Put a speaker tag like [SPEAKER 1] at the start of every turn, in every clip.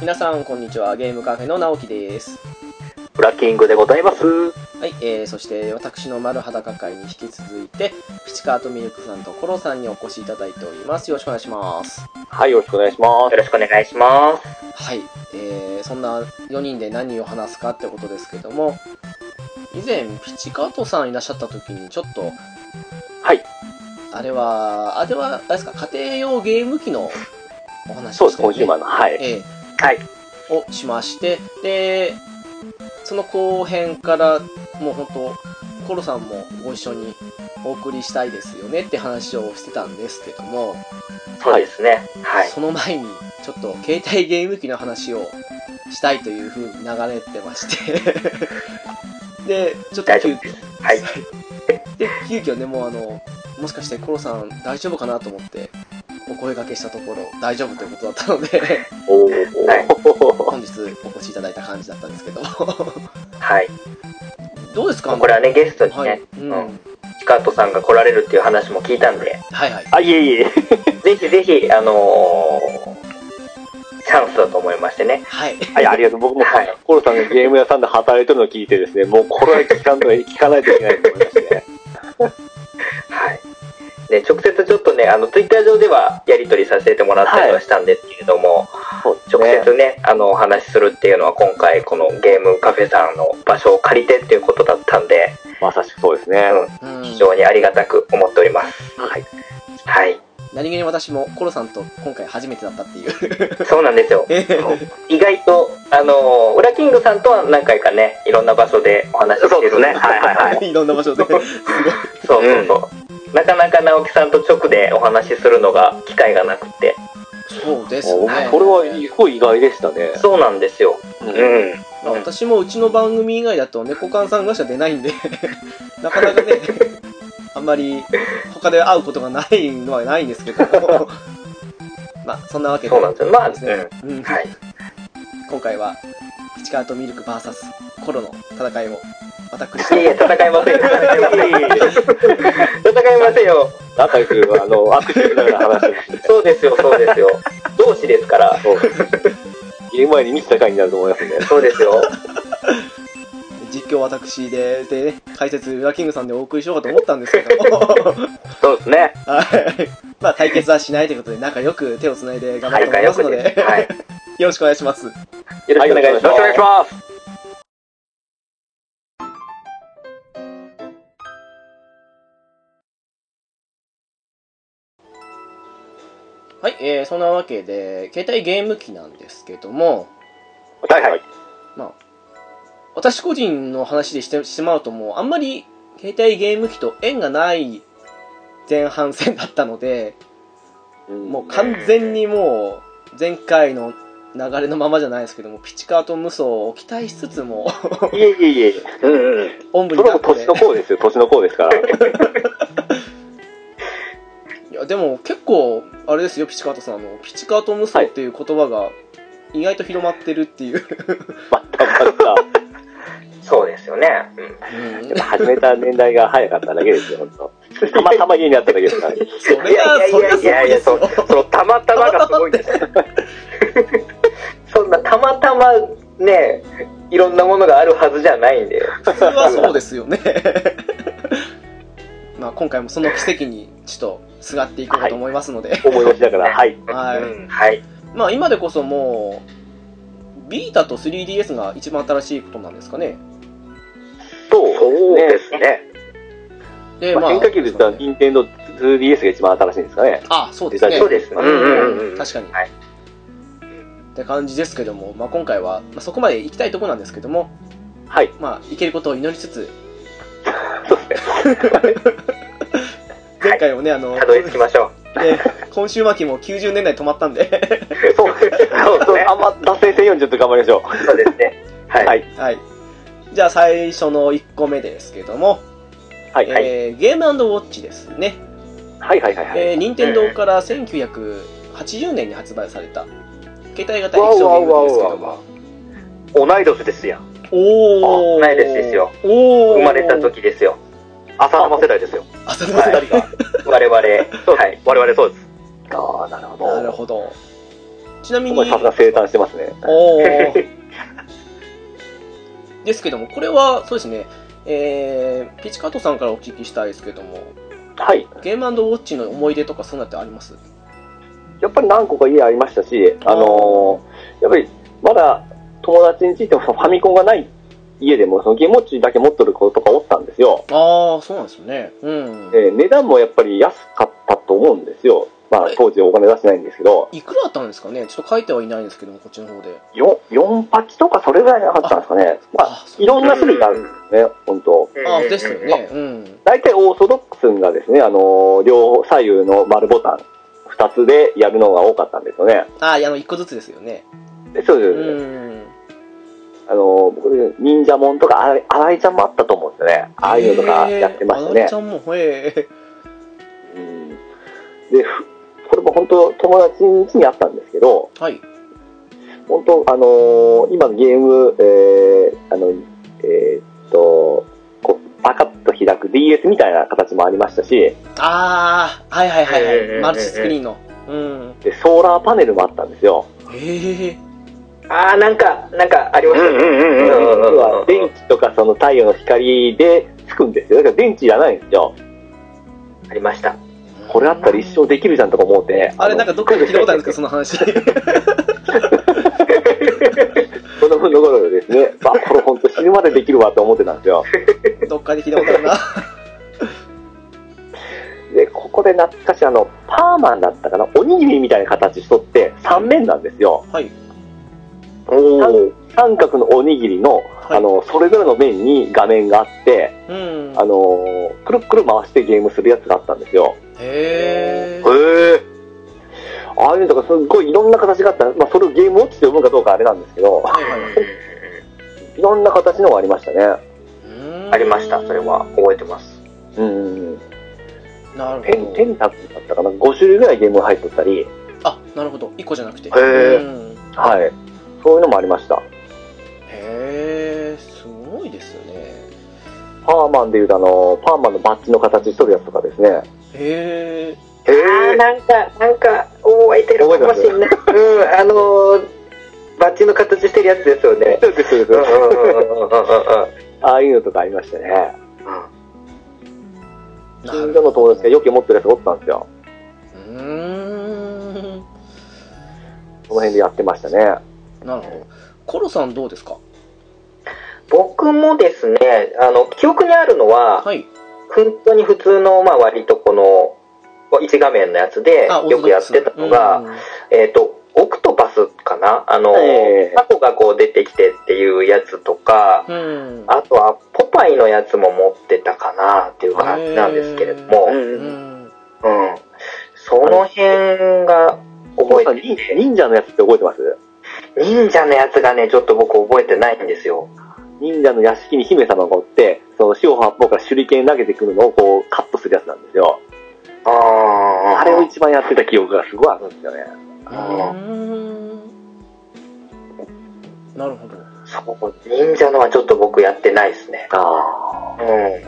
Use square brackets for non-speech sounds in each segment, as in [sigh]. [SPEAKER 1] 皆さんこんにちはゲームカフェの直樹です
[SPEAKER 2] ブラッキングでございます。
[SPEAKER 1] はい、えー、そして私の丸裸会に引き続いてピチカートミルクさんとコロさんにお越しいただいておりますよろしくお願いします
[SPEAKER 2] はい、よろしくお願いしま
[SPEAKER 3] よろしくお願いします。
[SPEAKER 1] はい、えー、そんな4人で何を話すかってことですけども以前ピチカートさんいらっしゃった時にちょっと
[SPEAKER 2] はい
[SPEAKER 1] あれはあれはあれですか家庭用ゲーム機のお話
[SPEAKER 2] そう
[SPEAKER 1] でし
[SPEAKER 2] です、
[SPEAKER 1] たよ
[SPEAKER 2] コン
[SPEAKER 1] ね
[SPEAKER 2] シューマーの。はい。
[SPEAKER 1] ええ
[SPEAKER 3] はい。
[SPEAKER 1] をしまして、で、その後編から、もう本当、コロさんもご一緒にお送りしたいですよねって話をしてたんですけども、
[SPEAKER 3] そうですね。はい。
[SPEAKER 1] その前に、ちょっと携帯ゲーム機の話をしたいという風に流れてま
[SPEAKER 3] [laughs]
[SPEAKER 1] して、で、ちょっと
[SPEAKER 3] 大
[SPEAKER 1] 急
[SPEAKER 3] 丈
[SPEAKER 1] 遽
[SPEAKER 3] 夫、です。はい。
[SPEAKER 1] で、急遽ね、もうあの、もしかしてコロさん大丈夫かなと思って、お声掛けしたところ、大丈夫ということだったので、
[SPEAKER 2] おお、
[SPEAKER 3] はい
[SPEAKER 1] 本日お越しいただいた感じだったんですけども。
[SPEAKER 3] はい。
[SPEAKER 1] どうですか
[SPEAKER 3] これはね、ゲストに
[SPEAKER 1] はい
[SPEAKER 3] ね、、
[SPEAKER 1] うん、
[SPEAKER 3] うんチカートさんが来られるっていう話も聞いたんで、
[SPEAKER 1] はいはい。
[SPEAKER 2] あ、いえいえ。
[SPEAKER 3] ぜひぜひ、あのー、チャンスだと思いましてね。
[SPEAKER 1] はい。
[SPEAKER 2] はい、あり [laughs] がとう。僕も、
[SPEAKER 3] はい
[SPEAKER 2] コロさんがゲーム屋さんで働いてるのを聞いてですね、もうこれは聞かんと聞かないといけないと思いましてね。
[SPEAKER 3] はい。で、直接ちょっとね、あの、ツイッター上ではやり取りさせてもらったりはしたんですけれども、
[SPEAKER 2] そうです
[SPEAKER 3] 直接ね、あの、お話しするっていうのは今回、このゲームカフェさんの場所を借りてっていうことだったんで、
[SPEAKER 2] まさしくそうですね。
[SPEAKER 1] うん
[SPEAKER 3] 非常にありがたく思っております。
[SPEAKER 2] はい。
[SPEAKER 3] はい。
[SPEAKER 1] 何気に私もコロさんと今回初めてだったっていう。。
[SPEAKER 3] そうなんですよ。意外と、あのー、ウラキングさんとは何回かね、いろんな場所でお話ししてるん
[SPEAKER 2] そうですねはいはいはい
[SPEAKER 1] ろんな場所で。す [laughs] ごい。
[SPEAKER 3] そうそうそう。なかなか直樹さんと直でお話しするのが機会がなくて。
[SPEAKER 1] そうです
[SPEAKER 2] お
[SPEAKER 1] ね。
[SPEAKER 2] これはすごい意外でしたね。
[SPEAKER 3] そうなんですよ。
[SPEAKER 2] う
[SPEAKER 3] うんん。
[SPEAKER 1] まあ私もうちの番組以外だと猫缶さんがしか出ないんで、 [laughs] なかなかね、あんまり他で会うことがないのはないんですけど [laughs] も。まあ、そんなわけで。
[SPEAKER 3] そうなんですよ。まあ、
[SPEAKER 1] ですね
[SPEAKER 3] う
[SPEAKER 1] うん
[SPEAKER 3] ん。はい。
[SPEAKER 1] 今回は、ピチカートミルク VS コロの戦いを、私、
[SPEAKER 3] いえいえ、戦いま
[SPEAKER 2] [laughs]
[SPEAKER 3] せんよ。戦いませんよ。
[SPEAKER 2] 仲良く、あの、握手しながら話してま [laughs] したね。
[SPEAKER 3] そうですよ、そうですよ。同志ですから。
[SPEAKER 2] そう。ゲーム前に満ちた回になると思いますね。
[SPEAKER 3] そうですよ。
[SPEAKER 1] 実況私で、でね、解説、ウラキングさんでお送りしようかと思ったんですけど [laughs] も、
[SPEAKER 2] そうですね。
[SPEAKER 1] はい。まあ、対決はしないということで、仲良く手を繋いで頑張ろうと思いま
[SPEAKER 3] 仲良
[SPEAKER 1] す
[SPEAKER 3] く
[SPEAKER 1] の
[SPEAKER 3] で
[SPEAKER 1] で、
[SPEAKER 3] す。はい。
[SPEAKER 1] [laughs] よろしくお願いします。
[SPEAKER 3] よろしくお願いし
[SPEAKER 2] よろしくお願いし
[SPEAKER 3] ま
[SPEAKER 2] ます。
[SPEAKER 1] はい、えー、そんなわけで、携帯ゲーム機なんですけども、
[SPEAKER 2] はいはい。
[SPEAKER 1] 私個人の話でしてしまうともう、あんまり携帯ゲーム機と縁がない前半戦だったので、もう完全にもう、前回の流れのままじゃないですけども、ピチカート無双を期待しつつ [laughs] も、
[SPEAKER 2] いえいえいえ。
[SPEAKER 3] す。うんうん。
[SPEAKER 1] おんぶ
[SPEAKER 2] そ
[SPEAKER 1] に
[SPEAKER 2] れ
[SPEAKER 1] 抱
[SPEAKER 2] も
[SPEAKER 1] っこで
[SPEAKER 2] 年の。功ですよ。年の功ですから。
[SPEAKER 1] いやでも結構あれですよピチカートさんあのピチカート無双っていう言葉が意外と広まってるっていう、
[SPEAKER 2] またまた。
[SPEAKER 3] そうですよね。うん。
[SPEAKER 1] うん
[SPEAKER 2] やっぱ始めた年代が早かっただけですよ、本当。たまたま家にあっただけです [laughs] から。
[SPEAKER 1] それはそれはすごいです
[SPEAKER 3] そ
[SPEAKER 1] よ
[SPEAKER 3] のそのたまたまがすごいですよそんなたまたまねいろんなものがあるはずじゃないんで
[SPEAKER 1] 普通はそうですよね [laughs] まあ今回もその奇跡にちょっとすがっていこうかと思いますので、
[SPEAKER 2] 思い出しながら、はい。
[SPEAKER 1] はい
[SPEAKER 3] うんはい
[SPEAKER 1] まあ今でこそもうビータと 3DS が一番新しいことなんですかね
[SPEAKER 2] そうです
[SPEAKER 3] そう
[SPEAKER 2] ね。
[SPEAKER 1] で
[SPEAKER 2] まあ、変化球で言ったら、任天堂 2DS が一番新しいんですかね。
[SPEAKER 1] あそうですね
[SPEAKER 3] そうですうんうんうん
[SPEAKER 1] 確かに、
[SPEAKER 3] は
[SPEAKER 1] っ
[SPEAKER 3] い
[SPEAKER 1] て感じですけども、まあ、今回は、まあ、そこまで行きたいところなんですけども
[SPEAKER 2] はい。
[SPEAKER 1] まあ行けることを祈りつつ
[SPEAKER 2] そうですね。
[SPEAKER 1] [laughs] 前回もね、あの、
[SPEAKER 3] たどり着きましょ
[SPEAKER 1] えー今週末も90年代止まったんで、 [laughs]
[SPEAKER 2] そうですね。
[SPEAKER 3] そうですね
[SPEAKER 2] あんま脱線せんようにちょっと頑張りましょ
[SPEAKER 3] うそうですね
[SPEAKER 2] う。
[SPEAKER 3] は
[SPEAKER 2] はいい。
[SPEAKER 1] はい。じゃあ最初の1個目ですけども、
[SPEAKER 2] はい。はい。
[SPEAKER 1] えーゲームウォッチですね。
[SPEAKER 2] はい。はい。はい。
[SPEAKER 1] えー、任天堂から1980年に発売された、携帯型液晶ゲーム機ですけども。
[SPEAKER 2] 同い年ですやん。
[SPEAKER 1] おー。
[SPEAKER 3] あ同い年ですよ。
[SPEAKER 1] おー。
[SPEAKER 3] 生まれた。時ですよ
[SPEAKER 2] 浅沼世代ですよ。
[SPEAKER 1] 浅
[SPEAKER 2] 二
[SPEAKER 1] 沼世代。
[SPEAKER 2] 人が。
[SPEAKER 3] 我々はい
[SPEAKER 2] 我々そうです。ああ、なるほど。
[SPEAKER 1] なるほど。ちなみ
[SPEAKER 2] お
[SPEAKER 1] に
[SPEAKER 2] 前、さすが生誕してますね。
[SPEAKER 1] おー [laughs] ですけども、これは、そうですね、えー、ピチカートさんからお聞きしたいですけども、
[SPEAKER 2] はい。
[SPEAKER 1] ゲームウォッチの思い出とか、そんなってあります
[SPEAKER 2] やっぱり何個か家ありましたし、あのーやっぱりまだ友達についてもファミコンがない家でも、そのゲームウォッチだけ持ってる子とかおったんですよ。
[SPEAKER 1] ああ、そうなんですよね。うん。
[SPEAKER 2] えー値段もやっぱり安かったと思うんですよ。まあ
[SPEAKER 1] はい
[SPEAKER 2] 当時お金出してないんですけど、
[SPEAKER 1] いくらあったんですかねちょっと書いてはいないんですけども、こっちの方で。
[SPEAKER 2] 4, 4チとかそれぐらいなかったんですかね。まあ、
[SPEAKER 1] そう
[SPEAKER 2] いろんな種類があるんですね、本当。
[SPEAKER 3] うん
[SPEAKER 1] ああ、ですよね。うん。
[SPEAKER 2] 大体オーソドックスがですね、あのー両左右の丸ボタン2つでやるのが多かったんですよね。
[SPEAKER 1] ああ、あの、一個ずつですよね。
[SPEAKER 2] でそうで
[SPEAKER 1] う
[SPEAKER 2] すよね。
[SPEAKER 1] ん。
[SPEAKER 2] あの、僕、忍者もんとか、あら新井ちゃんもあったと思うんですよね。ああいうのとかやってました
[SPEAKER 1] へーあの
[SPEAKER 2] ね
[SPEAKER 1] ち。ゃんも、へえ。
[SPEAKER 2] うんで、ふこれも本当、友達ん家にあったんですけど、
[SPEAKER 1] はい。
[SPEAKER 2] 本当、あのー今のゲーム、えー、あの、えーっと、こう、パカッと開く DS みたいな形もありましたし、
[SPEAKER 1] ああ、はいはいはいはい、
[SPEAKER 3] えー
[SPEAKER 1] マルチスクリーンの。うん。
[SPEAKER 2] で、ソーラーパネルもあったんですよ。
[SPEAKER 1] へえ。
[SPEAKER 3] ああ、なんか、なんかありましたね。
[SPEAKER 2] 要
[SPEAKER 3] んうんうん
[SPEAKER 2] は、電気とかその太陽の光でつくんですよ。だから電池いらないんですよ。
[SPEAKER 3] ありました。
[SPEAKER 2] これあったら一生できるじゃんとか思って。
[SPEAKER 1] あれ、
[SPEAKER 2] の
[SPEAKER 1] なんかどっかで聞いたことあるんですか、その話。
[SPEAKER 3] [laughs]
[SPEAKER 2] 子供の頃で
[SPEAKER 3] [laughs]
[SPEAKER 2] すね、まあ、これ本当死ぬまでできるわと思ってたんですよ。
[SPEAKER 1] どっかで聞いたことあるな。
[SPEAKER 2] で、ここで懐かしい、あの、パーマンだったかな、おにぎりみたいな形しとって、三面なんですよ。
[SPEAKER 1] はい。
[SPEAKER 2] 三三角のおにぎりの、
[SPEAKER 1] い
[SPEAKER 2] あの、それぞれの面に画面があって、
[SPEAKER 1] うん。
[SPEAKER 2] あの、くるっくる回してゲームするやつがあったんですよ。
[SPEAKER 1] へえ。
[SPEAKER 2] え。ああいうのとか、すっごいいろんな形があった。まあ、それをゲームウォッチで読むかどうかあれなんですけ [laughs] ど、
[SPEAKER 1] はいはいはい
[SPEAKER 2] ろんな形のがありましたね。
[SPEAKER 1] い。
[SPEAKER 3] ありました、それは。。覚えてます。
[SPEAKER 2] うん。
[SPEAKER 1] なる
[SPEAKER 2] ペン、
[SPEAKER 1] ほ
[SPEAKER 2] ペ
[SPEAKER 1] ど。
[SPEAKER 2] ンタックだったかな、5種類ぐらいゲーム入っとったり、
[SPEAKER 1] あ、なるほど。一個じゃなくて。へ
[SPEAKER 2] ー
[SPEAKER 1] うん、
[SPEAKER 2] はい。そういうのもありました。
[SPEAKER 1] へえ、すごいですね。
[SPEAKER 2] パーマンでいうと、あの、パーマンのバッジの形しとるやつとかですね。
[SPEAKER 1] へえ。
[SPEAKER 2] へ
[SPEAKER 3] ああ、なんか、なんか、覚えてるかもしんない。うん、あのー、バッジの形してるやつですよね。
[SPEAKER 2] そうです、そう
[SPEAKER 3] うん
[SPEAKER 2] で
[SPEAKER 3] う
[SPEAKER 2] [laughs] す。
[SPEAKER 3] んうんうんうんうん
[SPEAKER 2] ああいうのとかありましたね。
[SPEAKER 1] なる
[SPEAKER 2] 近所の友達がよく持ってるやつおったんですよ。
[SPEAKER 1] うーん。
[SPEAKER 2] その辺でやってましたね。
[SPEAKER 1] なるほど。コロさんどうですか
[SPEAKER 3] 僕もですね、あの、記憶にあるのは、
[SPEAKER 1] はい。
[SPEAKER 3] 本当に普通の、まあ割とこの、1画面のやつで
[SPEAKER 1] あ、オー
[SPEAKER 3] よ
[SPEAKER 1] ソド
[SPEAKER 3] く
[SPEAKER 1] ッ
[SPEAKER 3] や
[SPEAKER 1] ク
[SPEAKER 3] っ
[SPEAKER 1] ス
[SPEAKER 3] てたのが、
[SPEAKER 1] うん
[SPEAKER 3] えっ、と、オクトパスかなあの、
[SPEAKER 2] ええ
[SPEAKER 3] タコがこう出てきてっていうやつとか、
[SPEAKER 1] うん。
[SPEAKER 3] あとはポパイのやつも持ってたかなっていう感じなんですけれども、
[SPEAKER 2] え
[SPEAKER 1] う。
[SPEAKER 2] うん
[SPEAKER 3] うん。その辺が
[SPEAKER 2] お父さ
[SPEAKER 3] 覚
[SPEAKER 2] ん、
[SPEAKER 3] え
[SPEAKER 2] 忍
[SPEAKER 3] てて、
[SPEAKER 2] 忍者のやつって覚えてます
[SPEAKER 3] 忍者のやつがね、ちょっと僕覚えてないんですよ。
[SPEAKER 2] 忍者の屋敷に姫様がおって、その四方八方から手裏剣投げてくるのをこうカットするやつなんですよ。
[SPEAKER 3] ああ
[SPEAKER 2] あれを一番やってた記憶がすごいあるんですよね。
[SPEAKER 3] あ
[SPEAKER 1] なるほど。
[SPEAKER 3] そう、忍者のはちょっと僕やってないですね。
[SPEAKER 2] あ
[SPEAKER 3] うん、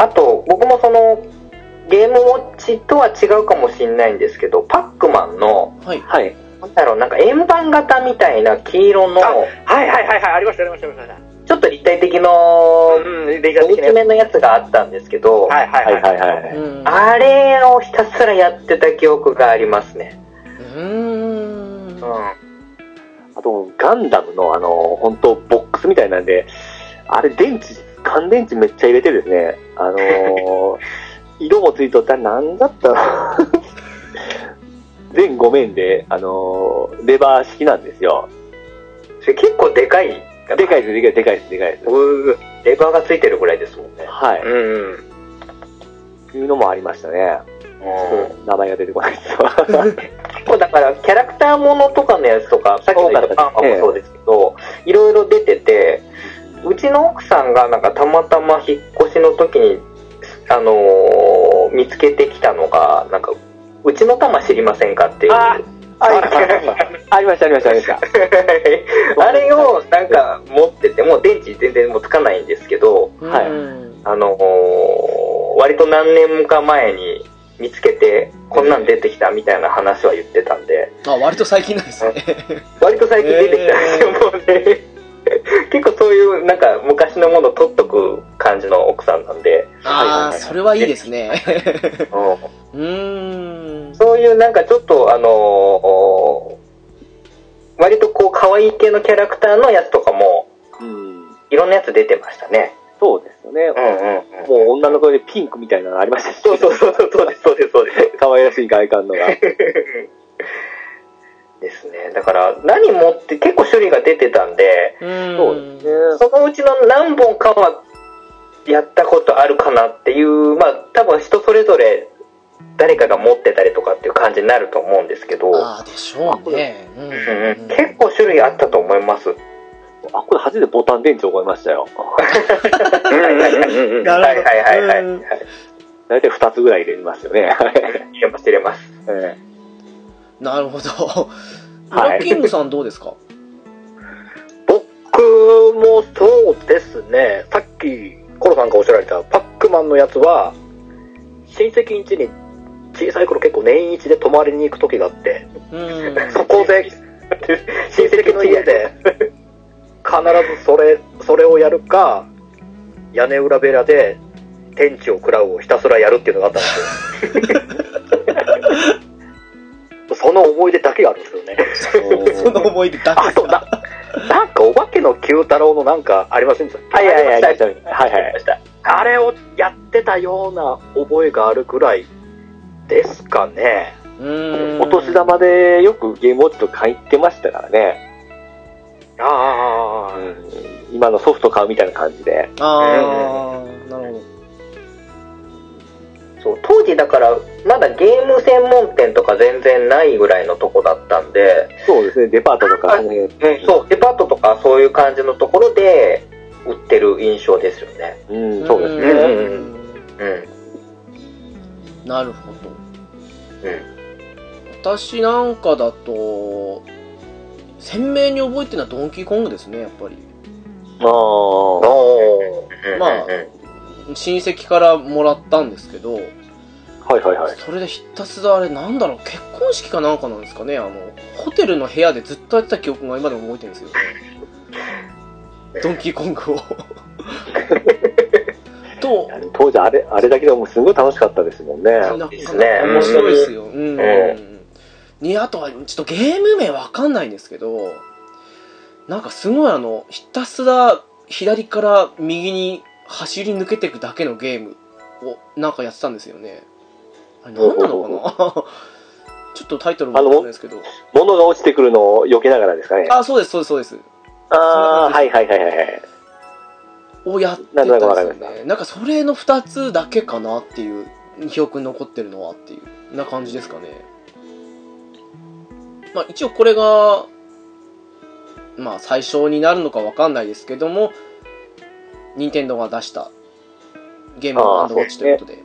[SPEAKER 3] あと僕もそのゲームウォッチとは違うかもしれないんですけどパックマンの
[SPEAKER 1] はい。
[SPEAKER 2] あ。はい。
[SPEAKER 3] なんだろうなんか円盤型みたいな黄色の
[SPEAKER 4] あはいはいはいはい、ありましたありましたありました。
[SPEAKER 3] ちょっと立体的の
[SPEAKER 4] うん、レジャー的
[SPEAKER 3] 大
[SPEAKER 4] な
[SPEAKER 3] き
[SPEAKER 4] や
[SPEAKER 3] めのやつがあったんですけど、
[SPEAKER 4] つ。はいは
[SPEAKER 2] はいい
[SPEAKER 4] は。
[SPEAKER 2] はいいはい。
[SPEAKER 1] うん。
[SPEAKER 3] あれをひたすらやってた記憶がありますね、
[SPEAKER 1] うーん。
[SPEAKER 3] うん、あ
[SPEAKER 2] あと、ガンダムのあの、本当ボックスみたいなんで、あれ電池、乾電池めっちゃ入れてですね、あの [laughs] ー色もついとったらなんだったの [laughs] 全5面で、あのーレバー式なんですよ。
[SPEAKER 3] それ結構でかい
[SPEAKER 2] でかいです、でかいです、でかいです、でかいです。
[SPEAKER 3] うーレバーがついてるぐらいですもんね
[SPEAKER 2] はい。
[SPEAKER 3] うん、うん、
[SPEAKER 2] いうのもありましたね。名前が出てこないですわ。 [laughs]
[SPEAKER 3] 結構だからキャラクターものとかのやつとかさっきの言ったパンマンもそうですけど、いろいろ出ててうちの奥さんがなんかたまたま引っ越しの時に、あのー見つけてきたのがなんかうちの玉知りませんかっていう
[SPEAKER 2] あ
[SPEAKER 3] あ [laughs]
[SPEAKER 2] はいありました、ありました、ありました。
[SPEAKER 3] れをなんか持っててもう電池全然もうつかないんですけど
[SPEAKER 2] はい
[SPEAKER 1] うん
[SPEAKER 3] あのー割と何年か前に見つけて、こんなん出てきたみたいな話は言ってたんで、
[SPEAKER 1] あ、割と最近なんですね。
[SPEAKER 3] 割と最近出てきたんですよ、もうね。 [laughs] 結構そういう、なんか昔のもの取っとく感じの奥さんなんで、
[SPEAKER 1] あ
[SPEAKER 2] はいはいは
[SPEAKER 1] あ、
[SPEAKER 2] い
[SPEAKER 1] それはいいですね。
[SPEAKER 3] うん
[SPEAKER 1] うーん。
[SPEAKER 3] そういうなんかちょっとあのー割とこう可愛い系のキャラクターのやつとかも、
[SPEAKER 2] うん。
[SPEAKER 3] いろんなやつ出てましたね。
[SPEAKER 2] そうですよね。
[SPEAKER 3] んうん、
[SPEAKER 2] もう女の子でピンクみたいなのありましたし、
[SPEAKER 3] そうそうそうそう、そうです、そうです、そうです。
[SPEAKER 2] 可愛らしい外観のが。
[SPEAKER 3] ですね。だから、何持って、結構種類が出てたんで、
[SPEAKER 2] そう
[SPEAKER 1] う
[SPEAKER 2] です
[SPEAKER 1] ーん。
[SPEAKER 2] ね。
[SPEAKER 3] そのうちの何本かは、やったことあるかなっていう、まあ、多分人それぞれ、誰かが持ってたりとかっていう感じになると思うんですけど、
[SPEAKER 1] ああ、でしょうね。うん
[SPEAKER 3] うんうん結構種類あったと思い [laughs] ます。
[SPEAKER 2] あ、これ初めてボタン電池覚えましたよ。
[SPEAKER 1] なるほどうん
[SPEAKER 3] はいはいはいはい、はい。
[SPEAKER 2] 大体2つぐらい入れますよね。
[SPEAKER 3] 入れます入れます。
[SPEAKER 2] え
[SPEAKER 1] なるほど。ブ
[SPEAKER 2] はい
[SPEAKER 1] ラッキングさんどうですか
[SPEAKER 5] 僕もそうですね、さっき、コロさんがおっしゃられたパックマンのやつは、親戚ん家に小さい頃結構年一で泊まりに行く時があって、
[SPEAKER 1] うーん。
[SPEAKER 5] そこで、親戚の家で、必ずそれ、それをやるか、屋根裏部屋で、天地を食らうをひたすらやるっていうのがあったん
[SPEAKER 2] [laughs]
[SPEAKER 5] ですよ。その思い出だけがあるんですよね。
[SPEAKER 2] え
[SPEAKER 1] その思い出だ
[SPEAKER 5] あ
[SPEAKER 1] け
[SPEAKER 5] とな、なんかお化けの九太郎のなんかありませんでした
[SPEAKER 2] はいはいはい、
[SPEAKER 3] ありま
[SPEAKER 2] はいは
[SPEAKER 3] 入れま
[SPEAKER 2] い。
[SPEAKER 3] した。
[SPEAKER 5] あれをやってたような覚えがあるくらいですかね。
[SPEAKER 1] うーん。
[SPEAKER 2] お年玉でよくゲームウォッチとか行ってましたからね。
[SPEAKER 5] ああ、
[SPEAKER 2] 今のソフト買うみたいな感じで。
[SPEAKER 1] ああ、なるほど。
[SPEAKER 3] そう、当時だから、まだゲーム専門店とか全然ないぐらいのとこだったんで、
[SPEAKER 2] そうですね、デパートとか、その辺
[SPEAKER 3] そう、デパートとかそういう感じのところで売ってる印象ですよね。
[SPEAKER 2] うん、そうですね。
[SPEAKER 3] ねうん。
[SPEAKER 1] うんなるほど。
[SPEAKER 3] うん。
[SPEAKER 1] 私なんかだと、鮮明に覚えてるのはドンキーコングですね、やっぱり。
[SPEAKER 2] ああ。
[SPEAKER 5] お
[SPEAKER 1] まあ
[SPEAKER 3] うんうんうん
[SPEAKER 1] 親戚からもらったんですけど、
[SPEAKER 2] はいはいはい。
[SPEAKER 1] それでひたすらあれなんだろう結婚式かなんかなんですかねあのホテルの部屋でずっとやってた記憶が今でも覚えてるんですよ [laughs] ねドンキーコング [laughs] をと
[SPEAKER 2] 当時あれ、あれだけでもすごい楽しかったですもんね。
[SPEAKER 1] なかなか
[SPEAKER 3] ですね
[SPEAKER 1] 面白いですようん、
[SPEAKER 3] う
[SPEAKER 1] にあとはちょっとゲーム名わかんないんですけどなんかすごいあのひたすら左から右に走り抜けていくだけのゲームをなんかやってたんですよねあれ何なのかなちょっとタイトルもわかんないですけど
[SPEAKER 2] 物が落ちてくるのを避けながらですかね。
[SPEAKER 1] あそうですそうですそうです
[SPEAKER 2] ああー、はいはいはいはいはい。
[SPEAKER 1] をやってたん
[SPEAKER 2] なんとなく
[SPEAKER 1] です
[SPEAKER 2] わか
[SPEAKER 1] よ
[SPEAKER 2] りました
[SPEAKER 1] ねなんかそれの2つだけかなっていう記憶に残ってるのはっていうな感じですかねまあ一応これがまあ最初になるのかわかんないですけども任天堂が出したゲーム
[SPEAKER 2] あ
[SPEAKER 1] の
[SPEAKER 2] ー
[SPEAKER 1] アンドウォッチということで
[SPEAKER 3] う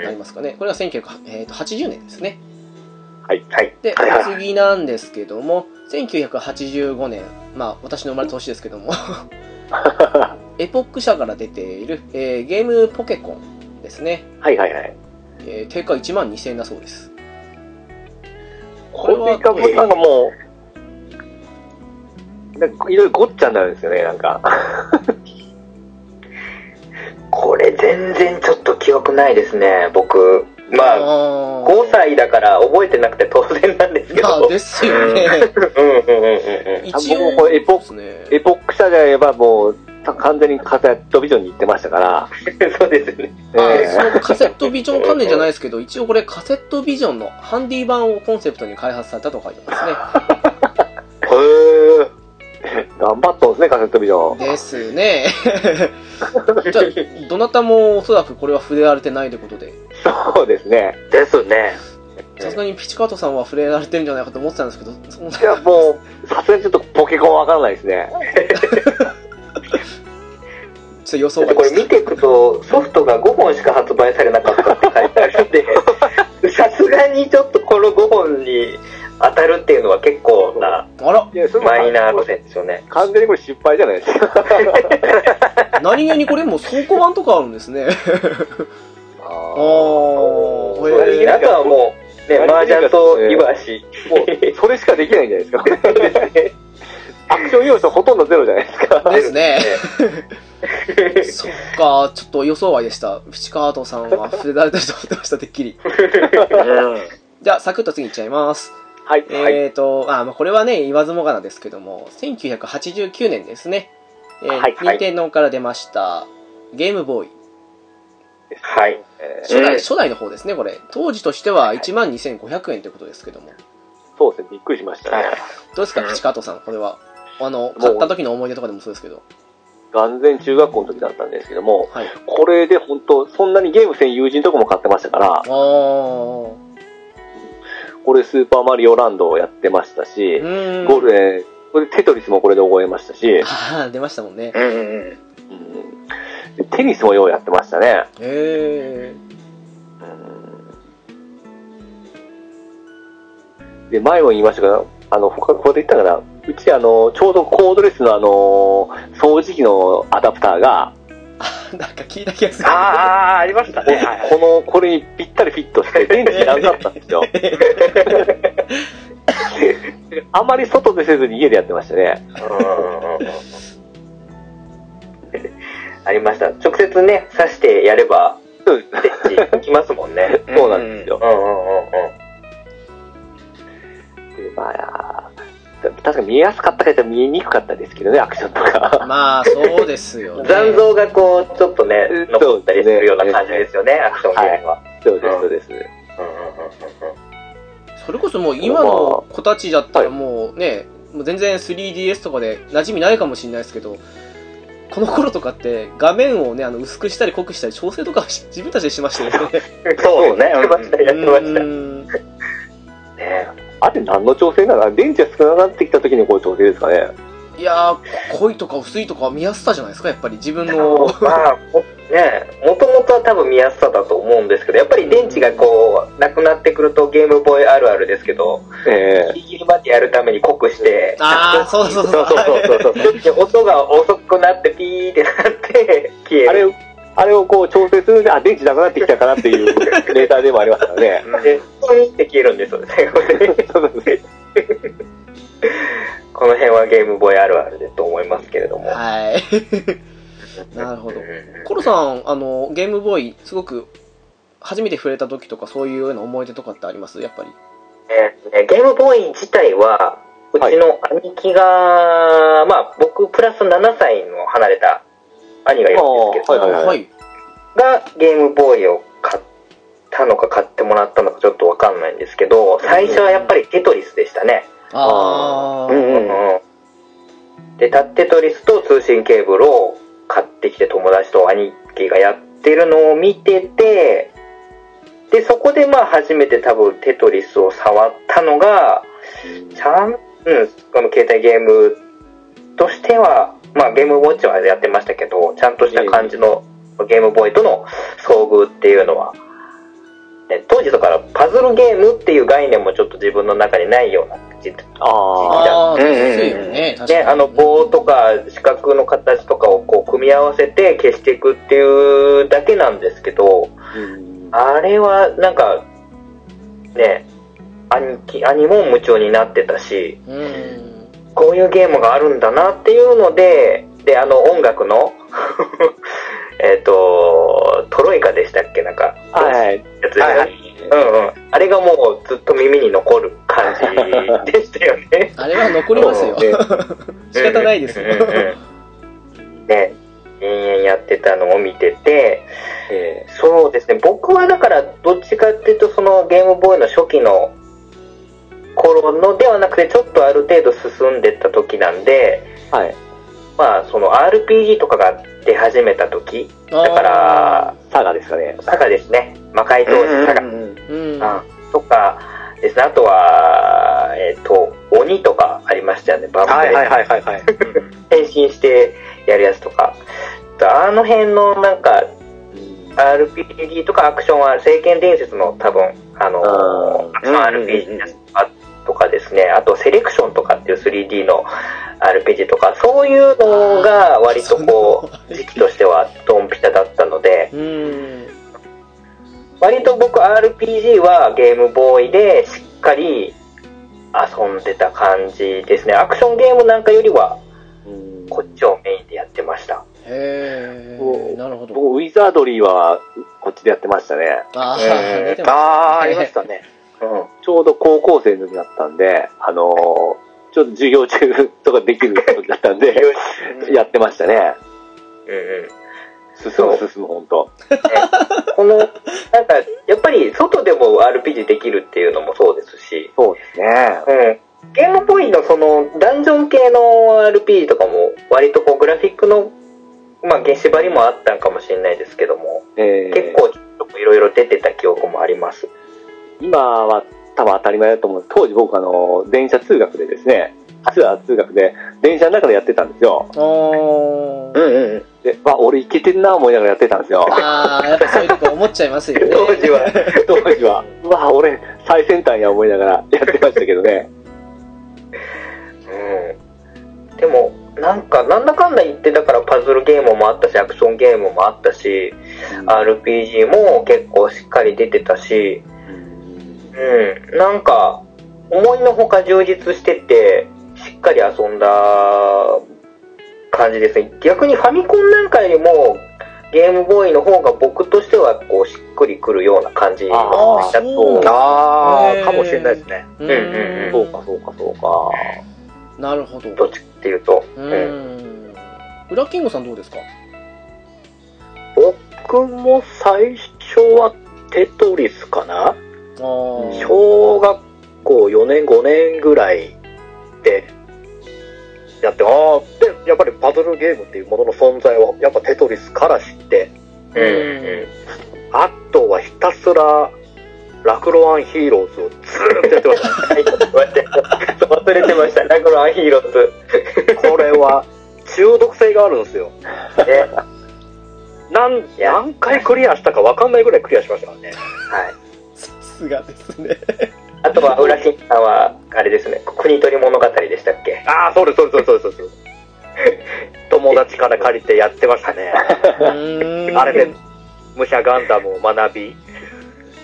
[SPEAKER 1] うん
[SPEAKER 3] うん
[SPEAKER 1] な
[SPEAKER 3] う
[SPEAKER 1] り
[SPEAKER 3] ん。
[SPEAKER 1] ますかねこれが1980年ですね
[SPEAKER 2] はい。
[SPEAKER 3] はい。
[SPEAKER 1] で、
[SPEAKER 2] はいはい
[SPEAKER 1] 次なんですけども、1985年、まあ私の生まれた年ですけ
[SPEAKER 2] [laughs]
[SPEAKER 1] ども、エポック社から出ている、えーゲームポケコンですね。
[SPEAKER 2] はいはいはい。
[SPEAKER 1] えー定価1万2000円だそうです。
[SPEAKER 2] これは、
[SPEAKER 1] これは
[SPEAKER 2] なんかもう、なんかいろいろごっちゃになるんですよね、なんか。
[SPEAKER 3] これ全然ちょっと記憶ないですね、僕。まあ、
[SPEAKER 1] あー
[SPEAKER 3] 5歳だから覚えてなくて当然なんですけ
[SPEAKER 1] ま
[SPEAKER 3] ど。
[SPEAKER 1] あですよ
[SPEAKER 2] [laughs]
[SPEAKER 1] ね。
[SPEAKER 3] [laughs] うんうんうんうんうん。
[SPEAKER 1] 一
[SPEAKER 2] あもうこ
[SPEAKER 1] 応、
[SPEAKER 2] れエポ
[SPEAKER 1] そうですね。
[SPEAKER 2] エポック社であればもう、た完全にカセットビジョンに行ってましたから。
[SPEAKER 3] そうですね。
[SPEAKER 1] あー
[SPEAKER 2] え
[SPEAKER 1] そのカセットビジョン関連じゃないですけど、一応これカセットビジョンのハンディ版をコンセプトに開発されたと書いてま
[SPEAKER 5] へえ。
[SPEAKER 2] え頑張ったんですね、カセットビジョ
[SPEAKER 1] すね。です
[SPEAKER 2] [laughs]
[SPEAKER 1] ね。じゃあ、どなたもおそらくこれは触れられてないということで。
[SPEAKER 2] ン。そうですね。
[SPEAKER 5] ですね。
[SPEAKER 1] さすがにピチカートさんは触れられてるんじゃないかと思ってたんですけど、そんない
[SPEAKER 2] や、もう、さすがにちょっとポケコンわからないですね。
[SPEAKER 1] ちょっと予
[SPEAKER 3] だ
[SPEAKER 1] 想
[SPEAKER 3] っ
[SPEAKER 1] 外
[SPEAKER 3] てこ
[SPEAKER 1] で
[SPEAKER 3] れ
[SPEAKER 1] し
[SPEAKER 3] 見ていくとソフトが5本しか発売されなかったって書いてあるんでさすがにちょっとこの5本に当たるっていうのは結構な
[SPEAKER 1] た。あら、
[SPEAKER 2] いや、それも
[SPEAKER 3] マイナー路線ですよね
[SPEAKER 2] 完全にこれ失敗じゃないですか。
[SPEAKER 1] 何気にこれもう倉庫版とかあるんですね。ああ
[SPEAKER 2] あー
[SPEAKER 1] ー。これ
[SPEAKER 3] いいなあとはもう、ね、
[SPEAKER 2] 割と
[SPEAKER 3] 麻雀と
[SPEAKER 2] いい
[SPEAKER 3] イ
[SPEAKER 2] か
[SPEAKER 3] ワシ。
[SPEAKER 2] もう、それしかできないんじゃない
[SPEAKER 1] [laughs]
[SPEAKER 2] ですか。アクション要素ほとんどゼロじゃないですか。
[SPEAKER 1] ですね。 [laughs] そっか、ちょっと予想外でした。ピチカートさんは触れられてると思ってました、てっきり。じゃあ、サクッと次いっちゃいます。
[SPEAKER 2] はい。はい。
[SPEAKER 1] えーと、あ、まあこれはね、言わずもがなですけども、1989年ですね。えー
[SPEAKER 2] はいはい
[SPEAKER 1] 任天堂から出ました、ゲームボーイ。
[SPEAKER 3] はい。
[SPEAKER 1] 初代、
[SPEAKER 3] うん
[SPEAKER 1] 初代の方ですね、これ。当時としては12,500円ということですけども。
[SPEAKER 2] そうですね、びっくりしましたね。
[SPEAKER 1] どうですか、
[SPEAKER 3] うん
[SPEAKER 1] ピチカートさん、これは。あの、
[SPEAKER 2] う
[SPEAKER 1] 買った時の思い出とかでもそうですけど。
[SPEAKER 2] 完全中学校の時だったんですけども、
[SPEAKER 1] はい。
[SPEAKER 2] これで本当、そんなにゲームせん友人とかも買ってましたから、
[SPEAKER 1] あー。
[SPEAKER 2] これスーパーマリオランドをやってましたし、
[SPEAKER 1] うん。
[SPEAKER 2] ゴールデン、これテトリスもこれで覚えましたし、
[SPEAKER 1] ああ、出ましたもんね。
[SPEAKER 3] うんうんうん。
[SPEAKER 2] うんでテニスもようやってましたね。
[SPEAKER 1] へえ。
[SPEAKER 2] うんで、前も言いましたが、あの、他、ここで言ったから、うち、あの、ちょうどコードレスのあの、掃除機のアダプターが、
[SPEAKER 1] [laughs] なんか聞いた気がする。
[SPEAKER 4] あー、ありましたね。はいはい
[SPEAKER 2] この、これにぴったりフィッ
[SPEAKER 4] [laughs]
[SPEAKER 2] トして、電池なくなったんですよ。あまり外でせずに家でやってましたね。
[SPEAKER 3] ありました。直接ね、刺してやれば、
[SPEAKER 2] そうです
[SPEAKER 3] 電池いきますもんね。
[SPEAKER 2] そうなんですよ。
[SPEAKER 3] うんうんうんうん。
[SPEAKER 2] まあ、確かに見えやすかったけど見えにくかったですけどね、アクションと
[SPEAKER 4] [laughs]
[SPEAKER 2] か。
[SPEAKER 1] まあ、そうですよね。
[SPEAKER 3] 残像がこう、ちょっとね
[SPEAKER 2] うん、
[SPEAKER 3] 残ったりするような感じですよね、アクションゲームは。
[SPEAKER 2] そうです、そうです。
[SPEAKER 3] うんうんうんうん
[SPEAKER 1] それこそもう今の子たちだったらもうね、もう全然 3DS とかで馴染みないかもしれないですけど、この頃とかって画面をね、あの薄くしたり濃くしたり調整とかし自分たちでしましたよね。
[SPEAKER 3] そうね。やってました、 [laughs] や
[SPEAKER 1] う
[SPEAKER 3] ってました。ね
[SPEAKER 1] ーん
[SPEAKER 2] あれ何の調整なの電池が少なくなってきた時にこういう調整ですかね。
[SPEAKER 1] いやー、濃いとか薄いとか見やすさじゃないですか、やっぱり自分の。
[SPEAKER 3] まあ、もねもともとは多分見やすさだと思うんですけど、やっぱり電池がこう、なくなってくるとゲームボーイあるあるですけど、
[SPEAKER 2] ええ
[SPEAKER 3] ギリギリまでやるために濃くして、
[SPEAKER 1] ああ、そうそうそう。
[SPEAKER 2] そうそうそうそう。
[SPEAKER 3] [laughs] で音が遅くなってピーってなって消える。
[SPEAKER 2] あれを、あれをこう調整するんで、あ、電池なくなってきたかなっていうデータでもありますからね。
[SPEAKER 3] で、ポインって消えるんですよね。 [laughs]
[SPEAKER 2] そうそうそう
[SPEAKER 3] この辺はゲームボーイあるあるでと思いますけれども。
[SPEAKER 1] はい。なるほど。 [laughs] コロさん、あの、ゲームボーイ、すごく、初めて触れた時とか、そういうような思い出とかってありますやっぱり。
[SPEAKER 3] えーとねゲームボーイ自体は、うちの兄貴が、まあ僕プラス7歳の離れた兄がいるんですけ
[SPEAKER 2] は
[SPEAKER 3] ど、
[SPEAKER 2] いはいはい
[SPEAKER 1] はい。
[SPEAKER 3] がゲームボーイを買ったのか買ってもらったのかちょっとわかんないんですけど、最初はやっぱりテトリスでしたね。
[SPEAKER 1] ああ、
[SPEAKER 2] う
[SPEAKER 3] う
[SPEAKER 2] ん
[SPEAKER 3] んうん。で、タッテトリスと通信ケーブルを買ってきて友達と兄貴がやってるのを見てて、で、そこでまあ初めて多分テトリスを触ったのが、ちゃん、うん、この携帯ゲームとしては、まあゲームウォッチはやってましたけど、ちゃんとした感じのゲームボーイとの遭遇っていうのは、ね、当時だからパズルゲームっていう概念もちょっと自分の中にないような時
[SPEAKER 2] ああ。
[SPEAKER 1] ああ、
[SPEAKER 3] うんうんうん
[SPEAKER 1] ですよね。確か
[SPEAKER 3] ね、
[SPEAKER 1] に。
[SPEAKER 3] あの棒とか四角の形とかをこう組み合わせて消していくっていうだけなんですけど、
[SPEAKER 2] うん
[SPEAKER 3] あれはなんか、ね、兄貴、兄も夢中になってたし、
[SPEAKER 1] うん。
[SPEAKER 3] こういうゲームがあるんだなっていうので、で、あの音楽の、 [laughs] えっと、トロイカでしたっけなんか、
[SPEAKER 2] はい。
[SPEAKER 3] やつですよね
[SPEAKER 2] はい
[SPEAKER 3] うんうん。あれがもうずっと耳に残る感じでしたよね。
[SPEAKER 1] あれは残りますよ。 [laughs] 仕方ないですよ。
[SPEAKER 3] ね、延々やってたのを見てて、
[SPEAKER 2] え
[SPEAKER 3] そうですね、僕はだから、どっちかっていうと、そのゲームボーイの初期の頃のではなくて、ちょっとある程度進んでった時なんで、
[SPEAKER 2] えはい。
[SPEAKER 3] まあ、その RPG とかが出始めた時、
[SPEAKER 1] だ
[SPEAKER 3] だか、ら、
[SPEAKER 2] サガですかね。
[SPEAKER 3] サガですね、魔界闘士サガ、
[SPEAKER 1] うん。
[SPEAKER 3] うんとかですね、あとは、えっ、と、鬼とかありましたよね、バンプレ
[SPEAKER 5] はいはいはいはいはい。
[SPEAKER 3] 変身してやるやつとか、あの辺のなんか RPG とかアクションは聖剣伝説の多分、あの
[SPEAKER 2] あ
[SPEAKER 3] アクション RPG とかですね、あとセレクションとかっていう 3D の RPG とか、そういうのが割とこう、時期としてはドンピシャだったので、
[SPEAKER 1] うん。
[SPEAKER 3] 割と僕 RPG はゲームボーイでしっかり遊んでた感じですね。アクションゲームなんかよりは、こっちをメインでやってました。
[SPEAKER 1] へ
[SPEAKER 2] お
[SPEAKER 1] え、なるほど。
[SPEAKER 2] 僕、ウィザードリーはこっちでやってましたね。
[SPEAKER 1] ああ、
[SPEAKER 5] え
[SPEAKER 1] 出て
[SPEAKER 5] ー
[SPEAKER 1] ま
[SPEAKER 5] あー、ありました [laughs] ね。
[SPEAKER 3] う
[SPEAKER 2] ちょうど高校生の時だったんで、あのーちょっと授業中とかできる時だったんで、やってましたね。
[SPEAKER 3] ん。うんうん。
[SPEAKER 2] 進
[SPEAKER 3] そう
[SPEAKER 2] む進む、ほんと。
[SPEAKER 3] この、なんか、やっぱり外でも RPG できるっていうのもそうですし、
[SPEAKER 2] そうですね。
[SPEAKER 3] うん。ゲームボーイのその、ダンジョン系の RPG とかも、割とこう、グラフィックの、まあ、原縛りもあったんかもしれないですけども、
[SPEAKER 2] えー
[SPEAKER 3] 結構、いろいろ出てた記憶もあります。
[SPEAKER 2] 今は多分当たり前だと思うんです当時僕あの電車通学でですねツアー通学で電車の中でやってたんですよ
[SPEAKER 1] す。おー
[SPEAKER 5] んうん。
[SPEAKER 2] でわ俺いけてんな思いながらやってたんです [laughs] よ
[SPEAKER 1] ああ、やっぱそういうとこ思っちゃいますよね。
[SPEAKER 3] 当
[SPEAKER 5] [laughs]
[SPEAKER 3] 時は。
[SPEAKER 2] 当時はうわ俺最先端や思いながらやってましたけどね
[SPEAKER 3] うん。でも、なんか、なんだかんだ言って、だからパズルゲームもあったし、アクションゲームもあったし、RPG も結構しっかり出てたし、うん、なんか、思いのほか充実してて、しっかり遊んだ感じですね。逆にファミコンなんかよりも、ゲームボーイの方が僕としては、こう、しっくりくるような感じ
[SPEAKER 2] あ
[SPEAKER 1] あ
[SPEAKER 3] だ
[SPEAKER 1] あ、そうなんだ
[SPEAKER 5] あ
[SPEAKER 1] えー
[SPEAKER 5] あ、かもしれないですね。
[SPEAKER 1] う
[SPEAKER 3] うん
[SPEAKER 2] そ
[SPEAKER 1] ん
[SPEAKER 2] うかそうかそうか
[SPEAKER 1] なるほど。
[SPEAKER 3] どっちかっていうと。
[SPEAKER 1] うーん。ウラキングさんどうですか
[SPEAKER 5] 僕も最初はテトリスかな
[SPEAKER 1] ああ。
[SPEAKER 5] 小学校4年5年ぐらいでやってああでやっぱりパズルゲームっていうものの存在をやっぱテトリスから知って
[SPEAKER 3] うん。うん。
[SPEAKER 5] あとはひたすらラクロアンヒーローズをずーっとやってました
[SPEAKER 3] はい、待って、忘れてました。ラグロアンヒーローズ。
[SPEAKER 5] これは中毒性があるんですよ
[SPEAKER 3] ね。
[SPEAKER 5] 何
[SPEAKER 3] や
[SPEAKER 5] 何回クリアしたか分かんないぐらいクリアしましたからね
[SPEAKER 3] はい。
[SPEAKER 1] さすがですね。
[SPEAKER 3] あとは、浦新さんは、あれですね、国取り物語でしたっけ
[SPEAKER 5] ああそうですそうですそうですそうです友達から借りてやってましたね
[SPEAKER 1] うーん
[SPEAKER 5] あれで武者ガンダムを学び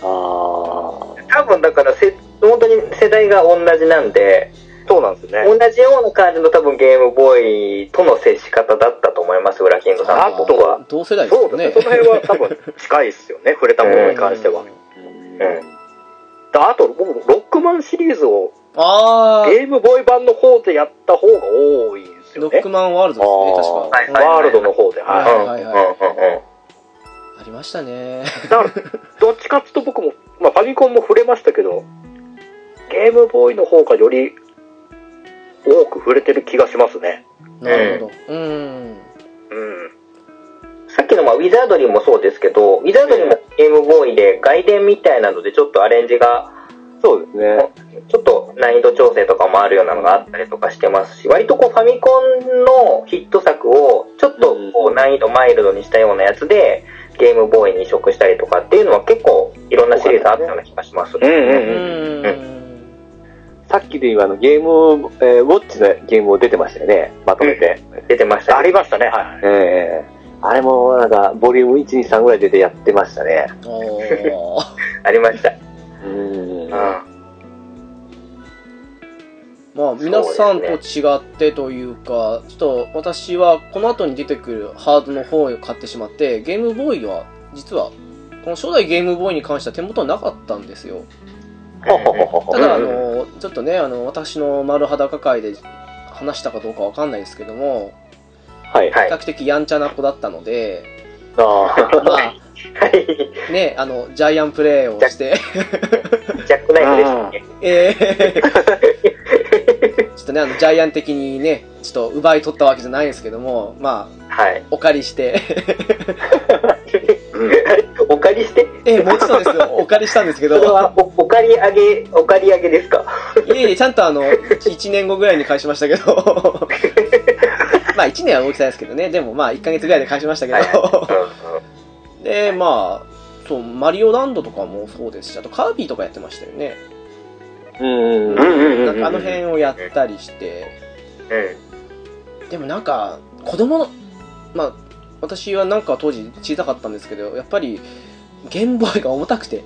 [SPEAKER 2] あ
[SPEAKER 3] 多分だからせ本当に世代が同じなんで、
[SPEAKER 5] そうなんですね
[SPEAKER 3] 同じような感じの多分ゲームボーイとの接し方だったと思います、ウラキングさん
[SPEAKER 5] あ
[SPEAKER 3] と。
[SPEAKER 5] とは、
[SPEAKER 1] 同世代です
[SPEAKER 5] そ
[SPEAKER 1] よ
[SPEAKER 5] う
[SPEAKER 1] ね。
[SPEAKER 5] ですね。その辺は多分近いですよね。触れたものに関しては。
[SPEAKER 2] ー
[SPEAKER 5] だあと、僕、ロックマンシリーズを
[SPEAKER 1] ああ、
[SPEAKER 5] ゲームボーイ版の方でやった方が多いんです
[SPEAKER 1] ロ
[SPEAKER 5] よ
[SPEAKER 1] ッ
[SPEAKER 5] ね
[SPEAKER 1] ク。マンワールドですね、確か。
[SPEAKER 3] あーはいはい
[SPEAKER 5] ワールドの方で。
[SPEAKER 1] は
[SPEAKER 5] はいい。
[SPEAKER 3] うん、
[SPEAKER 1] はい
[SPEAKER 3] うん、
[SPEAKER 1] はい
[SPEAKER 3] うん、うん。
[SPEAKER 1] ありましたね。
[SPEAKER 5] だから、どっちかっていうと僕も、まあファミコンも触れましたけど、ゲームボーイの方がより多く触れてる気がしますね。
[SPEAKER 1] なるほど。うーん。
[SPEAKER 5] うん。
[SPEAKER 3] さっきのまあウィザードリーもそうですけど、ウィザードリーもゲームボーイで外伝みたいなのでちょっとアレンジが、
[SPEAKER 2] そうですね
[SPEAKER 3] ちょっと難易度調整とかもあるようなのがあったりとかしてますし、割とこうファミコンのヒット作をちょっとこう難易度マイルドにしたようなやつで、ゲームボーイに移植したりとかっていうのは結構いろんなシリーズあったような気がします。
[SPEAKER 5] うんう
[SPEAKER 1] うん
[SPEAKER 5] うん。
[SPEAKER 1] ーん。
[SPEAKER 2] さっきで言うあのゲーム、えーウォッチのゲームも出てましたよねまとめて、
[SPEAKER 3] 出てました
[SPEAKER 5] ありましたね。はい。
[SPEAKER 2] ええあれもなんかボリューム123ぐらい出てやってましたね
[SPEAKER 1] おー
[SPEAKER 3] ありました。
[SPEAKER 2] うん
[SPEAKER 3] うん。
[SPEAKER 1] まあ、皆さんと違ってというか、ちょっと私はこの後に出てくるハードの方を買ってしまって、ゲームボーイは、実は、この初代ゲームボーイに関しては手元はなかったんですよ。
[SPEAKER 2] ほほほほほ
[SPEAKER 1] ただ、あ
[SPEAKER 3] うん
[SPEAKER 1] の、ちょっとね、あの、私の丸裸会で話したかどうかわかんないですけども、
[SPEAKER 2] はい
[SPEAKER 3] は
[SPEAKER 2] はいい
[SPEAKER 1] 比較的やんちゃな子だったので、
[SPEAKER 2] あー
[SPEAKER 1] まあ、
[SPEAKER 3] はい。
[SPEAKER 1] ね、あの、ジャイアンプレイをして、
[SPEAKER 3] ジャックナイフでしたっけ
[SPEAKER 1] えー [laughs] ちょっとね、あの、ジャイアン的にね、ちょっと奪い取ったわけじゃないんですけども、まあ、
[SPEAKER 3] はい。
[SPEAKER 1] お借りして、
[SPEAKER 3] お借りして、
[SPEAKER 1] えー、もちろんですよ、 [laughs] お借りしたんですけ
[SPEAKER 3] それ
[SPEAKER 1] ど、
[SPEAKER 3] [laughs] はおお借り上げ、お借り上げですか
[SPEAKER 1] いえいえ、ちゃんとあの、1年後ぐらいに返しましたけど、まあ1年は大きさですけどね、でもまあ1ヶ月ぐらいで返しましたけど、
[SPEAKER 3] う
[SPEAKER 1] で、まあ、そう、マリオランドとかもそうですし、あとカービィとかやってましたよね。
[SPEAKER 2] うん
[SPEAKER 5] うんうんうん
[SPEAKER 1] な
[SPEAKER 5] うんん。
[SPEAKER 1] かあの辺をやったりして、
[SPEAKER 3] んうん。うん。
[SPEAKER 1] でもなんか子供のまあ私はなんか当時小さかったんですけどやっぱりゲームボーイが重たく
[SPEAKER 3] [laughs]
[SPEAKER 1] て。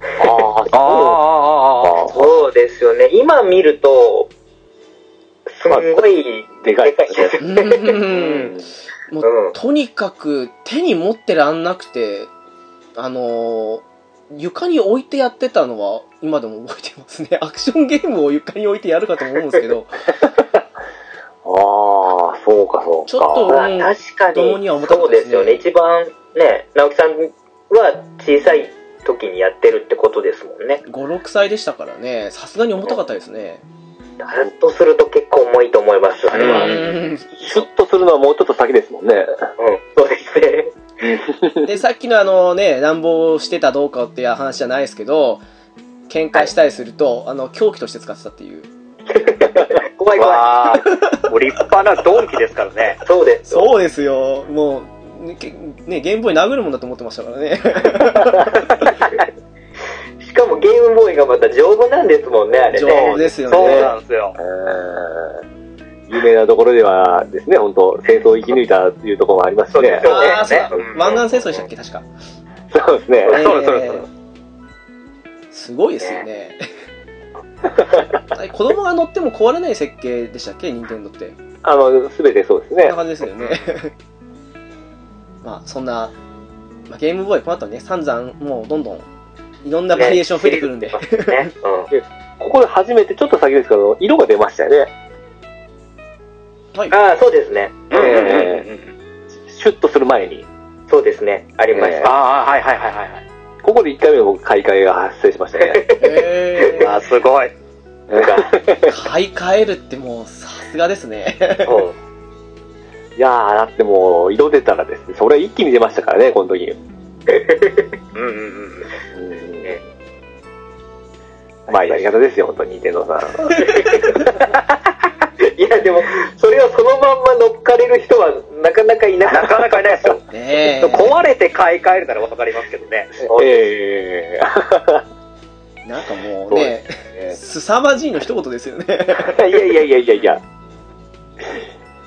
[SPEAKER 2] あー
[SPEAKER 3] あああああ
[SPEAKER 2] あ
[SPEAKER 3] そうですよね。今見ると、すんごい
[SPEAKER 2] でかい
[SPEAKER 3] です
[SPEAKER 1] う
[SPEAKER 3] ね。
[SPEAKER 1] ーん。もう
[SPEAKER 3] うん、
[SPEAKER 1] とにかく手に持ってらんなくて、あのー床に置いてやってたのは今でも覚えてますね。 [laughs] アクションゲームを床に置いてやるかと思うんですけど、
[SPEAKER 2] ああ、そうか、そうか。
[SPEAKER 1] ちょっと
[SPEAKER 3] まあ確か
[SPEAKER 1] どうに
[SPEAKER 3] に
[SPEAKER 1] は思った
[SPEAKER 3] そ
[SPEAKER 1] こ
[SPEAKER 3] う
[SPEAKER 1] とで
[SPEAKER 3] です
[SPEAKER 1] ね
[SPEAKER 3] すよね。一番ね、直樹さんは小さい時にやってるってことですもんね。
[SPEAKER 1] 5、6歳でしたからね、さすがに重たかったですね。
[SPEAKER 3] だらっとすると結構重いと思います、あ
[SPEAKER 1] う
[SPEAKER 3] れは。うん、
[SPEAKER 1] ん。
[SPEAKER 2] シュッとするのはもうちょっと先ですもんね。
[SPEAKER 3] そうです
[SPEAKER 1] [laughs]
[SPEAKER 3] ね。
[SPEAKER 1] で、さっきのあのね、乱暴してたどうかっていう話じゃないですけど、喧嘩したりすると、あの、凶器として使ってたっていう。
[SPEAKER 3] 怖い怖い。
[SPEAKER 5] わあ、 [laughs] もう立派な鈍器ですからね。
[SPEAKER 3] そうですよ。
[SPEAKER 1] そうですよ。もう、ね、けねゲームボーイ殴るもんだと思ってましたから [laughs] ね。
[SPEAKER 3] しかもゲームボーイがまた丈夫なんですもんね、あれ
[SPEAKER 1] 丈
[SPEAKER 3] ね
[SPEAKER 1] 夫。ですよね。
[SPEAKER 5] そうなんですよ。
[SPEAKER 2] うん有名なところではですね、本当戦争を生き抜いたというところもありますし
[SPEAKER 3] そうで
[SPEAKER 2] ね
[SPEAKER 3] す。よね
[SPEAKER 1] ああ、そうだ。
[SPEAKER 3] うん
[SPEAKER 1] 湾岸戦争でしたっけ確か。
[SPEAKER 2] そうですね。
[SPEAKER 5] そうですそうです
[SPEAKER 1] えーすごいですよね。 [laughs] あれ子供が乗っても壊れない設計でしたっけ任天堂って。こ
[SPEAKER 2] あの、すべてそうです
[SPEAKER 1] ん
[SPEAKER 2] ね
[SPEAKER 1] な。感じですよね。 [laughs] まあ、そんな、まあ、ゲームボーイ、この後ね、散々、もうどんどん、いろんなバリエーション増えてくるんで。
[SPEAKER 3] ね。うん
[SPEAKER 2] ここで初めて、ちょっと先ですけど、色が出ましたよね。
[SPEAKER 1] はい。
[SPEAKER 3] ああ、そうですね。
[SPEAKER 5] うんうんうん
[SPEAKER 2] え
[SPEAKER 5] うん
[SPEAKER 2] シュッとする前に。
[SPEAKER 3] そうですね。ありまし
[SPEAKER 5] あ
[SPEAKER 3] た。
[SPEAKER 5] あ、はいはいはいはいはい。
[SPEAKER 2] ここで1回目の僕、買い替えが発生しました [laughs] ね。
[SPEAKER 1] [laughs] え
[SPEAKER 5] あーすごい。
[SPEAKER 1] ー、買い替えるってもう、さすがです [laughs] ね。
[SPEAKER 3] うん
[SPEAKER 2] いやー、だってもう、色出たらですね、それ一気に出ましたからね、この時。
[SPEAKER 5] うんうんう
[SPEAKER 2] う
[SPEAKER 5] ん。
[SPEAKER 2] んまあ、やり方ですよ、本当に、任天堂さん。
[SPEAKER 3] いや、でも、それをそのまんま乗っかれる人はなかなかいなか
[SPEAKER 5] な
[SPEAKER 3] っ
[SPEAKER 5] かなかいないです
[SPEAKER 3] [laughs]
[SPEAKER 5] よ。
[SPEAKER 1] ねえ。
[SPEAKER 5] 壊れて買い替えるならわかりますけどね。
[SPEAKER 2] え
[SPEAKER 1] なんかもうね、
[SPEAKER 2] え
[SPEAKER 1] 凄まじいの一言 [laughs] ですよね。
[SPEAKER 2] いやいやいやいやいや。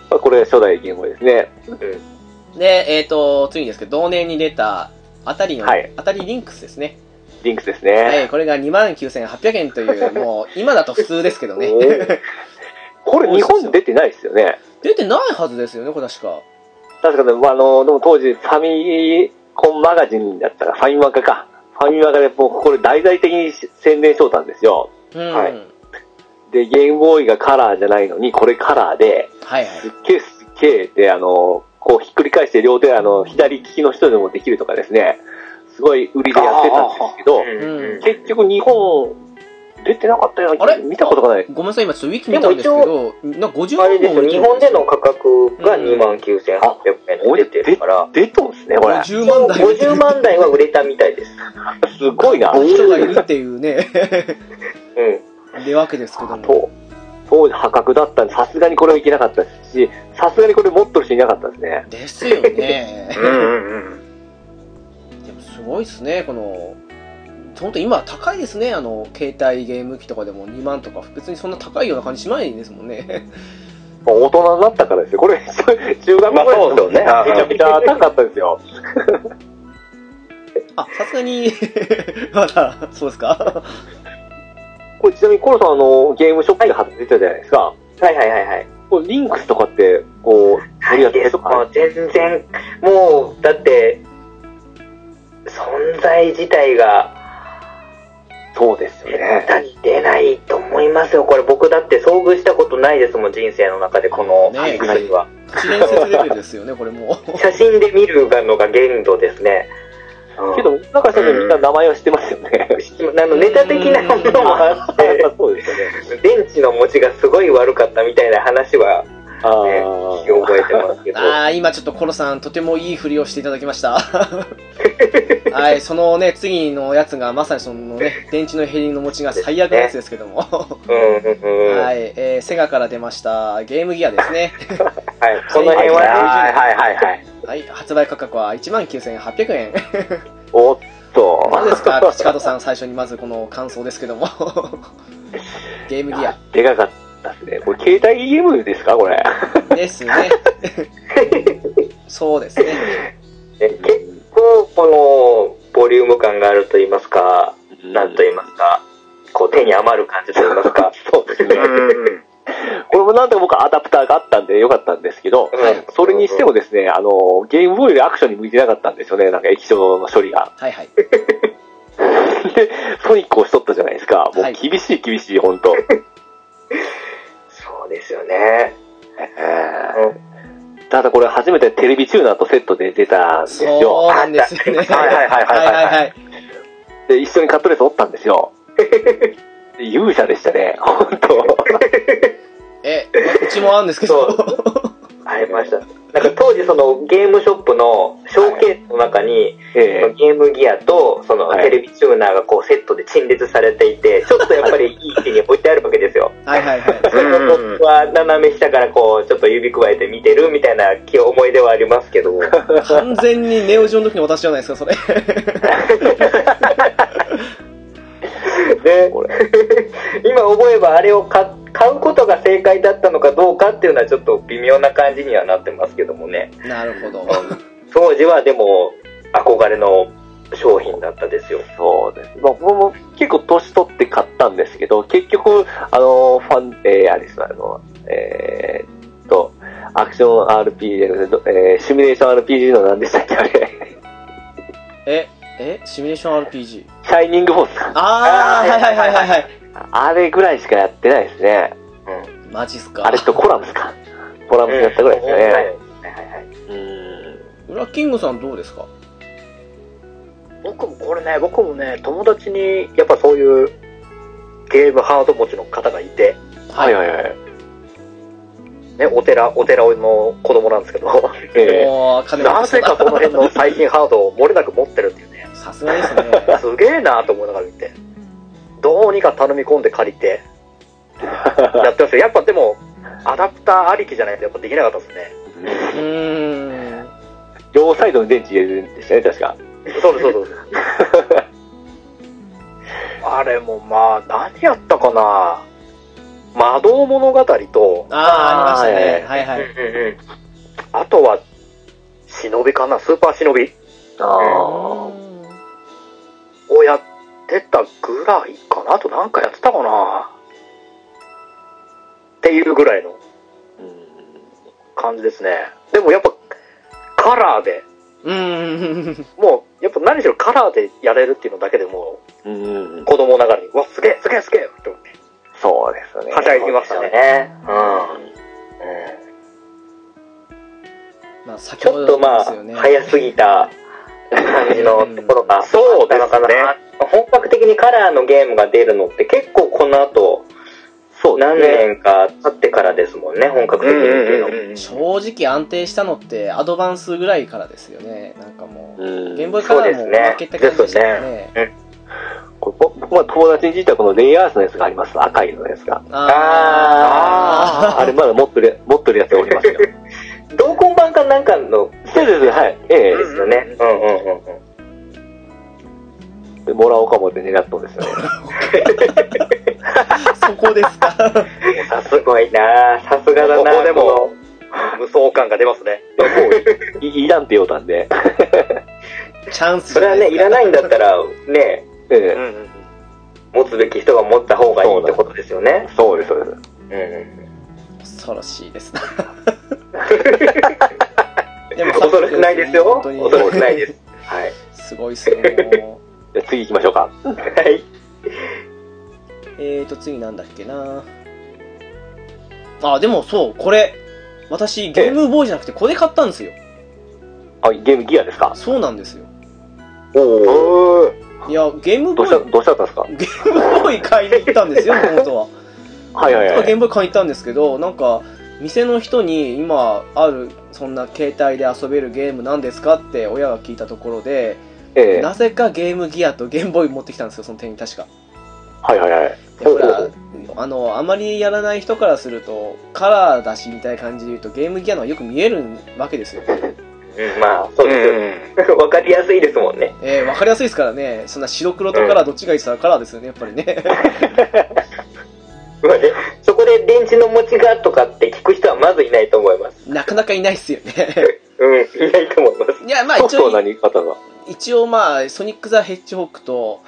[SPEAKER 2] まあこれが初代ゲームボーイですね。
[SPEAKER 1] で、えっ、と、次ですけど、同年に出た、あたりの、
[SPEAKER 2] はい
[SPEAKER 1] あたりリンクスですね。
[SPEAKER 2] リンクスです
[SPEAKER 1] えー
[SPEAKER 2] ね。
[SPEAKER 1] これが29,800円と [laughs] いう、もう、今だと普通ですけどね
[SPEAKER 2] お。ーこれ日本出てないですよね。
[SPEAKER 1] [laughs] 出てないはずですよね、これ確か。
[SPEAKER 2] 確かね、まあ、あの、でも当時、ファミコンマガジンだったら、ファミマガか。ファミマガで、もうこれ大々的に宣伝しとったんですよ。
[SPEAKER 1] うん。は
[SPEAKER 2] はいいで、ゲームボーイがカラーじゃないのに、これカラーで、
[SPEAKER 1] はい。
[SPEAKER 2] すっげえすっげえって、あの、こうひっくり返して両手、あの、左利きの人でもできるとかですね、すごい売りでやってたんですけど、
[SPEAKER 1] うん
[SPEAKER 2] 結局日本、出てなかったような
[SPEAKER 1] あれ
[SPEAKER 2] 見たことがない。
[SPEAKER 1] ごめんなさい、今ちょっとウィキ見たんですけど、なんか50
[SPEAKER 3] あれですよ、日本での
[SPEAKER 1] か
[SPEAKER 3] 価格が2万9800円で出てるから、
[SPEAKER 2] 出とんですね、これ。す
[SPEAKER 1] 50万台
[SPEAKER 3] 50万台は売れたみたいです。
[SPEAKER 2] ごいな。
[SPEAKER 1] の人がいるっていうね、
[SPEAKER 3] うん。
[SPEAKER 1] でわけですけども。
[SPEAKER 2] と当時破格だったんで、さすがにこれはいけなかったですし、さすがにこれ持っとる人いなかったですね。
[SPEAKER 1] ですよね。
[SPEAKER 5] うんうんうん。
[SPEAKER 1] でもすごいですね、この、本当今高いですね、あの、携帯ゲーム機とかでも2万とか、別にそんな高いような感じしないですもんね。
[SPEAKER 2] まあ大人になったからですよ。これ、中中学
[SPEAKER 5] まあ
[SPEAKER 2] 校
[SPEAKER 5] そうですよね。
[SPEAKER 2] めちゃめちゃ高かったですよ。
[SPEAKER 1] あ、さすがに、 [laughs] まだ、そうですか。
[SPEAKER 2] これちなみにコロさん、あの、ゲームショップで働いてたじゃないですか。
[SPEAKER 3] はいはいはいはい。
[SPEAKER 2] これリンクスとかって、こう、
[SPEAKER 3] な
[SPEAKER 2] 取り
[SPEAKER 3] い
[SPEAKER 2] 扱
[SPEAKER 3] で
[SPEAKER 2] い
[SPEAKER 3] す
[SPEAKER 2] と
[SPEAKER 3] も
[SPEAKER 2] か
[SPEAKER 3] う全然、もう、だって、存在自体が
[SPEAKER 2] そうですよね。
[SPEAKER 3] 出ないと思いますよ。これ僕だって遭遇したことないですもん、人生の中でこの
[SPEAKER 1] ねえ
[SPEAKER 3] 薬は。
[SPEAKER 1] 一連説レベルですよね、これもう。
[SPEAKER 3] 写真で見るのが限度ですね。うん
[SPEAKER 2] けど、なんかみんな名前は知ってますよね。 [laughs]
[SPEAKER 3] あのネタ的なものもあって、
[SPEAKER 2] そうですよね。
[SPEAKER 3] [laughs] 電池の持ちがすごい悪かったみたいな話は
[SPEAKER 2] あ
[SPEAKER 3] ね
[SPEAKER 2] ー
[SPEAKER 3] 覚えてますけど。
[SPEAKER 1] ああ、今ちょっとコロさん、とてもいいふりをしていただきました。はい、そのね、次のやつが、まさにそのね、電池の減りの持ちが最悪のやつですけども。
[SPEAKER 3] うんうんうん。は。
[SPEAKER 1] はいい、えー、セガから出ました、ゲームギアですね。
[SPEAKER 3] この辺
[SPEAKER 5] はい
[SPEAKER 3] はね、
[SPEAKER 5] はいはいはい。
[SPEAKER 1] はい、発売価格は19,800円。
[SPEAKER 2] おっと。
[SPEAKER 1] どうですか、ピチカートさん、最初にまずこの感想ですけども。ゲームギア。
[SPEAKER 2] でかかったですね。これ、携帯ゲームですかこれ。
[SPEAKER 1] ですね。そうですね。
[SPEAKER 3] 結構こ務感があると言いますか、なんと言いますか、こう手に余る感じと言いますか。
[SPEAKER 2] そうですね。これもなんとか僕はアダプターがあったんでよかったんですけど、
[SPEAKER 3] はい
[SPEAKER 2] それにしてもですね、あの、ゲームボーイよりアクションに向いてなかったんですよね、なんか液晶の処理が。
[SPEAKER 1] はいはい。
[SPEAKER 2] [laughs] で、ソニックをしとったじゃないですか。もう
[SPEAKER 1] はい
[SPEAKER 2] 厳しい厳しい、ほんと。
[SPEAKER 3] そうですよね。
[SPEAKER 2] えーただこれ初めてテレビチューナーとセットで出たんです
[SPEAKER 1] そう
[SPEAKER 2] よ。
[SPEAKER 1] なんですよね。
[SPEAKER 2] はいはいはいはいはい
[SPEAKER 1] はい。
[SPEAKER 2] で、一緒にカットレースおったんで
[SPEAKER 1] [laughs]
[SPEAKER 2] すよ。で勇者でしたね、ほんと。
[SPEAKER 1] [laughs] え、うちもあるんですけど。
[SPEAKER 3] ありました。なんか当時そのゲームショップのショーケースの中に、
[SPEAKER 2] え
[SPEAKER 3] そのゲームギアとその
[SPEAKER 2] はい
[SPEAKER 3] テレビチューナーがこうセットで陳列されてい
[SPEAKER 2] [laughs]
[SPEAKER 3] て、ちょっとやっぱりいい位置に置いてあるわけですよ。
[SPEAKER 1] はいはいはい。
[SPEAKER 3] それを僕は斜め下からこうちょっと指くわえて見てるみたいな記憶思い出はありますけど。
[SPEAKER 2] [laughs]
[SPEAKER 1] 完全にネオジオの時の私じゃないですか、それ。
[SPEAKER 3] で
[SPEAKER 2] こ、
[SPEAKER 3] [laughs] 今思えばあれを買買うことが正解だったのかどうかっていうのはちょっと微妙な感じにはなってますけどもね。
[SPEAKER 1] なるほど。
[SPEAKER 3] 当時はでも憧れの商品だったですよ。
[SPEAKER 2] そうです。まあ、僕も結構年取って買ったんですけど、結局、あの、ファン、えー、あれですあの、えーっと、アクション RPG じゃなくて、えーシミュレーション RPG の何でしたっけあれ。
[SPEAKER 1] え、え、シミュレーション RPG。
[SPEAKER 2] シャイニングフォースか。
[SPEAKER 1] あー、はいはいはいはいはい。
[SPEAKER 2] あれぐらいしかやってないですね。
[SPEAKER 1] マジっすか。
[SPEAKER 2] あれとコラムスか。コラムスやったぐらいです
[SPEAKER 3] はいはい
[SPEAKER 2] ね。
[SPEAKER 3] はい。
[SPEAKER 2] うん。
[SPEAKER 1] ウラキングさんどうですか
[SPEAKER 5] 僕もこれね、僕もね、友達にやっぱそういうゲームハード持ちの方がいて、
[SPEAKER 2] はいはいはい。
[SPEAKER 5] ね、お寺、お寺の子供なんですけど、
[SPEAKER 2] え [laughs]
[SPEAKER 1] もう、金持
[SPEAKER 5] な
[SPEAKER 1] ちだ
[SPEAKER 5] ぜかその辺の最近ハードを漏れなく持ってるっていうね、
[SPEAKER 1] さすがですね。
[SPEAKER 5] すげえなと思いながら見て、どうにか頼み込んで借りて、やってましたやっぱでも、アダプターありきじゃないとやっぱできなかったですね。
[SPEAKER 1] う
[SPEAKER 2] ー
[SPEAKER 1] ーん。
[SPEAKER 2] 両サイドに電池入れるんでしたね、確か。
[SPEAKER 5] そうです、そうです。あれもまあ、何やったかな魔導物語と、
[SPEAKER 1] あー、ありましたね。
[SPEAKER 2] あ
[SPEAKER 1] は
[SPEAKER 2] ー
[SPEAKER 1] いはい。
[SPEAKER 5] あとは、忍びかなスーパー忍び
[SPEAKER 2] あ
[SPEAKER 5] をやってたぐらいかなあとなんかやってたかなっていうぐらいの感じですね。でもやっぱ、カラーで、
[SPEAKER 1] うーん。
[SPEAKER 5] もう、やっぱ何しろカラーでやれるっていうのだけでも
[SPEAKER 2] ーうん。う。
[SPEAKER 5] うん子供ながらに、うわ、すげえすげえすげえって思って、
[SPEAKER 2] そうですね。
[SPEAKER 5] はしゃいでました
[SPEAKER 3] そう
[SPEAKER 5] ね。
[SPEAKER 3] ね。うん。
[SPEAKER 1] まあ、先
[SPEAKER 3] ち
[SPEAKER 1] ほ
[SPEAKER 3] ょっ
[SPEAKER 1] ど
[SPEAKER 3] とま
[SPEAKER 1] で
[SPEAKER 3] あ
[SPEAKER 1] すよね。、
[SPEAKER 3] 早すぎた感じのところが。
[SPEAKER 5] そうで
[SPEAKER 3] な
[SPEAKER 5] すね
[SPEAKER 3] のかな。本格的にカラーのゲームが出るのって結構この後、
[SPEAKER 2] そうです
[SPEAKER 3] 何
[SPEAKER 2] ね。
[SPEAKER 3] 年か経ってからですもんね、本格的にっていうのも。
[SPEAKER 1] 正直安定したのってアドバンスぐらいからですよね。なんかもう、
[SPEAKER 2] うん
[SPEAKER 1] ゲームボーイカラーも
[SPEAKER 3] そうですね
[SPEAKER 1] 負けた感じでしたよね。
[SPEAKER 2] これ僕は友達に聞いたこのレイアースのやつがあります。赤いのやつが。
[SPEAKER 1] あ
[SPEAKER 2] あれまだ持ってる、持ってるやつがおりますよ。
[SPEAKER 3] 同梱版かなんかの
[SPEAKER 2] そうです、はい。ええ
[SPEAKER 3] ですよね。うんうんうんうん。
[SPEAKER 2] でもらおうかもって狙ったんですよね。
[SPEAKER 1] あ、そこですか。
[SPEAKER 3] すごいなぁさすがだな
[SPEAKER 5] ここでも無双感が出ますね。
[SPEAKER 2] でもう、いいらんって言おうたんで。
[SPEAKER 1] [laughs] チャンス
[SPEAKER 3] それはね、いらないんだったら、ね、
[SPEAKER 2] え
[SPEAKER 5] う
[SPEAKER 2] え
[SPEAKER 5] んうん。
[SPEAKER 3] 持つべき人が持った方がいいってことですよね。
[SPEAKER 2] そうです、そうです。
[SPEAKER 3] うんうん。
[SPEAKER 1] 恐ろしい
[SPEAKER 3] [laughs]
[SPEAKER 1] ですなでも
[SPEAKER 3] 恐ろしくないですよ。
[SPEAKER 1] 本当に
[SPEAKER 3] 恐ろしくないです。はい。
[SPEAKER 1] すごいっすよもう
[SPEAKER 2] じゃあ次行きましょうか。
[SPEAKER 3] はい。
[SPEAKER 1] [laughs] えーと次なんだっけなあでもそうこれ私ゲームボーイじゃなくてこれ買ったんですよ
[SPEAKER 2] あ、ゲームギアですか
[SPEAKER 1] そうなんですよ
[SPEAKER 2] おお。
[SPEAKER 1] いやゲームボ
[SPEAKER 2] どうした、
[SPEAKER 1] ーイ
[SPEAKER 2] どうしたんですか
[SPEAKER 1] ゲームボーイ買いに行ったんですよ本当は
[SPEAKER 2] はいはい
[SPEAKER 1] なんか
[SPEAKER 2] は
[SPEAKER 1] ゲー
[SPEAKER 2] い。
[SPEAKER 1] ムボーイ買いに行ったんですけど、なんか、店の人に今ある、そんな携帯で遊べるゲームなんですかって親が聞いたところで、
[SPEAKER 2] ええ
[SPEAKER 1] なぜかゲームギアとゲームボーイ持ってきたんですよ、その店に確か。
[SPEAKER 2] はいはいはい。
[SPEAKER 1] でほ
[SPEAKER 2] ほ
[SPEAKER 1] ら
[SPEAKER 2] う、
[SPEAKER 1] あの、あまりやらない人からすると、カラーだしみたいな感じで言うと、ゲームギアの方がよく見えるわけですよ。
[SPEAKER 3] うんまあ、そうで
[SPEAKER 5] ん。
[SPEAKER 3] すよ。 [laughs] わかりやすいですもんね。
[SPEAKER 1] えー、わかりやすいですからね、そんな白黒とカラーどっちがいいって言ったらカラーですよね、やっぱりね。
[SPEAKER 3] まあね、そこで電池の持ちがとかって聞く人はまずいないと思います。
[SPEAKER 1] [laughs] なかなかいないっすよね。
[SPEAKER 3] うん、いないと思います。
[SPEAKER 1] いや、まあ
[SPEAKER 2] ソフ
[SPEAKER 1] 一
[SPEAKER 2] ト
[SPEAKER 1] 応
[SPEAKER 2] な、言い方が。
[SPEAKER 1] 一応まあ、ソニック・ザ・ヘッジホークと、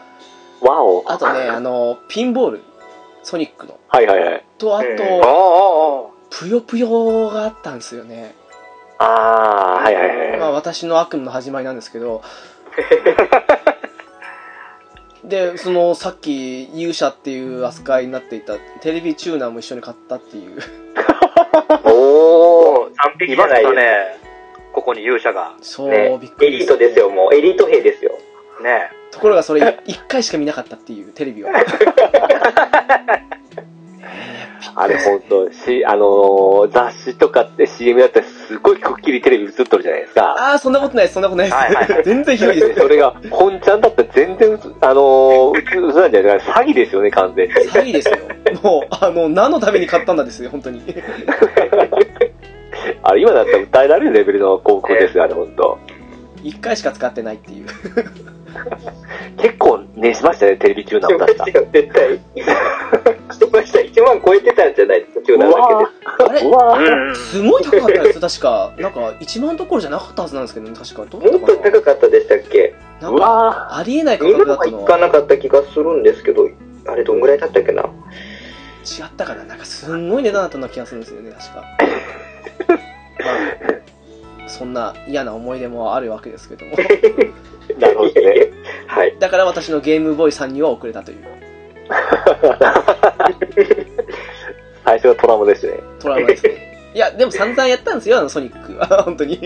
[SPEAKER 2] ワオ。
[SPEAKER 1] あとね、あの、ピンボール、ソニックの。
[SPEAKER 2] はいはいはい。
[SPEAKER 1] と、あ
[SPEAKER 3] うん
[SPEAKER 5] ああ
[SPEAKER 1] と、ぷよぷよがあったんですよね。
[SPEAKER 2] ああ、はいはいはい。
[SPEAKER 1] まあ、私の悪夢の始まりなんですけ
[SPEAKER 5] [laughs]
[SPEAKER 1] ど。で、その、さっき、勇者っていう扱いになっていた、テレビチューナーも一緒に買ったっていう。
[SPEAKER 5] おー
[SPEAKER 3] 完璧じ
[SPEAKER 5] いま
[SPEAKER 3] ゃな
[SPEAKER 5] し
[SPEAKER 3] いで
[SPEAKER 5] た
[SPEAKER 3] す
[SPEAKER 5] ね。ここに勇者が。
[SPEAKER 1] そう、
[SPEAKER 3] ね
[SPEAKER 1] びっく
[SPEAKER 3] エ
[SPEAKER 1] り
[SPEAKER 3] リートですよ、もう。エリート兵ですよ。
[SPEAKER 5] ね
[SPEAKER 1] ところがそれ、一回しか見なかったっていう、テレビを。
[SPEAKER 5] [laughs]
[SPEAKER 2] あれ本当し、あのー雑誌とかって CM だったらすごいくっきりテレビ映っとるじゃないですか。
[SPEAKER 1] ああ、そんなことないです、そんなことないです。
[SPEAKER 5] はいはい
[SPEAKER 1] [laughs]
[SPEAKER 5] は
[SPEAKER 1] 全然ひどいで
[SPEAKER 2] でそれが、本ちゃんだったら全然映、あのー、映映らないじゃないですか。詐欺ですよね、完全に。
[SPEAKER 1] す。詐欺ですよ。もう、あの、何のために買ったんだですよ、本当に。
[SPEAKER 2] あれ、今だったら訴えられるレベルの広告ですよ、あれ本当
[SPEAKER 1] 一回しか使ってないっていう。
[SPEAKER 2] 結構寝しましたね、テレビ中な
[SPEAKER 3] し
[SPEAKER 2] の
[SPEAKER 3] ま
[SPEAKER 2] 確
[SPEAKER 3] した
[SPEAKER 2] か。
[SPEAKER 3] よ、絶対。してました。1万超えてたんじゃないですか、中
[SPEAKER 2] う
[SPEAKER 3] 断だけで
[SPEAKER 2] わ。
[SPEAKER 1] あ
[SPEAKER 2] ーう
[SPEAKER 1] れ
[SPEAKER 2] わー
[SPEAKER 5] うん。
[SPEAKER 1] すごい高かったですよ、確か。なんか、1万どころじゃなかったはずなんですけど、ね、確か。ど
[SPEAKER 3] も
[SPEAKER 1] う
[SPEAKER 3] っ
[SPEAKER 1] だ
[SPEAKER 3] と
[SPEAKER 1] ったか
[SPEAKER 3] 高かったでしたっけ
[SPEAKER 1] ななん
[SPEAKER 2] う
[SPEAKER 1] か、
[SPEAKER 2] わ
[SPEAKER 1] ありえない価
[SPEAKER 3] 2
[SPEAKER 1] 格だっ
[SPEAKER 3] 万は
[SPEAKER 1] た
[SPEAKER 3] い
[SPEAKER 1] の
[SPEAKER 3] か
[SPEAKER 1] は
[SPEAKER 3] なかった気がするんですけど、あれどんぐらいだったっけな
[SPEAKER 1] 違ったかな。なんか、すんごい値段だったような気がするんですよね、確か。まあ、そんな嫌な思い出もあるわけですけども。
[SPEAKER 2] ーなるほどですね。
[SPEAKER 3] はい。
[SPEAKER 1] だから私のゲームボーイさんには遅れたという。
[SPEAKER 2] [laughs] 最初はトラウマですね。
[SPEAKER 1] トラウマですね。いや、でも散々やったんですよ、あのソニックは。本当に。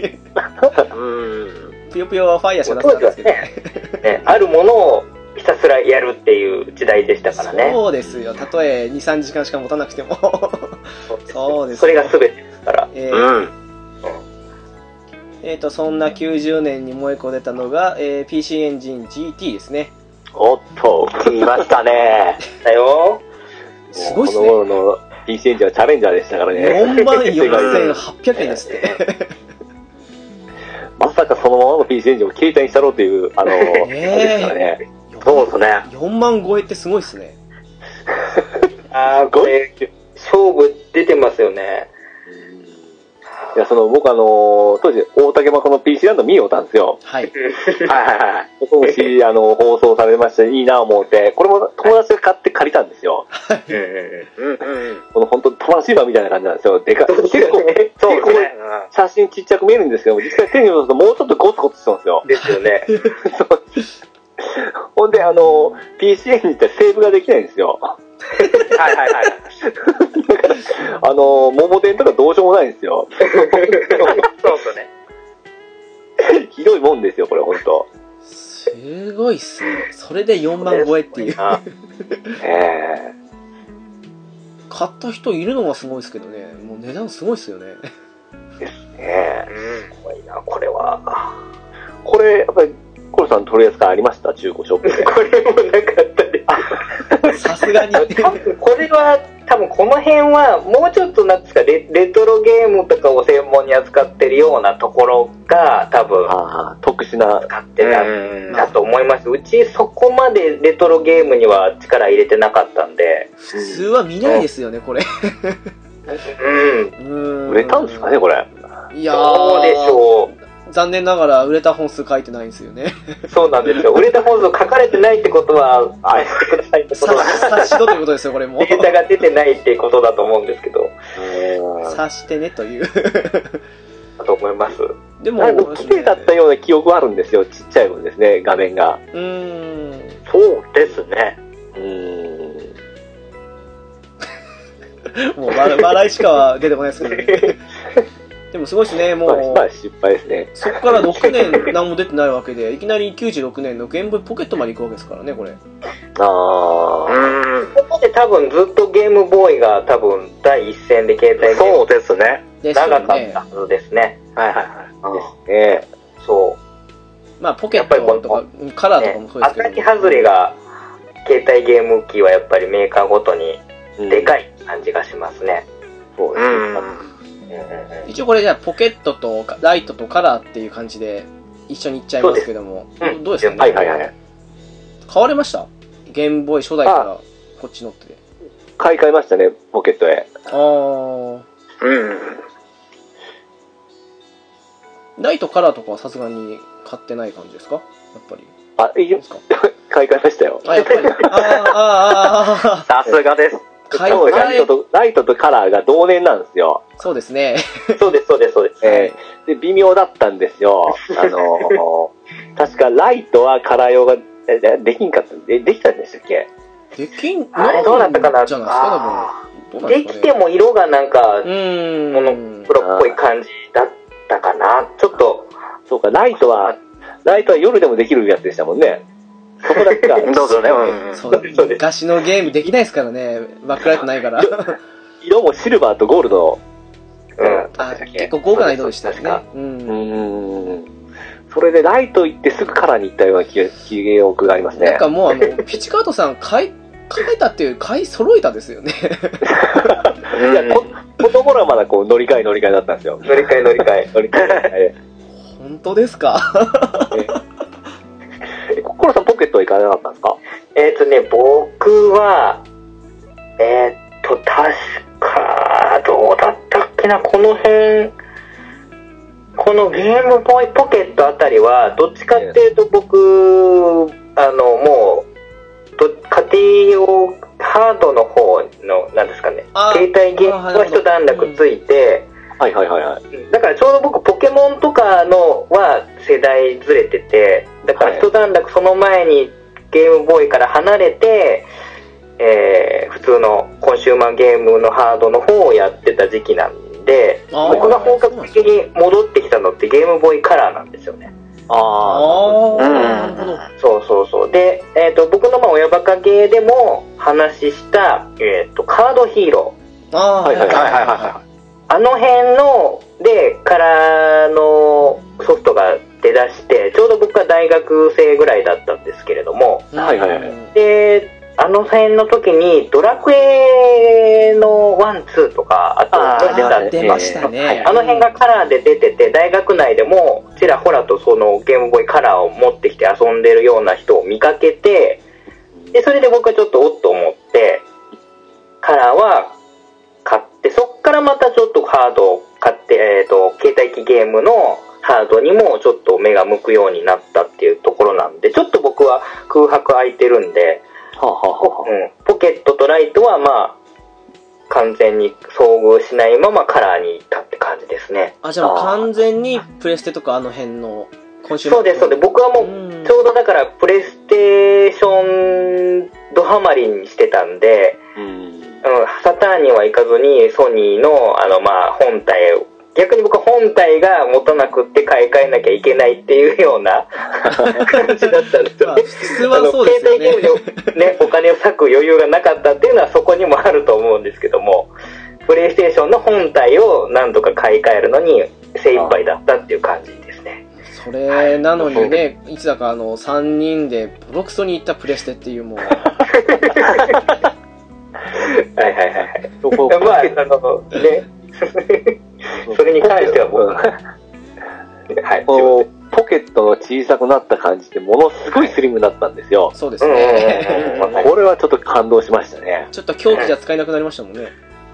[SPEAKER 5] うん。
[SPEAKER 1] ぷよぷよはファイヤーしか出せなかったんですけど。
[SPEAKER 3] ね、あるものをひたすらやるっていう時代でしたからね。
[SPEAKER 1] そうですよ。たとえ2、3時間しか持たなくても。そうです
[SPEAKER 3] それが全てですから。
[SPEAKER 1] えー
[SPEAKER 5] うん。
[SPEAKER 1] えーと、そんな90年にもう一個出たのが、えー PC エンジン GT ですね。
[SPEAKER 2] おっと、見ましたね。
[SPEAKER 3] だよ。
[SPEAKER 1] すごいっすね
[SPEAKER 2] もうこの頃の PC エンジンはチャレンジャーでしたからね。
[SPEAKER 1] 4万4800円ですって。
[SPEAKER 2] まさかそのままの PC エンジンを携帯にしたろうという、あの、ことですからね。
[SPEAKER 5] そうですね。
[SPEAKER 1] 4万超えってすごいっすね。
[SPEAKER 3] ああ、これ、勝負出てますよね。
[SPEAKER 2] いや、その、僕あの、当時、大竹まこの PC ランド見ようたんですよ。
[SPEAKER 1] はい。
[SPEAKER 5] はいはいはい。
[SPEAKER 2] 当時、あの、放送されまして、いいな思って、これも友達が買って借りたんですよ。
[SPEAKER 3] うんうん
[SPEAKER 5] うんうん。
[SPEAKER 2] この本当、トランシーバーみたいな感じなんですよ。でかい。
[SPEAKER 3] うん。
[SPEAKER 2] 結構、
[SPEAKER 5] そうですね。
[SPEAKER 2] 写真ちっちゃく見えるんですけども、実際手に持つともうちょっとゴツゴツしてますよ。
[SPEAKER 3] ですよね。
[SPEAKER 2] ほんで、あの、PC エンジンってセーブができないんですよ。
[SPEAKER 5] うんはいはいはい。
[SPEAKER 2] あの、桃電とかどうしようもないんですよ。
[SPEAKER 5] そうですね。
[SPEAKER 2] ひどいもんですよ、これ、本当。
[SPEAKER 1] すごいっすね。それで4万超えっていう。
[SPEAKER 3] あ
[SPEAKER 2] え
[SPEAKER 1] 買った人いるのがすごいっすけどね。もう値段すごいっすよね。
[SPEAKER 2] えええ
[SPEAKER 5] う
[SPEAKER 3] 怖いな、これは。
[SPEAKER 2] これ、やっぱり、コロさん取り扱いありました中古ショップで。
[SPEAKER 3] これもなかったです。
[SPEAKER 1] さすがに。
[SPEAKER 3] 多分これは多分この辺はもうちょっとなんですかレレトロゲームとかを専門に扱ってるようなところが多分
[SPEAKER 2] ああ、特殊な。
[SPEAKER 3] 使ってたん
[SPEAKER 5] ん
[SPEAKER 1] ん
[SPEAKER 3] だと思いますうちそこまでレトロゲームには力入れてなかったんで
[SPEAKER 1] 普通は見ないですよね、これ。
[SPEAKER 3] うん
[SPEAKER 1] 売
[SPEAKER 2] 売れたんですかね、これ。
[SPEAKER 1] いや
[SPEAKER 3] そうでし
[SPEAKER 1] ー、
[SPEAKER 3] ょ
[SPEAKER 1] 残念ながら売れた本数書いてないんですよね。
[SPEAKER 3] うそうなんですよ売れた本数書かれてないってことはあれくださいってこと
[SPEAKER 1] 察
[SPEAKER 3] は
[SPEAKER 1] 察しろということですよ、これも
[SPEAKER 3] [laughs] デ。ータが出てないってことだと思うんですけど
[SPEAKER 1] 察してねという。
[SPEAKER 3] だと思います
[SPEAKER 1] でも、
[SPEAKER 2] なんか、綺麗だったような記憶はあるんですよ。ちっちゃい分ですね、画面が。
[SPEAKER 1] うーん。
[SPEAKER 5] そうですね。
[SPEAKER 2] うーん。
[SPEAKER 1] もう笑笑いしか出てこないですけどね。でもすごいですね、も
[SPEAKER 2] まあ、まあ
[SPEAKER 1] う。
[SPEAKER 2] 失敗ですね。
[SPEAKER 1] そこから6年何も出てないわけで、いきなり96年のゲームボーイポケットまで行くわけですからね、これ。
[SPEAKER 2] ああ。
[SPEAKER 5] ん。
[SPEAKER 3] ここで多分ずっとゲームボーイが多分第一線で携帯ゲーム
[SPEAKER 5] そうですね。
[SPEAKER 1] です
[SPEAKER 3] 長
[SPEAKER 1] よ
[SPEAKER 3] かっ
[SPEAKER 1] ね
[SPEAKER 3] た。はずですね。
[SPEAKER 5] はいはいはい。
[SPEAKER 2] ね
[SPEAKER 3] そ
[SPEAKER 1] まあ、ポケットと
[SPEAKER 3] や
[SPEAKER 1] か、カ
[SPEAKER 3] う。
[SPEAKER 1] ラーとか
[SPEAKER 3] ね
[SPEAKER 1] もそう、です
[SPEAKER 3] 当
[SPEAKER 1] けど
[SPEAKER 3] た。り外れが、携帯ゲーム機はやっぱりメーカーごとに
[SPEAKER 2] え。
[SPEAKER 3] でか
[SPEAKER 2] い。
[SPEAKER 3] い感じがしますね。
[SPEAKER 2] そう
[SPEAKER 5] う
[SPEAKER 2] ですね。
[SPEAKER 5] ん。
[SPEAKER 3] うんうんうん
[SPEAKER 1] 一応これじゃあポケットとかライトとカラーっていう感じで一緒にいっちゃいますけども
[SPEAKER 3] そうですうん
[SPEAKER 1] どうですかね、
[SPEAKER 2] はいはいはい。
[SPEAKER 1] 買われましたゲームボーイ初代からこっち乗ってて
[SPEAKER 2] 買い替えましたね、ポケットへ。
[SPEAKER 1] あー。
[SPEAKER 5] うん。
[SPEAKER 1] ライトカラーとかはさすがに買ってない感じですかやっぱり。
[SPEAKER 2] あ、
[SPEAKER 1] [laughs]
[SPEAKER 2] い
[SPEAKER 1] どうで
[SPEAKER 2] い
[SPEAKER 1] すか
[SPEAKER 2] 買い替えましたよ。
[SPEAKER 1] あ、やっぱり。あーあー、あーあ
[SPEAKER 3] さすがです。
[SPEAKER 1] ー、買い
[SPEAKER 2] そうライ
[SPEAKER 1] 替え。
[SPEAKER 2] トと、ライトとカラーが同年なんですよ。
[SPEAKER 1] そうですね。
[SPEAKER 3] そうです、そうです、そうです。
[SPEAKER 2] えーで、微妙だったんですよ。あのー確かライトはカラー用が、えでできんかった、えできたんでしたっけ
[SPEAKER 1] できん、
[SPEAKER 3] あれどうだったかな
[SPEAKER 1] じゃないですか、多分。どうなん
[SPEAKER 3] です
[SPEAKER 1] かね
[SPEAKER 3] きても色がなんか
[SPEAKER 1] う、ーん。
[SPEAKER 3] もの黒っぽい感じだったかな。ちょっと、
[SPEAKER 2] そうか、ライトは、ライトは夜でもできるやつでしたもんね。そこだ
[SPEAKER 3] [laughs]
[SPEAKER 2] けが
[SPEAKER 5] どうぞね。うんうん
[SPEAKER 1] そう
[SPEAKER 3] そうです
[SPEAKER 1] 昔のゲームできないですからね。バックライトないから。
[SPEAKER 2] 色もシルバーとゴールド。
[SPEAKER 3] うん
[SPEAKER 1] あ結構豪華な色でしたよね。うん。
[SPEAKER 2] ん。それでライト行ってすぐカラーに行ったような記記憶があります
[SPEAKER 1] なん
[SPEAKER 2] ね。
[SPEAKER 1] かもうあの、ピチカートさん買い、買えたっていう、買い揃えたですよね。
[SPEAKER 2] いや、こ、この頃はまだこう乗り換え乗り換えだったんです [laughs] よ。
[SPEAKER 3] 乗り換え乗り換え。
[SPEAKER 2] 乗り換え乗り換え
[SPEAKER 1] 本当ですか
[SPEAKER 2] で。えココロさんポケットは行かなかったんですか
[SPEAKER 3] えっ、とね、僕は、えっ、と、確か、どうだったっけな、この辺、このゲームボーイポケットあたりは、どっちかっていうと僕、あの、もう、ど家庭用ハードの方の、なんですかね、
[SPEAKER 1] あ
[SPEAKER 3] 携帯ゲームは一段落ついて、
[SPEAKER 2] はいはいはいはい。
[SPEAKER 3] だからちょうど僕ポケモンとかのは世代ずれててだから一段落その前にゲームボーイから離れて、えー普通のコンシューマーゲームのハードの方をやってた時期なんで
[SPEAKER 1] あー
[SPEAKER 3] 僕が本格的に戻ってきたのってゲームボーイカラーなんですよね
[SPEAKER 2] ああ。
[SPEAKER 1] あ
[SPEAKER 5] う
[SPEAKER 1] あ、
[SPEAKER 5] ん
[SPEAKER 1] なるほど。
[SPEAKER 3] そうそうそうで、えー、と僕のまあ親バカゲーでも話しした、えー、とカードヒーロー
[SPEAKER 1] ああー、
[SPEAKER 2] はいはい
[SPEAKER 5] はいはいはいは
[SPEAKER 3] あの辺の、で、カラーのソフトが出だして、ちょうど僕は大学生ぐらいだったんですけれども、
[SPEAKER 1] い
[SPEAKER 2] はいはいはい
[SPEAKER 1] うん
[SPEAKER 3] で、あの辺の時に、ドラクエのワン、ツーとか、あと
[SPEAKER 2] あー
[SPEAKER 3] 出た
[SPEAKER 1] あ
[SPEAKER 3] ん
[SPEAKER 1] ー
[SPEAKER 3] で、
[SPEAKER 1] 出ましたね。
[SPEAKER 3] あの辺がカラーで出てて、大学内でも、ちらほらとそのゲームボーイカラーを持ってきて遊んでるような人を見かけて、で、それで僕はちょっとおっと思って、カラーは買って、そっからまたちょっとハードを買って、えっ、と、携帯機ゲームのハードにもちょっと目が向くようになったっていうところなんで、ちょっと僕は空白空いてるんで、
[SPEAKER 2] はあはあはあ。
[SPEAKER 3] うん、ポケットとライトはまあ、完全に遭遇しないままカラーに行ったって感じですね。
[SPEAKER 1] あ、じゃあもう完全にプレステとかあの辺の、今週
[SPEAKER 3] そうです、そうです。僕はもう、
[SPEAKER 1] ん
[SPEAKER 3] ちょうどだから、プレイステーションドハマりにしてたんで、
[SPEAKER 2] うん。
[SPEAKER 3] あのサターンには行かずに、ソニーの、あの、まあ、本体を、逆に僕は本体が持たなくって買い替えなきゃいけないっていうよ
[SPEAKER 1] [laughs]
[SPEAKER 3] うな感じだったんです
[SPEAKER 1] ま
[SPEAKER 3] よ
[SPEAKER 1] あ
[SPEAKER 3] ね。
[SPEAKER 1] 普通
[SPEAKER 3] あ
[SPEAKER 1] は
[SPEAKER 3] の
[SPEAKER 1] そうですよね。
[SPEAKER 3] 携帯ゲーム
[SPEAKER 1] [laughs]
[SPEAKER 3] でね、お金を割く余裕がなかったっていうのはそこにもあると思うんですけども、プレイステーションの本体をなんとか買い替えるのに精一杯だったっていう感じですね。
[SPEAKER 1] それなのにね、いつだかあの、3人でボロクソに行ったプレステっていうもう、
[SPEAKER 3] はいはいはいはい。
[SPEAKER 2] そこ、
[SPEAKER 3] まあ、あの、ね、それに関しては僕は、はい、
[SPEAKER 2] こうポケットの小さくなった感じってものすごいスリムだったんですよ。
[SPEAKER 1] そうです
[SPEAKER 3] うんうん
[SPEAKER 1] ね。
[SPEAKER 3] うんうんわかる
[SPEAKER 2] これはちょっと感動しましたね。
[SPEAKER 1] ちょっと狂気じゃ使えなくなりましたもんね。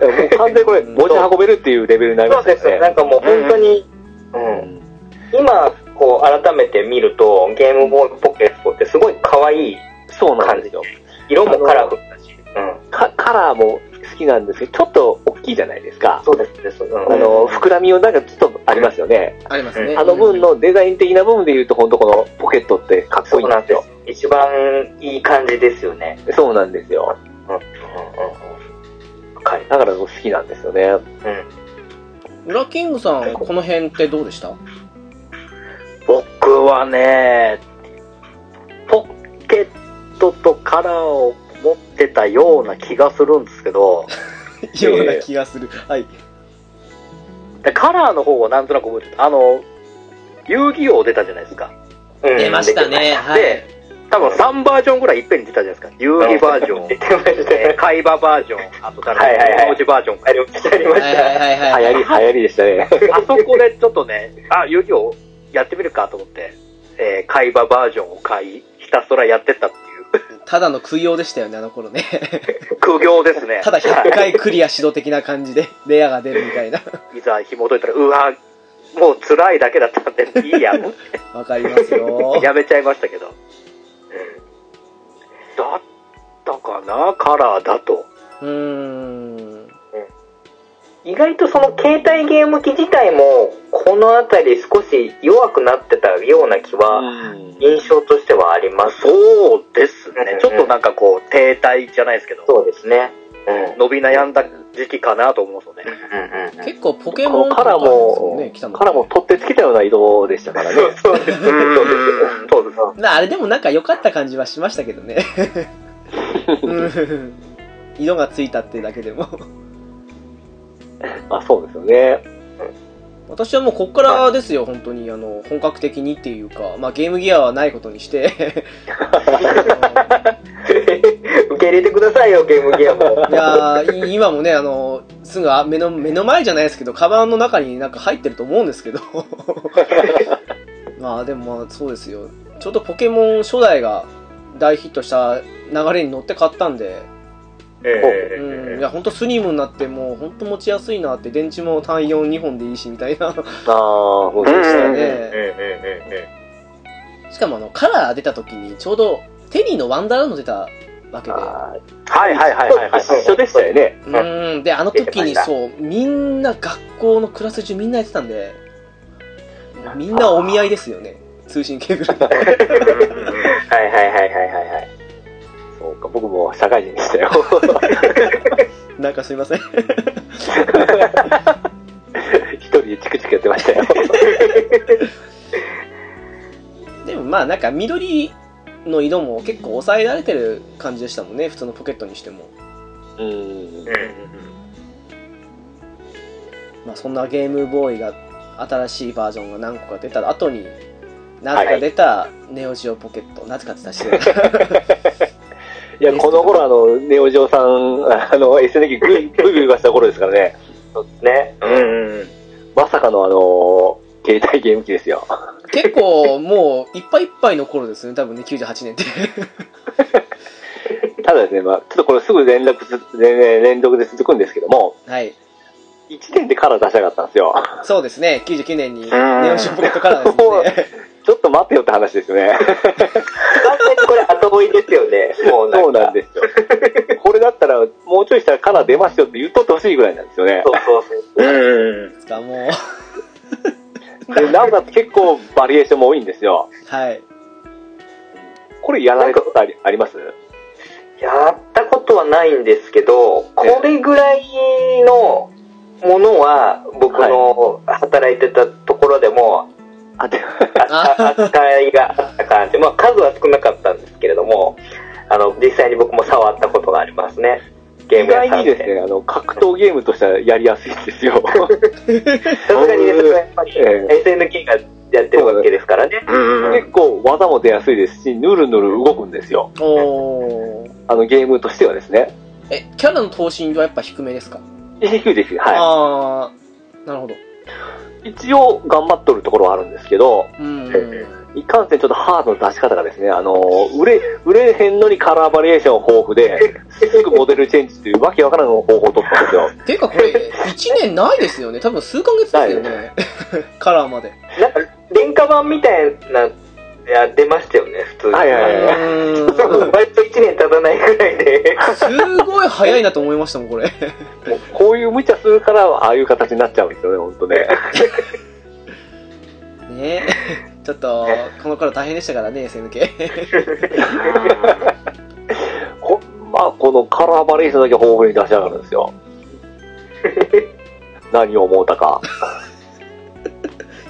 [SPEAKER 2] もう完全にこれ持ち運べるっていうレベルになり
[SPEAKER 3] そ
[SPEAKER 2] ま
[SPEAKER 3] う
[SPEAKER 2] し
[SPEAKER 3] で
[SPEAKER 2] た
[SPEAKER 3] すね。
[SPEAKER 2] よ
[SPEAKER 3] な
[SPEAKER 2] ね
[SPEAKER 3] ん。かもう本当に、うん今、こう、改めて見ると、ゲームボーイポケットってすごい可愛い。
[SPEAKER 2] そうなんですよ。
[SPEAKER 3] 色もカラフルだし。うん。
[SPEAKER 2] かカラーも好きなんですけど、ちょっと大きいじゃないですか。
[SPEAKER 3] そうですね、そうです。
[SPEAKER 2] あの、膨らみをなんかちょっとありますよね。
[SPEAKER 1] ありますね。
[SPEAKER 2] あの分のデザイン的な部分で言うと、本当このポケットってかっこ
[SPEAKER 3] そ
[SPEAKER 2] いいうな
[SPEAKER 3] なんん
[SPEAKER 2] です
[SPEAKER 3] で
[SPEAKER 2] よ。
[SPEAKER 3] す。一番いい感じですよね。
[SPEAKER 2] そうなんですよ。
[SPEAKER 3] うん。うんうん。わかり
[SPEAKER 2] だから好きなんですよね。
[SPEAKER 1] 裏キングさん、この辺ってどうでした
[SPEAKER 5] 僕はね、ポケットとカラーを持ってたような気がするんですけど、
[SPEAKER 1] ような気がする。はい。
[SPEAKER 5] でカラーの方をなんとなく覚えてた。あの、遊戯王出たじゃないですか。
[SPEAKER 3] うん
[SPEAKER 1] 出ましたね。はい
[SPEAKER 5] で。、多分3バージョンぐらいいっぺんに出たじゃないですか。遊戯バージョン、
[SPEAKER 3] [laughs] 出てました
[SPEAKER 5] え
[SPEAKER 3] ね
[SPEAKER 5] ー。カイババージョン、あと誰
[SPEAKER 3] はいはいはい
[SPEAKER 5] だろう、バージョンか
[SPEAKER 3] ありました、ありまし
[SPEAKER 1] はいはい
[SPEAKER 3] た。
[SPEAKER 1] はいはい。
[SPEAKER 2] 流行り、流行りでしたね。
[SPEAKER 5] あそこでちょっとね、あ、遊戯王やってみるかと思って、えー、海馬バージョンを買い、ひたすらやってったっていう。
[SPEAKER 1] ただの食いようでしたよね、あの頃 [laughs] ね。
[SPEAKER 5] 苦行ですね。
[SPEAKER 1] ただ100回クリア指導的な感じで、 [laughs] レアが出るみた [laughs] いな。
[SPEAKER 5] いざ紐解いたら、うわ、もう辛いだけだったんで、いいや、もう
[SPEAKER 1] わかります [laughs] よ。
[SPEAKER 5] やめちゃいましたけど。だったかな、カラーだと。
[SPEAKER 1] うーん。
[SPEAKER 3] 意外とその携帯ゲーム機自体も、このあたり少し弱くなってたような気は、印象としてはあります。
[SPEAKER 5] そうですね
[SPEAKER 3] う。ん
[SPEAKER 5] ちょっとなんかこう、停滞じゃないですけど、
[SPEAKER 3] そうですね。うん。
[SPEAKER 5] 伸び悩んだ時期かなと思うんですよね。
[SPEAKER 3] うんうんうん。
[SPEAKER 1] 結構ポケ
[SPEAKER 2] こ
[SPEAKER 1] モ
[SPEAKER 2] の
[SPEAKER 1] ン
[SPEAKER 2] カラーも、
[SPEAKER 1] ね、来たの
[SPEAKER 2] カラーも取ってつけたような色でしたからね。
[SPEAKER 3] [laughs] そうです
[SPEAKER 2] [laughs]
[SPEAKER 3] ね。
[SPEAKER 5] うんそうです。
[SPEAKER 1] なあれでもなんか良かった感じはしましたけど [laughs] ね。うん色がついたってだけでも。
[SPEAKER 2] まあそうですよね。
[SPEAKER 1] 私はもうこっからですよ、本当に。あの、本格的にっていうか、まあゲームギアはないことに [laughs] して。
[SPEAKER 3] 受け入れてくださいよ、ゲームギアも。
[SPEAKER 1] いやーい今もね、あの、すぐあ目の、目の前じゃないですけど、カバンの中になんか入ってると思うんですけど。まあでもまあそうですよ。ちょうどポケモン初代が大ヒットした流れに乗って買ったんで、
[SPEAKER 5] え
[SPEAKER 1] うん、い
[SPEAKER 5] え
[SPEAKER 1] や、ほんとスリムになって、もうほんと持ちやすいなって、電池も単4、2本でいいし、みたいな。
[SPEAKER 2] ああ、そうでした
[SPEAKER 5] うんうんうん
[SPEAKER 2] ね。
[SPEAKER 1] ね
[SPEAKER 5] えええ
[SPEAKER 1] しかもあの、カラー出た時に、ちょうど、テリーのワンダーランド出たわけで。
[SPEAKER 2] あー
[SPEAKER 5] はいはいはいはいはい。
[SPEAKER 2] 一緒でしたよね。
[SPEAKER 1] うん、で、あの時にそう、みんな学校のクラス中みんなやってたんで、みんなお見合いですよね。通信ケーブル。
[SPEAKER 3] はいはいはいはいはいはい。
[SPEAKER 2] そうか、僕も社会人でしたよ。
[SPEAKER 1] なんかすいません。
[SPEAKER 2] [laughs] 一人でチクチクやってましたよ。
[SPEAKER 1] でもまあなんか緑の色も結構抑えられてる感じでしたもんね、普通のポケットにしても。
[SPEAKER 2] [laughs] うん。
[SPEAKER 1] まあ、そんなゲームボーイが新しいバージョンが何個か出た後になぜか出たネオジオポケット、なぜかって言ったら失礼だ
[SPEAKER 2] いや、この頃あの、ネオジオさん、あの、SNK グイグイグイがした頃ですからね。
[SPEAKER 3] そうですね。
[SPEAKER 5] うんうん。
[SPEAKER 2] まさかのあの、携帯ゲーム機ですよ。
[SPEAKER 1] 結構もういっぱいいっぱいの頃ですね多分ね98年って [laughs]
[SPEAKER 2] ただですね、まあ、ちょっとこれすぐ連絡ず、連連続で続くんですけども、
[SPEAKER 1] はい
[SPEAKER 2] 1年でカラー出したかったんですよ。
[SPEAKER 1] そうですね99年にネオジオポケットからです
[SPEAKER 2] もう
[SPEAKER 1] ね [laughs]
[SPEAKER 2] ちょっと待ってよって話ですよね。
[SPEAKER 3] 完全にこれ後追いですよね。もうなんか
[SPEAKER 2] そうなんですよ。これだったら、もうちょいしたらカラー出ますよって言っとってほしいぐらいなんですよね
[SPEAKER 3] そ。うそうそう。
[SPEAKER 5] うん。
[SPEAKER 1] ですかもう
[SPEAKER 2] でなおかつ結構バリエーションも多いんですよ。
[SPEAKER 1] はい
[SPEAKER 2] これやられたことありあります
[SPEAKER 3] やったことはないんですけど、これぐらいのものは、僕の働いてたところでも、
[SPEAKER 2] あで
[SPEAKER 3] ああ扱いがあった感じ。まあ数は少なかったんですけれども、あの、実際に僕も触ったことがありますね。ゲー
[SPEAKER 2] 意
[SPEAKER 3] ム屋
[SPEAKER 2] 外
[SPEAKER 3] さん
[SPEAKER 2] にですね、あの、格闘ゲームとしてはやりやすいんで
[SPEAKER 3] [laughs]
[SPEAKER 2] すよ。
[SPEAKER 3] さすがにね、それはやっぱり
[SPEAKER 2] え
[SPEAKER 3] SNK がやってるわけですからね。
[SPEAKER 5] うんうん
[SPEAKER 2] 結構技も出やすいですし、ぬるぬる動くんですよ。
[SPEAKER 1] おー
[SPEAKER 2] あの、ゲームとしてはですね。
[SPEAKER 1] えキャラの等身はやっぱ低めですか、
[SPEAKER 2] 低いですよ。はい。
[SPEAKER 1] ああなるほど
[SPEAKER 2] 一応頑張っとるところはあるんですけど、
[SPEAKER 1] うん
[SPEAKER 2] いかんせんちょっとハードの出し方がですね、あの、売れ、売れへんのにカラーバリエーション豊富で、すぐモデルチェンジというわけわからん方法を取ったんですよ。
[SPEAKER 1] ていうかこれ1年ないですよね多分数ヶ月ですよ
[SPEAKER 2] な
[SPEAKER 1] ね [laughs] カラーまで
[SPEAKER 3] なんか、廉価版みたいな、や出ましたよね、普通に。
[SPEAKER 2] はいはいはいう
[SPEAKER 3] 多
[SPEAKER 1] ー
[SPEAKER 3] 分
[SPEAKER 1] ん
[SPEAKER 3] [laughs] 割と1年経たないぐらいで。
[SPEAKER 1] すごい早いなと思いましたもん、これ。
[SPEAKER 2] もうこういう無茶するから、ああいう形になっちゃうんですよね、ほんとね。
[SPEAKER 1] ねちょっと、この頃大変でしたからね、SNK。
[SPEAKER 2] こまあ、このカラーバリエーションだけ豊富に出し上がるんですよ。何を思うたか。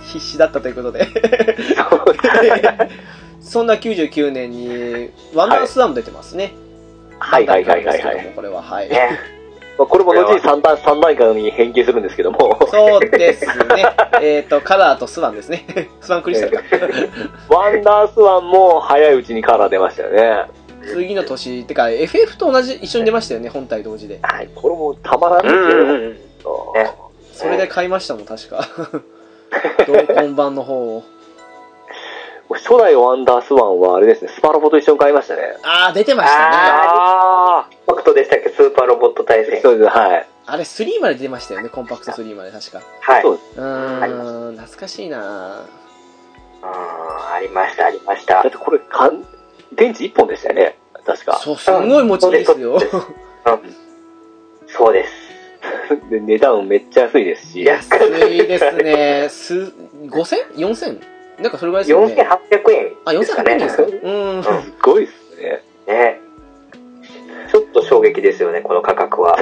[SPEAKER 1] 必死だったということで。 [laughs] そんな99年に、ワンダースワンも出てますね。
[SPEAKER 2] はいはいはいはい
[SPEAKER 1] ワン
[SPEAKER 2] は
[SPEAKER 1] ダースワンですけども
[SPEAKER 2] い。
[SPEAKER 1] これは、はい。
[SPEAKER 3] ね
[SPEAKER 2] まあ、これも後に3段、三段階に変形するんですけども、
[SPEAKER 1] そうですね。えっと、カラーとスワンですね。 [laughs] スワンクリスタルか。
[SPEAKER 2] ワンダースワンも早いうちにカラー出ましたよね。
[SPEAKER 1] 次の年、てか、FF と同じ、一緒に出ましたよね、本体同時で。
[SPEAKER 2] はい、これもたまらんです
[SPEAKER 5] う
[SPEAKER 2] よ。
[SPEAKER 5] んうん。
[SPEAKER 2] そう
[SPEAKER 3] ね
[SPEAKER 1] それで買いましたもん、確か。同梱版の方を。
[SPEAKER 2] 初代ワンダースワンはあれですね、スパロボと一緒に買いましたね。
[SPEAKER 1] あー、出てましたね。あ
[SPEAKER 3] あー、コンパクトでしたっけスーパーロボット対戦。
[SPEAKER 2] そうです、はい。
[SPEAKER 1] れ、3まで出ましたよね、コンパクト3まで、確か。
[SPEAKER 3] はい。
[SPEAKER 2] そうです。
[SPEAKER 1] う
[SPEAKER 3] ありまし
[SPEAKER 1] ーん、懐かしいな
[SPEAKER 3] あありました、ありました
[SPEAKER 2] だっ。てこれ、かん電池1本でしたよね、確か。
[SPEAKER 1] そう、すごい持ちいいですよ。
[SPEAKER 3] そうです。
[SPEAKER 2] で、値段めっちゃ安いですし。
[SPEAKER 3] 安
[SPEAKER 1] 安いですね。す、5000?4000? なんかそれぐらいですよ
[SPEAKER 3] 4800
[SPEAKER 1] ね。あ、
[SPEAKER 3] 円ですか
[SPEAKER 1] 4800
[SPEAKER 3] ね。
[SPEAKER 1] 円ですかうーん。
[SPEAKER 2] すごいっすね。
[SPEAKER 3] ね。ちょっと衝撃ですよね、この価格は。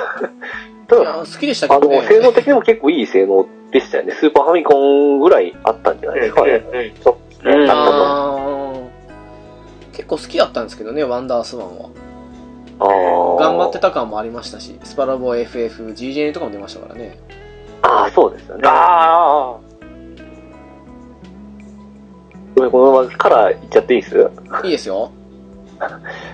[SPEAKER 2] た
[SPEAKER 1] い
[SPEAKER 2] だ、
[SPEAKER 1] や好きでしたけ
[SPEAKER 2] あ
[SPEAKER 1] ど
[SPEAKER 2] の、性
[SPEAKER 1] ね。
[SPEAKER 2] 能的にも結構いい性能でしたよね。スーパーファミコンぐらいあったんじゃないですかね。
[SPEAKER 3] うん、そうですね。
[SPEAKER 2] うん
[SPEAKER 3] なんかもう
[SPEAKER 1] あー結構好きだったんですけどね、ワンダースワンは。
[SPEAKER 2] ああ。
[SPEAKER 1] 頑張って。た感もありましたし、スパラボ FF、GJN とかも出ましたからね。
[SPEAKER 3] [laughs]
[SPEAKER 2] ああ、そうですよね。
[SPEAKER 4] ああ。
[SPEAKER 2] ごめんこのままカラーいっちゃっていいです
[SPEAKER 1] いいですよ。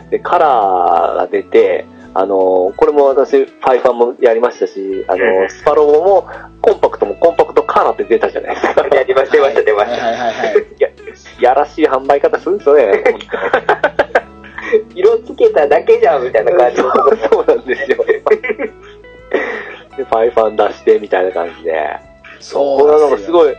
[SPEAKER 2] で、カラーが出て、あの、これも私、ファイファンもやりましたし、あ
[SPEAKER 3] う
[SPEAKER 2] の、
[SPEAKER 3] ん
[SPEAKER 2] スパロボも、コンパクトもコンパクトカラーって出たじゃないで
[SPEAKER 3] [laughs]
[SPEAKER 2] すか。
[SPEAKER 3] やりました、出ました、出ま
[SPEAKER 1] は
[SPEAKER 3] し
[SPEAKER 1] いは
[SPEAKER 3] た。
[SPEAKER 1] いはい
[SPEAKER 3] [laughs]
[SPEAKER 1] はい。
[SPEAKER 2] やらしい販売方するんですよね。
[SPEAKER 3] 色つけただけじゃん、みたいな感じ
[SPEAKER 2] そ
[SPEAKER 3] の。
[SPEAKER 2] う [laughs] そうなんですよ。で、ファイファン出してみたいな感じで。
[SPEAKER 1] そう
[SPEAKER 2] これは
[SPEAKER 1] な
[SPEAKER 2] なん
[SPEAKER 1] で
[SPEAKER 2] んか
[SPEAKER 1] す
[SPEAKER 2] す
[SPEAKER 1] よ。
[SPEAKER 2] ごい、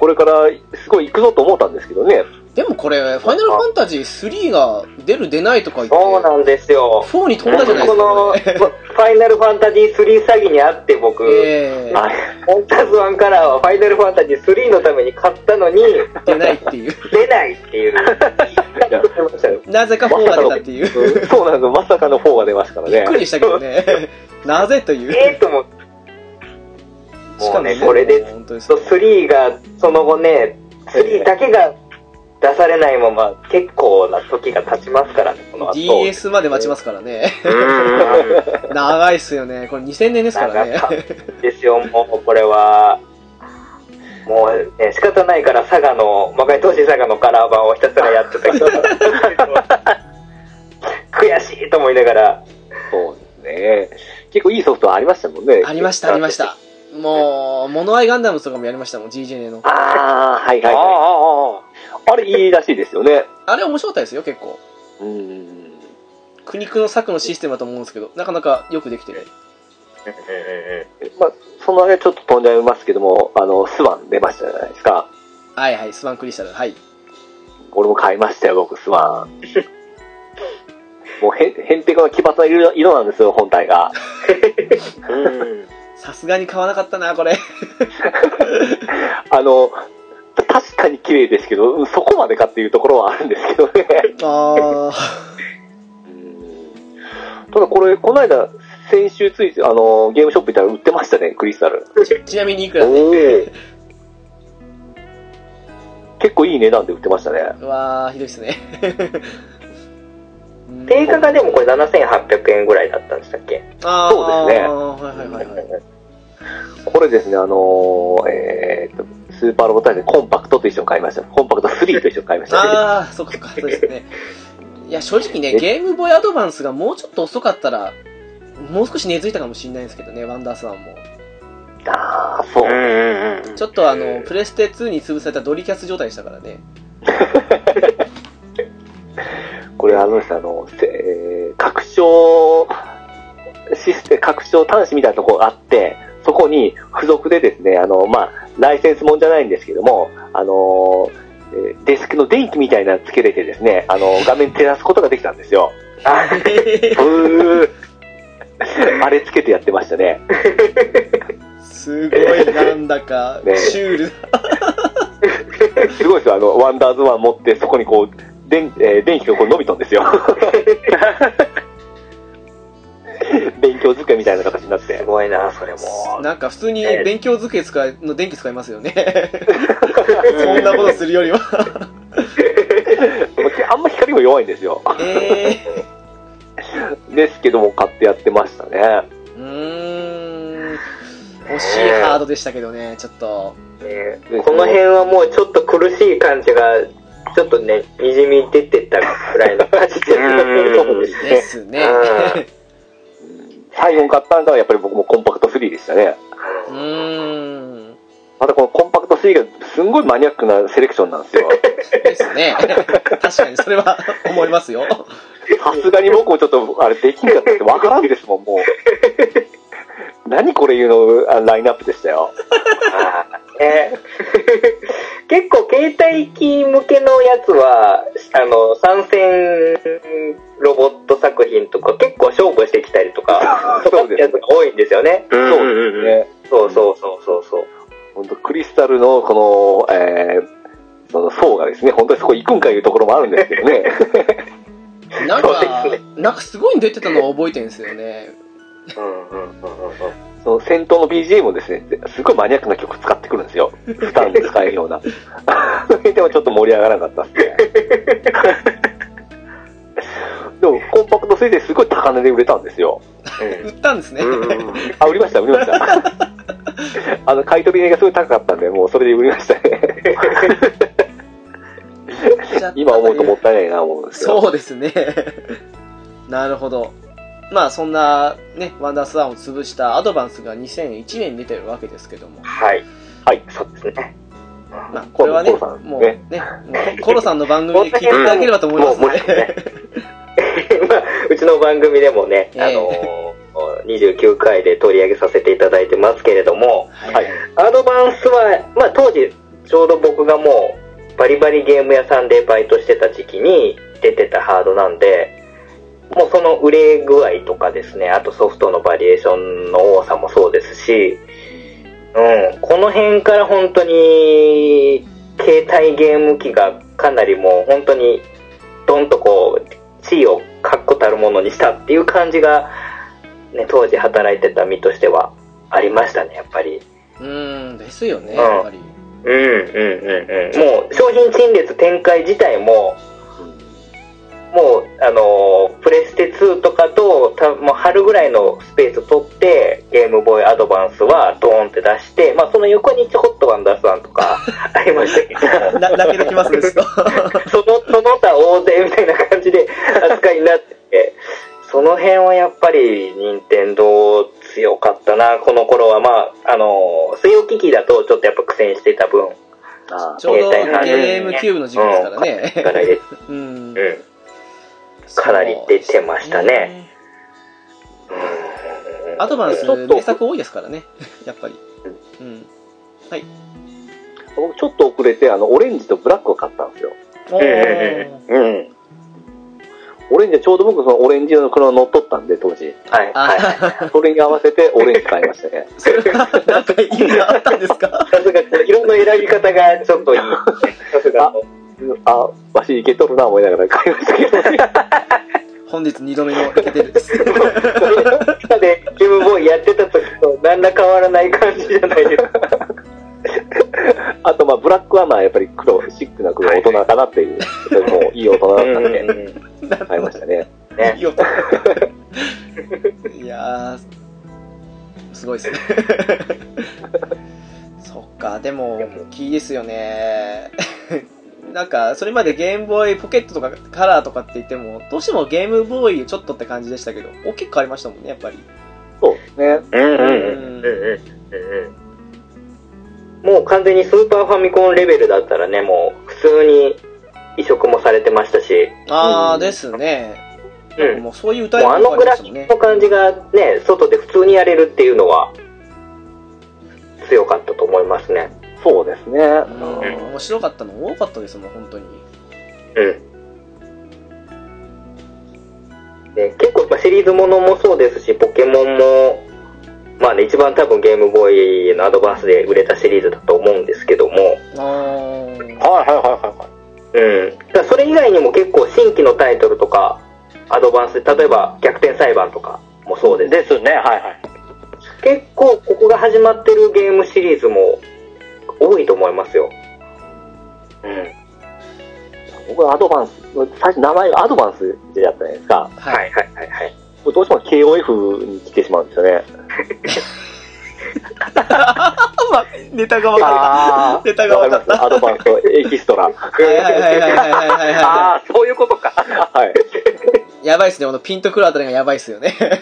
[SPEAKER 2] これからすごい行くぞと思ったんですけどね。
[SPEAKER 1] でもこれ、ファイナルファンタジー3が出る出ないとか言って、
[SPEAKER 3] そうなんですよ。
[SPEAKER 1] 4に飛んだ
[SPEAKER 3] 僕
[SPEAKER 1] じゃないで
[SPEAKER 3] こ
[SPEAKER 1] すかこ
[SPEAKER 3] の、
[SPEAKER 1] れ。
[SPEAKER 3] ファイナルファンタジー3詐欺にあって、僕、
[SPEAKER 1] [laughs] えー
[SPEAKER 2] あ
[SPEAKER 3] オンタズワンカラーはファイナルファンタジー3のために買ったのに、
[SPEAKER 1] 出ないっていう。
[SPEAKER 3] 出ないっていう。ましたよ。
[SPEAKER 1] なぜか4が出たっていう。
[SPEAKER 2] うんそうなんですよ。まさかの4が出ましたから
[SPEAKER 1] びっく
[SPEAKER 2] ね。
[SPEAKER 1] りしたけどね。 [laughs] なぜという。
[SPEAKER 3] ええと思って、
[SPEAKER 1] しかも
[SPEAKER 3] もうねこれで
[SPEAKER 1] 本当ですよ
[SPEAKER 3] 3が、その後ね、3だけが出されないまま、結構な時が経ちますからね、この後。
[SPEAKER 1] DS まで待ちますからね。
[SPEAKER 3] うん。
[SPEAKER 1] 長いっすよね。これ2000年ですからね
[SPEAKER 3] 長。かったですよ、もうこれは。もう、ね、仕方ないから佐賀の、魔界投資佐賀のカラー版をひたすらやってたけど、悔しいと思いながら、
[SPEAKER 2] そうですね。結構いいソフトありましたもんね。
[SPEAKER 1] ありました、ありました。もう、モノアイガンダムズとかもやりましたもん、GJ の。
[SPEAKER 2] ああ、はいはい
[SPEAKER 4] あ
[SPEAKER 2] はい。
[SPEAKER 4] あ。
[SPEAKER 2] あれいいらしいですよね。
[SPEAKER 1] あれ面白かったですよ、結構。
[SPEAKER 2] うん。
[SPEAKER 1] 苦肉の策のシステムだと思うんですけど、なかなかよくできてる。
[SPEAKER 2] まあ、そのあれちょっと飛んじゃいますけども、あの、スワン出ましたじゃないですか。
[SPEAKER 1] はいはい、スワンクリスタル。はい。
[SPEAKER 2] 俺も買いましたよ、僕、スワン。もうへん、へんてこな奇抜な色色なんですよ、本体が。
[SPEAKER 3] うん
[SPEAKER 1] さすがに買わなかったな、これ。
[SPEAKER 2] あの、た確かに綺麗ですけど、そこまでかっていうところはあるんですけどね。
[SPEAKER 1] あ
[SPEAKER 2] ただこれ、この間、先週ついて、あの、ゲームショップ行ったら売ってましたね、クリスタル。
[SPEAKER 1] ー。ちなみにいくら
[SPEAKER 2] お結構いい値段で売ってましたね。
[SPEAKER 1] うわー、ひどいっすね。うん
[SPEAKER 3] 定価がでもこれ7800円ぐらいだったんでしたっけ
[SPEAKER 1] あ
[SPEAKER 2] そうですね
[SPEAKER 1] はいはいはいはい。
[SPEAKER 2] これですね、あのーえーっと、スーパーロボ対戦コンパクトと一緒に買いました。コンパクト3と一緒に買いました、ね。
[SPEAKER 1] あー、そっかそっか、そうですね。いや、正直ね、ゲームボーイアドバンスがもうちょっと遅かったら、もう少し根付いたかもしれないんですけどね、ワンダースワンも。
[SPEAKER 2] ああ、そう。
[SPEAKER 4] うんうん
[SPEAKER 1] ちょっとあの、プレステ2に潰されたドリキャス状態でしたからね。
[SPEAKER 2] これ、あのですねあの、せえー拡張システム、拡張端子みたいなところがあって、そこに付属でですね、あの、まあ、ライセンスもんじゃないんですけども、あのーえーデスクの電気みたいなのつけれてですね、あの、画面照らすことができたんですよ。うー [laughs] あれつけてやってましたね。
[SPEAKER 1] [laughs] すごい、なんだか、
[SPEAKER 2] ね
[SPEAKER 1] シュールだ。
[SPEAKER 2] すごいですよ、あの、ワンダーズワン持って、そこにこう、電えー電気がこう伸びたんですよ。 [laughs] 勉強机みたいな形になって
[SPEAKER 3] す。ごいな、それも。
[SPEAKER 1] なんか普通に
[SPEAKER 3] ね
[SPEAKER 1] 勉強机使いの電気使います
[SPEAKER 3] [laughs]
[SPEAKER 1] よね。 [laughs] そんなことするよりは。
[SPEAKER 2] あんま光も弱いんですよ。 [laughs]
[SPEAKER 1] え
[SPEAKER 2] ですけども、買ってやってましたね。
[SPEAKER 1] ー、うーん。惜しいハードでしたけどね、ちょっと。
[SPEAKER 3] ねこの辺はもうちょっと苦しい感じが、ちょっとね、にじみ出てたぐらいの感じです
[SPEAKER 2] そうです
[SPEAKER 1] で
[SPEAKER 2] ね。
[SPEAKER 1] すね。
[SPEAKER 2] 最後に買ったのが、やっぱり僕もコンパクト3でしたね。
[SPEAKER 1] うーん。
[SPEAKER 2] またこのコンパクト C がすんごいマニアックなセレクションなんで
[SPEAKER 3] [laughs]
[SPEAKER 2] すよ。
[SPEAKER 1] です
[SPEAKER 2] [laughs]
[SPEAKER 1] ね。確かにそれは思いますよ。
[SPEAKER 2] さすがに僕もちょっと、あれできんかったってわからんですもん、もう。
[SPEAKER 3] [laughs]
[SPEAKER 2] 何これ言うのあラインナップでしたよ。
[SPEAKER 3] えー [laughs] 結構携帯機向けのやつはあの参戦ロボット作品とか結構勝負してきたりとかとかってやつが多いんですよね
[SPEAKER 2] そうですね。
[SPEAKER 3] そうそうそうそうそう
[SPEAKER 2] 本当クリスタルのこの、えー、その層がですね、本当にそこ行くんかいうところもあるんですけどね。
[SPEAKER 1] なんか
[SPEAKER 3] そうで、
[SPEAKER 1] なんかすごいの出てたのを覚えてるんですよね。
[SPEAKER 3] うんうんうんうんうん
[SPEAKER 2] その戦闘の BGM もですね、すごいマニアックな曲使ってくるんですよ。普段で使えるような。 [laughs] それでもちょっと盛り上がらなかったですね。 [laughs] でも、コンパクト水ですごい高値で売れたんですよ。
[SPEAKER 1] 売ったんですね。
[SPEAKER 2] あ、売りました、売りました。 [laughs] あの、買い取り値がすごい高かったんで、もうそれで売りましたね。今思うともったいないな、思うんですけど。
[SPEAKER 1] そうですね。なるほど。まあそんなね、ワンダースワンを潰したアドバンスが2001年に出てるわけですけども。
[SPEAKER 3] はい
[SPEAKER 2] はい。
[SPEAKER 3] そうですね [laughs]
[SPEAKER 1] まあこれはね、
[SPEAKER 2] コロさん
[SPEAKER 1] もうね、もうコロさんの番組で聞いていただければと思います
[SPEAKER 3] もうも
[SPEAKER 1] の
[SPEAKER 3] う
[SPEAKER 1] で、ね。
[SPEAKER 3] まあ、うちの番組でもね、
[SPEAKER 1] ええ
[SPEAKER 3] あ [laughs] のー、29回で取り上げさせていただいてますけれども、
[SPEAKER 1] はい
[SPEAKER 3] アドバンスは、まあ当時、ちょうど僕がもう、バリバリゲーム屋さんでバイトしてた時期に出てたハードなんで、もうその売れ具合とかですね、あとソフトのバリエーションの多さもそうですし、うん、この辺から本当に、携帯ゲーム機がかなりもう本当に、どんとこう、地位を確固たるものにしたっていう感じが、ね、当時働いてた身としてはありましたね、やっぱり。
[SPEAKER 1] うーん、ですよね、やっぱり。
[SPEAKER 3] うんうんうんうん。もう商品陳列展開自体も、もう、あのープレステ2とかと、たもう春ぐらいのスペース取って、ゲームボーイアドバンスはドーンって出して、まあその横にちょこっとワンダースワンと [laughs] かありましたけど、
[SPEAKER 1] な泣けてきますね、
[SPEAKER 2] [laughs]
[SPEAKER 1] ちょっと。
[SPEAKER 3] その、その他大勢みたいな感じで扱いになってて、その辺はやっぱり任天堂強かったな、この頃は。まあ、あのー、水曜機器だとちょっとやっぱ苦戦してた分、
[SPEAKER 2] あ
[SPEAKER 1] ちょうどゲ
[SPEAKER 3] 携帯版
[SPEAKER 1] ームキューブの時期ですから
[SPEAKER 3] か
[SPEAKER 1] ね。
[SPEAKER 3] なり、
[SPEAKER 1] うん
[SPEAKER 3] う、ん、かなり出てましたね。
[SPEAKER 1] アドバンス
[SPEAKER 2] ちょっと
[SPEAKER 1] 名作多いですからね、やっぱり。うん。
[SPEAKER 2] 僕ちょっと遅れて、あの、オレンジとブラックを買ったんですよ。
[SPEAKER 1] お
[SPEAKER 3] え
[SPEAKER 1] ー。
[SPEAKER 2] うん。オレンジはちょうど僕そのオレンジの車乗っ取ったんで、当時。
[SPEAKER 3] はい、はい。
[SPEAKER 1] あ、
[SPEAKER 2] それに合わせてオレンジ買いましたね。
[SPEAKER 1] それは、なんか意味があったんですか
[SPEAKER 3] さすが、いろんな選び方がちょっといい。 [laughs] さすがの。
[SPEAKER 2] あ、わしいけとるな思いながら買いましたけどね。
[SPEAKER 1] 本日2度目のイケてるです。
[SPEAKER 3] 今でゲームボーイやってた時と何ら変わらない感じじゃないですか。
[SPEAKER 2] あと、まあ、ブラックはまあ、やっぱり黒、シックな黒、大人かなっていう、とてもいい大人だったんで、買いましたね。
[SPEAKER 1] いいよいやーすごいです
[SPEAKER 3] [laughs]
[SPEAKER 1] ねそっかでも大きいですよねなんかそれまでゲームボーイポケットとかカラーとかって言ってもどうしてもゲームボーイちょっとって感じでしたけど大きく変わりましたもんねやっぱり
[SPEAKER 2] そうですね。
[SPEAKER 3] うんうんうんうんうんもう完全にスーパーファミコンレベルだったらね、もう普通に移植もされてましたし、
[SPEAKER 1] ああ、
[SPEAKER 2] うん
[SPEAKER 1] ですね
[SPEAKER 3] うん、も
[SPEAKER 1] もうそういう歌い
[SPEAKER 3] うあ
[SPEAKER 1] 方も
[SPEAKER 3] の
[SPEAKER 1] あ
[SPEAKER 3] グ
[SPEAKER 1] りま
[SPEAKER 3] ラ
[SPEAKER 1] し
[SPEAKER 3] フ
[SPEAKER 1] た
[SPEAKER 3] ィ
[SPEAKER 1] もん
[SPEAKER 3] ッ
[SPEAKER 1] ね
[SPEAKER 3] クの感じがね、外で普通にやれるっていうのは強かったと思いますね。
[SPEAKER 2] そうですね。う
[SPEAKER 1] うん
[SPEAKER 2] ん
[SPEAKER 1] 面白かったの多かったですもん本当に
[SPEAKER 3] うん。で結構やっぱシリーズものもそうですし、ポケモンも、まあね、一番多分ゲームボーイのアドバンスで売れたシリーズだと思うんですけども、
[SPEAKER 1] あー
[SPEAKER 5] はいはいはいはいはい。
[SPEAKER 3] うん。だからそれ以外にも結構新規のタイトルとか、アドバンスで、例えば逆転裁判とかもそうです。
[SPEAKER 5] ですね、はいはい。
[SPEAKER 3] 結構ここが始まってるゲームシリーズも多いと思いますよ。うん。
[SPEAKER 2] 僕はアドバンス、最初名前がアドバンスでやったじゃないですか。
[SPEAKER 1] は
[SPEAKER 3] はいいはいはいはい。
[SPEAKER 2] もうどうしても KOF に来てしまうんですよね。
[SPEAKER 1] [laughs] まあネタが分かった
[SPEAKER 2] あ
[SPEAKER 1] ネタが分かった
[SPEAKER 2] わかりますアドバンスとエキストラ。は
[SPEAKER 1] はいはいはいはいはいはいはい
[SPEAKER 5] ああ、そういうことか。
[SPEAKER 2] い。
[SPEAKER 1] やばいっすね、このピンとくるあたりがやばいっすよね。
[SPEAKER 5] あれ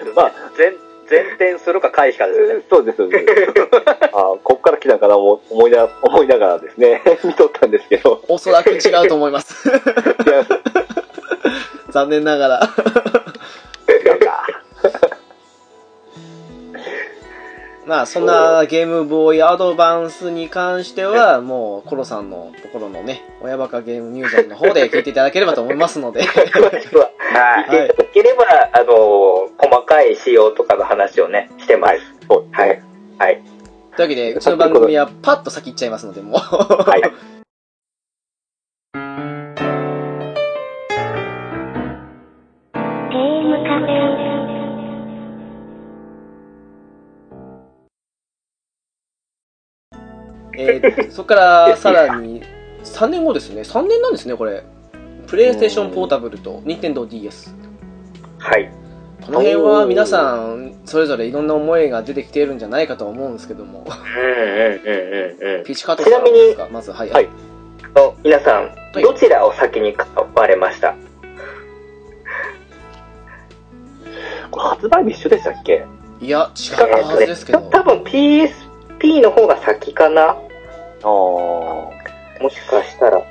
[SPEAKER 5] ですよね。前前転するか回避かですよね。
[SPEAKER 2] そうです、 [laughs] そうです。あこっから来たから思思いな思いながらですね、 [laughs] 見とったんですけ [laughs] ど、
[SPEAKER 1] おそらく違うと思います。
[SPEAKER 2] 違う、
[SPEAKER 1] 残念ながら。
[SPEAKER 2] 違うか。
[SPEAKER 1] まあ、そんなゲームボーイアドバンスに関しては、もう、コロさんのところのね、親バカゲームミュージアムの方で聞いていただければと思いますので。
[SPEAKER 3] 詳しくは
[SPEAKER 1] は
[SPEAKER 3] 聞いてい
[SPEAKER 1] い。
[SPEAKER 3] ただければ、あの、細かい仕様とかの話をね、してます。
[SPEAKER 2] そうですね
[SPEAKER 3] はい。はい。
[SPEAKER 1] というわけで、うちの番組はパッと先行っちゃいますので、もう。
[SPEAKER 2] はい。
[SPEAKER 6] ゲームカフェ。
[SPEAKER 1] えーそこからさらに3年後ですね3年なんですねこれプレイステーションポータブルと NintendoDS
[SPEAKER 3] はい。
[SPEAKER 1] この辺は皆さんそれぞれいろんな思いが出てきているんじゃないかとは思うんですけども
[SPEAKER 3] うんうんうんうんうん。
[SPEAKER 1] ピチカートさんですかまずはい、
[SPEAKER 2] はい
[SPEAKER 3] の皆さん、
[SPEAKER 1] はい
[SPEAKER 3] どちらを先に買われました
[SPEAKER 2] これ発売日一緒でしたっけ
[SPEAKER 1] いや違うはずですけど
[SPEAKER 3] 多分 PSP の方が先かな
[SPEAKER 2] ああ。
[SPEAKER 3] もしかしたら。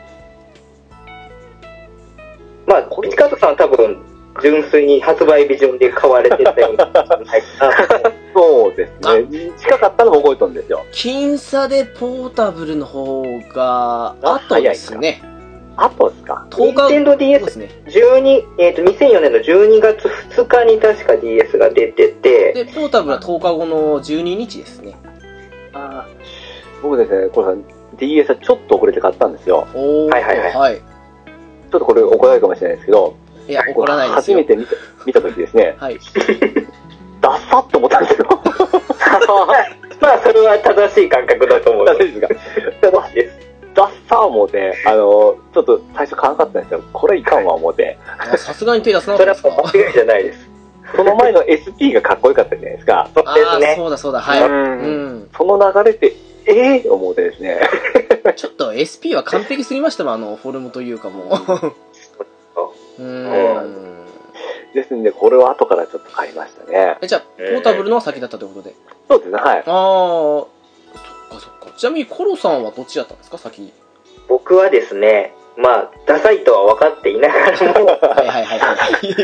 [SPEAKER 3] まあ、ピチカートさんは多分、純粋に発売ビジョンで買われてたようなはい
[SPEAKER 1] [laughs]
[SPEAKER 3] [laughs]
[SPEAKER 2] そうですね。近かったのも覚えたんですよ。
[SPEAKER 1] 僅差でポータブルの方が後ですね
[SPEAKER 2] あとですか
[SPEAKER 1] 10日後
[SPEAKER 3] NintendoDS
[SPEAKER 1] ですね
[SPEAKER 3] 12、えっ、と、2004年の12月2日に確か DS が出てて、
[SPEAKER 1] でポータブルは10日後の12日ですね
[SPEAKER 2] 僕ですね、これさん、DS はちょっと遅れて買ったんですよ。
[SPEAKER 1] おお
[SPEAKER 3] はいはいはい
[SPEAKER 1] はい、
[SPEAKER 2] ちょっとこれ怒られるかもしれないですけど、
[SPEAKER 1] いや怒らないです
[SPEAKER 2] 初
[SPEAKER 1] よ
[SPEAKER 2] めて見た見た時ですね、
[SPEAKER 1] はい
[SPEAKER 2] ダッサッと思ったん [laughs] ですよ。
[SPEAKER 3] まあ、それは正しい感覚だ
[SPEAKER 2] [laughs]
[SPEAKER 3] と思う。
[SPEAKER 2] ダメですか
[SPEAKER 3] 正しいです。
[SPEAKER 2] ダッサー思うて、あの、ちょっと最初買わなかったんですよ。これいかんわ思うて。
[SPEAKER 1] あさすがに手出さなかっ
[SPEAKER 3] そ
[SPEAKER 1] た
[SPEAKER 3] れ
[SPEAKER 1] ですか
[SPEAKER 3] は間違いじゃないです。
[SPEAKER 2] その前の SP がかっこよかったじゃないですか。
[SPEAKER 3] そうで
[SPEAKER 1] あ
[SPEAKER 3] す
[SPEAKER 1] あ、
[SPEAKER 3] ね。
[SPEAKER 1] そうだそうだ、はい。うん。
[SPEAKER 2] その流れって、ええ思うてですね。
[SPEAKER 1] ちょっと SP は完璧すぎましたもん、あの、フォルムというかも [laughs] う。うーん。
[SPEAKER 2] ですんで、これは後からちょっと買いましたね。
[SPEAKER 1] え、じゃあ、ポータブルの先だったということで。
[SPEAKER 2] そうですね、はい。
[SPEAKER 1] ああ、そっかそっか。ちなみにコロさんはどっちだったんですか、先。
[SPEAKER 3] 僕はですね、まあ、ダサいとは分かっていながらも、
[SPEAKER 1] はいはいはいはい。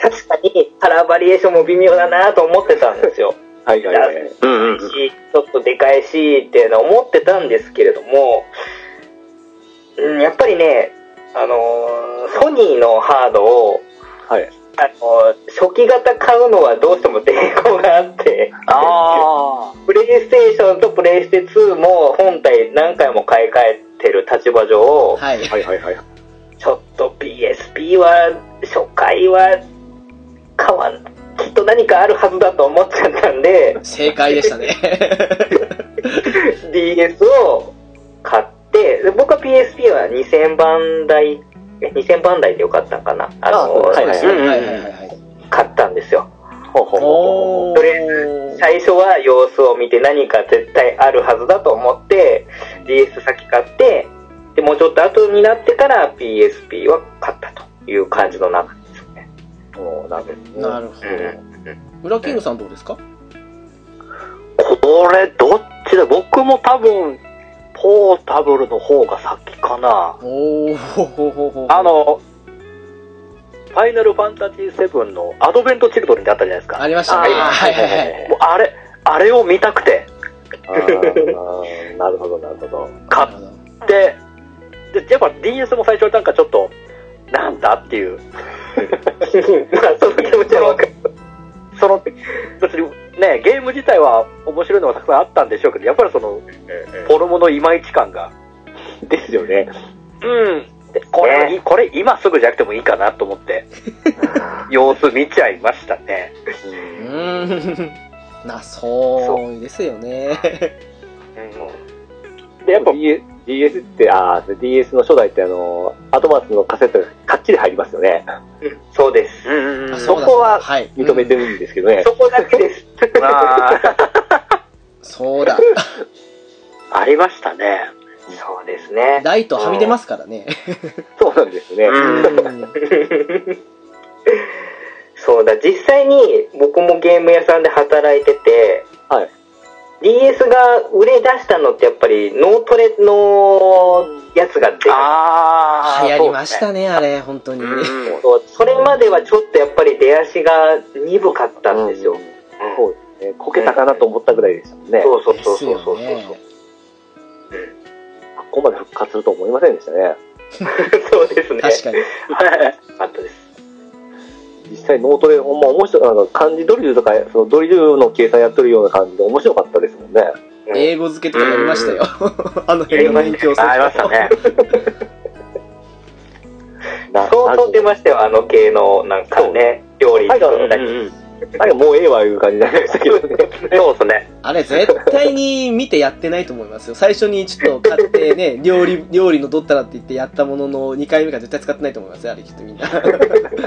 [SPEAKER 3] 確かにカラーバリエーションも微妙だなと思ってたんですよ。
[SPEAKER 2] はいはいはい。
[SPEAKER 5] うん
[SPEAKER 3] しちょっとでかいしっていうのは思ってたんですけれども、うん、やっぱりね、あのーソニーのハードを、
[SPEAKER 2] はい。
[SPEAKER 3] あのー初期型買うのはどうしても抵抗があって、
[SPEAKER 5] ああ。
[SPEAKER 3] プレイステーションとプレイステ2も本体何回も買い替えてる立場上、
[SPEAKER 1] [laughs] はい。
[SPEAKER 2] はいはいはい。
[SPEAKER 3] ちょっと PSP は初回は買わん、きっと何かあるはずだと思っちゃったんで、
[SPEAKER 1] [laughs] 正解でしたね。
[SPEAKER 3] DS を買って、で僕は PSP は2000番台、え2000番台でよかったんかなあの、
[SPEAKER 2] あ
[SPEAKER 1] そうですね。
[SPEAKER 5] うんうんうん
[SPEAKER 1] はいはいはいはい。
[SPEAKER 3] 買ったんですよ。
[SPEAKER 2] ほうほうほうほ
[SPEAKER 1] お
[SPEAKER 2] うほ
[SPEAKER 1] ー
[SPEAKER 3] とり最初は様子を見て何か絶対あるはずだと思って、DS 先買って、で、もうちょっと後になってから PSP は買ったという感じの中ですね。
[SPEAKER 2] う。もうなんですね
[SPEAKER 1] なるほど。裏キングさんどうですか
[SPEAKER 5] これ、どっちだ僕も多分、ポータブルの方が先かな。
[SPEAKER 1] おー、ほほほほ。
[SPEAKER 5] あ、の、ファイナルファンタジー7のアドベントチルドレンってあったじゃないですか。
[SPEAKER 1] ありましたね。
[SPEAKER 5] あー
[SPEAKER 1] はいはいはい。
[SPEAKER 5] もうあれ、あれを見たくて、
[SPEAKER 2] あーなるほど、なるほど。
[SPEAKER 5] 買っ
[SPEAKER 1] なるほど
[SPEAKER 5] て、で、やっぱ DS も最初なんかちょっと、なんだっていう。 [laughs]
[SPEAKER 3] まあ、その気持ちはわかる。
[SPEAKER 5] その、別にね、ゲーム自体は面白いのがたくさんあったんでしょうけど、やっぱりその、フォルムのいまいち感が。
[SPEAKER 2] ですよね。
[SPEAKER 5] うん。でこれ、これ今すぐじゃなくてもいいかなと思って、様子見ちゃいましたね。
[SPEAKER 1] うーん。 [laughs] な、そうですよね。
[SPEAKER 2] で、やっぱ DS DS って、ああ、DS の初代ってあの、アドバンスのカセットがかっちり入りますよね。
[SPEAKER 3] そうです。
[SPEAKER 5] うん
[SPEAKER 1] あ
[SPEAKER 5] そ
[SPEAKER 1] だ
[SPEAKER 5] こは、
[SPEAKER 1] はい
[SPEAKER 2] 認めて
[SPEAKER 1] うん
[SPEAKER 2] るんですけどね。
[SPEAKER 3] そこだけです。
[SPEAKER 5] まあ、
[SPEAKER 1] そうだ。
[SPEAKER 5] ありましたね。
[SPEAKER 3] そうですね。
[SPEAKER 1] ライトはみ出ますからね。
[SPEAKER 2] そうなんですね。
[SPEAKER 5] うん
[SPEAKER 1] うん
[SPEAKER 3] そ [laughs] そうだ、実際に僕もゲーム屋さんで働いてて、
[SPEAKER 2] はい。
[SPEAKER 3] DS が売れ出したのってやっぱり脳トレのやつが出た。
[SPEAKER 4] あ
[SPEAKER 1] 流行りましたね、あれ、本当に。
[SPEAKER 4] そうですねうん
[SPEAKER 3] そうそれまではちょっとやっぱり出足が鈍かったんですよ。
[SPEAKER 2] うんそうですね。こけたかなと思ったぐらいでしたもんね。
[SPEAKER 3] そうそう
[SPEAKER 1] で
[SPEAKER 3] そう
[SPEAKER 1] す
[SPEAKER 3] そうそ
[SPEAKER 1] よ
[SPEAKER 3] うそう。
[SPEAKER 1] ね。
[SPEAKER 2] ここまで復活すると思いませんでしたね。
[SPEAKER 3] [laughs] そうですね。
[SPEAKER 1] 確かに。
[SPEAKER 3] あったです。
[SPEAKER 2] 実際脳トレ、ほんま面白い、あの、漢字ドリルとか、そのドリルの計算やってるような感じで面白かったですもんね。
[SPEAKER 3] うん
[SPEAKER 1] 英語付けとかやりましたよ。あの辺の勉強
[SPEAKER 5] ありました
[SPEAKER 1] [laughs]
[SPEAKER 5] ね。
[SPEAKER 2] な
[SPEAKER 3] そうそう出
[SPEAKER 2] なんか
[SPEAKER 3] ましたよ、あの系のなんかね、料理
[SPEAKER 2] 最後
[SPEAKER 3] 作ったり
[SPEAKER 2] 最後もうええわいう感じになりましたけどね。
[SPEAKER 5] そうですね。
[SPEAKER 1] あれ、絶対に見てやってないと思いますよ。最初にちょっと買って
[SPEAKER 3] [laughs]
[SPEAKER 1] ね、料理、料理のどったらって言ってやったものの、2回目から絶対使ってないと思いますよ、あれきっとみんな。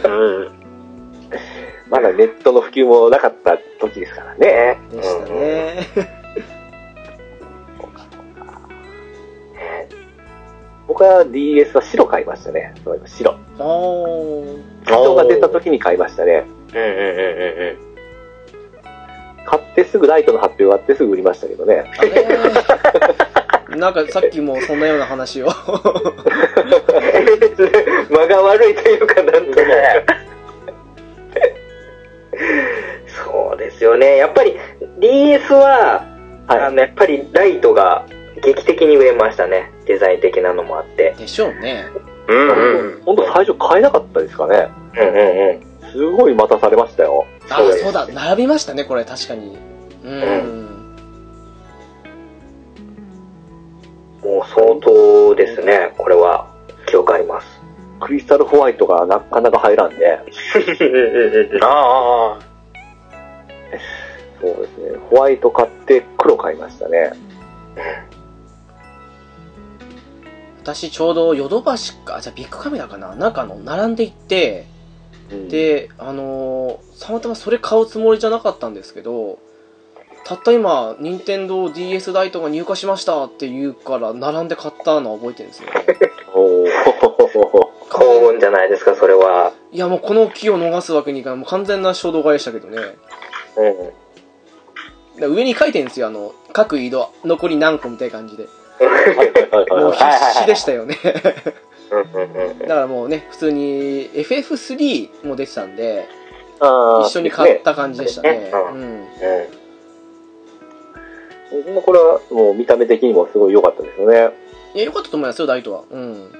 [SPEAKER 5] うん。
[SPEAKER 2] まだネットの普及もなかった時ですからね。
[SPEAKER 3] ね。
[SPEAKER 1] でした
[SPEAKER 3] うんうん
[SPEAKER 1] ね。
[SPEAKER 2] 僕は DS は白買いましたね。そういえば白。
[SPEAKER 1] あー。
[SPEAKER 2] 白が出た時に買いましたね。
[SPEAKER 5] うんうんうんうん。
[SPEAKER 2] 買ってすぐライトの発表があってすぐ売りましたけどね。
[SPEAKER 1] あれなんかさっきもそんなような話を。
[SPEAKER 3] [laughs] 間が悪いというか、なんとも。そうですよね。やっぱり DS は、あ
[SPEAKER 2] はい。
[SPEAKER 3] のやっぱりライトが劇的に増えましたね。デザイン的なのもあって。
[SPEAKER 1] でしょうね。
[SPEAKER 5] うん
[SPEAKER 2] ほんと最初買えなかったですかね。
[SPEAKER 3] うんうんうん。
[SPEAKER 2] すごい待たされましたよ。
[SPEAKER 1] あ、
[SPEAKER 3] そうです
[SPEAKER 1] そうだ、並びましたね、これ、確かに。うん。
[SPEAKER 3] もう相当ですね。これは記憶あり [laughs] ます。
[SPEAKER 2] クリスタルホワイトがなかなか入らんで。
[SPEAKER 5] ああああ。
[SPEAKER 2] そうですね。ホワイト買って黒買いましたね。
[SPEAKER 1] 私、ちょうどヨドバシか、じゃあビッグカメラかななんかあの、並んでいって、
[SPEAKER 2] うん、
[SPEAKER 1] で、あのー、たまたまそれ買うつもりじゃなかったんですけど、たった今、任天堂 d s ライトが入荷しましたって言うから、並んで買ったのは覚えてるんですよ。
[SPEAKER 2] おー
[SPEAKER 3] 幸運じゃないですか、それは。
[SPEAKER 1] いや、もうこの機を逃すわけにいかない。もう完全な衝動買いでしたけどね。
[SPEAKER 3] うん。
[SPEAKER 1] で上に書いてるんですよ、あの、各移動、残り何個みたいな感じで。
[SPEAKER 2] はい [laughs] はいはい
[SPEAKER 1] もう
[SPEAKER 2] はい
[SPEAKER 1] 必死でしたよね。
[SPEAKER 3] うんうんうん
[SPEAKER 1] だからもうね、普通に FF3 も出てたんで、
[SPEAKER 2] あー
[SPEAKER 1] 一緒に買った感じでしたね。
[SPEAKER 3] う
[SPEAKER 1] うん。
[SPEAKER 3] うん。
[SPEAKER 2] ですねもうこれはもう見た目的にもすごい良かったですよね。
[SPEAKER 1] いや、良かったと思いますよ、ダイトは。うん。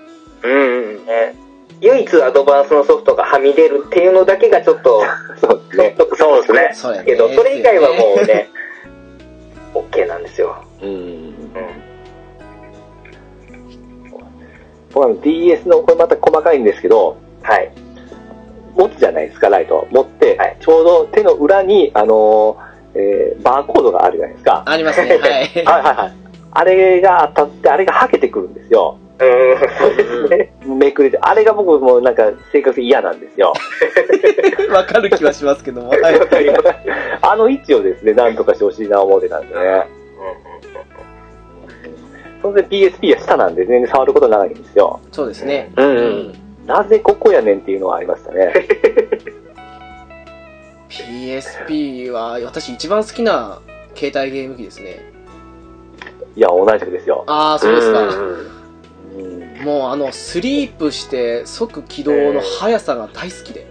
[SPEAKER 5] うんうん。
[SPEAKER 3] ね唯一アドバンスのソフトがはみ出るっていうのだけがちょっと、
[SPEAKER 2] そうです
[SPEAKER 3] [laughs]
[SPEAKER 2] ね。
[SPEAKER 5] そうですね。
[SPEAKER 1] そうやね。
[SPEAKER 3] けど、それ以外はもうね、OK なんですよ。
[SPEAKER 2] うん。
[SPEAKER 3] うん。
[SPEAKER 2] 僕は DS の、これまた細かいんですけど、
[SPEAKER 3] はい。
[SPEAKER 2] 持つじゃないですか、ライト。持って、
[SPEAKER 3] はい
[SPEAKER 2] ちょうど手の裏に、あのーえーバーコードがあるじゃないですか。
[SPEAKER 1] ありますね、はい。
[SPEAKER 2] はいはいはい。あれが当たって、あれがはけてくるんですよ。
[SPEAKER 3] うん、そうですね。
[SPEAKER 2] めくれて。あれが僕もうなんか性格的に嫌なんですよ。
[SPEAKER 1] わかる気はしますけども。はい。
[SPEAKER 2] あの位置をですね、なんとかしてほしいな思ってたんでね。それで PSP は下なんで全然触ることないんですよ。
[SPEAKER 1] そうですね。
[SPEAKER 5] うん
[SPEAKER 2] なぜここやねんっていうのはありました
[SPEAKER 1] [laughs]
[SPEAKER 2] ね。
[SPEAKER 1] PSP は、私一番好きな携帯ゲーム機ですね。
[SPEAKER 2] いや、同じくですよ。
[SPEAKER 1] あー、そうですか。
[SPEAKER 2] うん
[SPEAKER 1] もうあのスリープして即起動の速さが大好きで、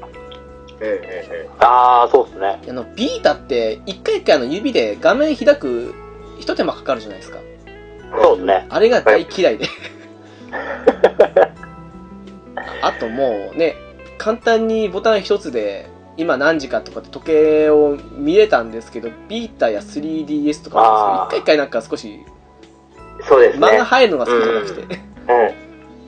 [SPEAKER 5] ああ、そうですね。
[SPEAKER 1] あのビータって一回一回あの指で画面開く一手間かかるじゃないですか
[SPEAKER 5] そうですね。
[SPEAKER 1] あれが大嫌い
[SPEAKER 5] [laughs]
[SPEAKER 1] であともうね簡単にボタン一つで今何時かとかって時計を見れたんですけどビータや 3DS とか
[SPEAKER 5] あ
[SPEAKER 1] も
[SPEAKER 5] ー
[SPEAKER 1] ですけど一回一回なんか少し
[SPEAKER 3] そうです
[SPEAKER 1] 間が
[SPEAKER 3] ね。
[SPEAKER 1] 入るのが好きじゃなくて、
[SPEAKER 3] うん。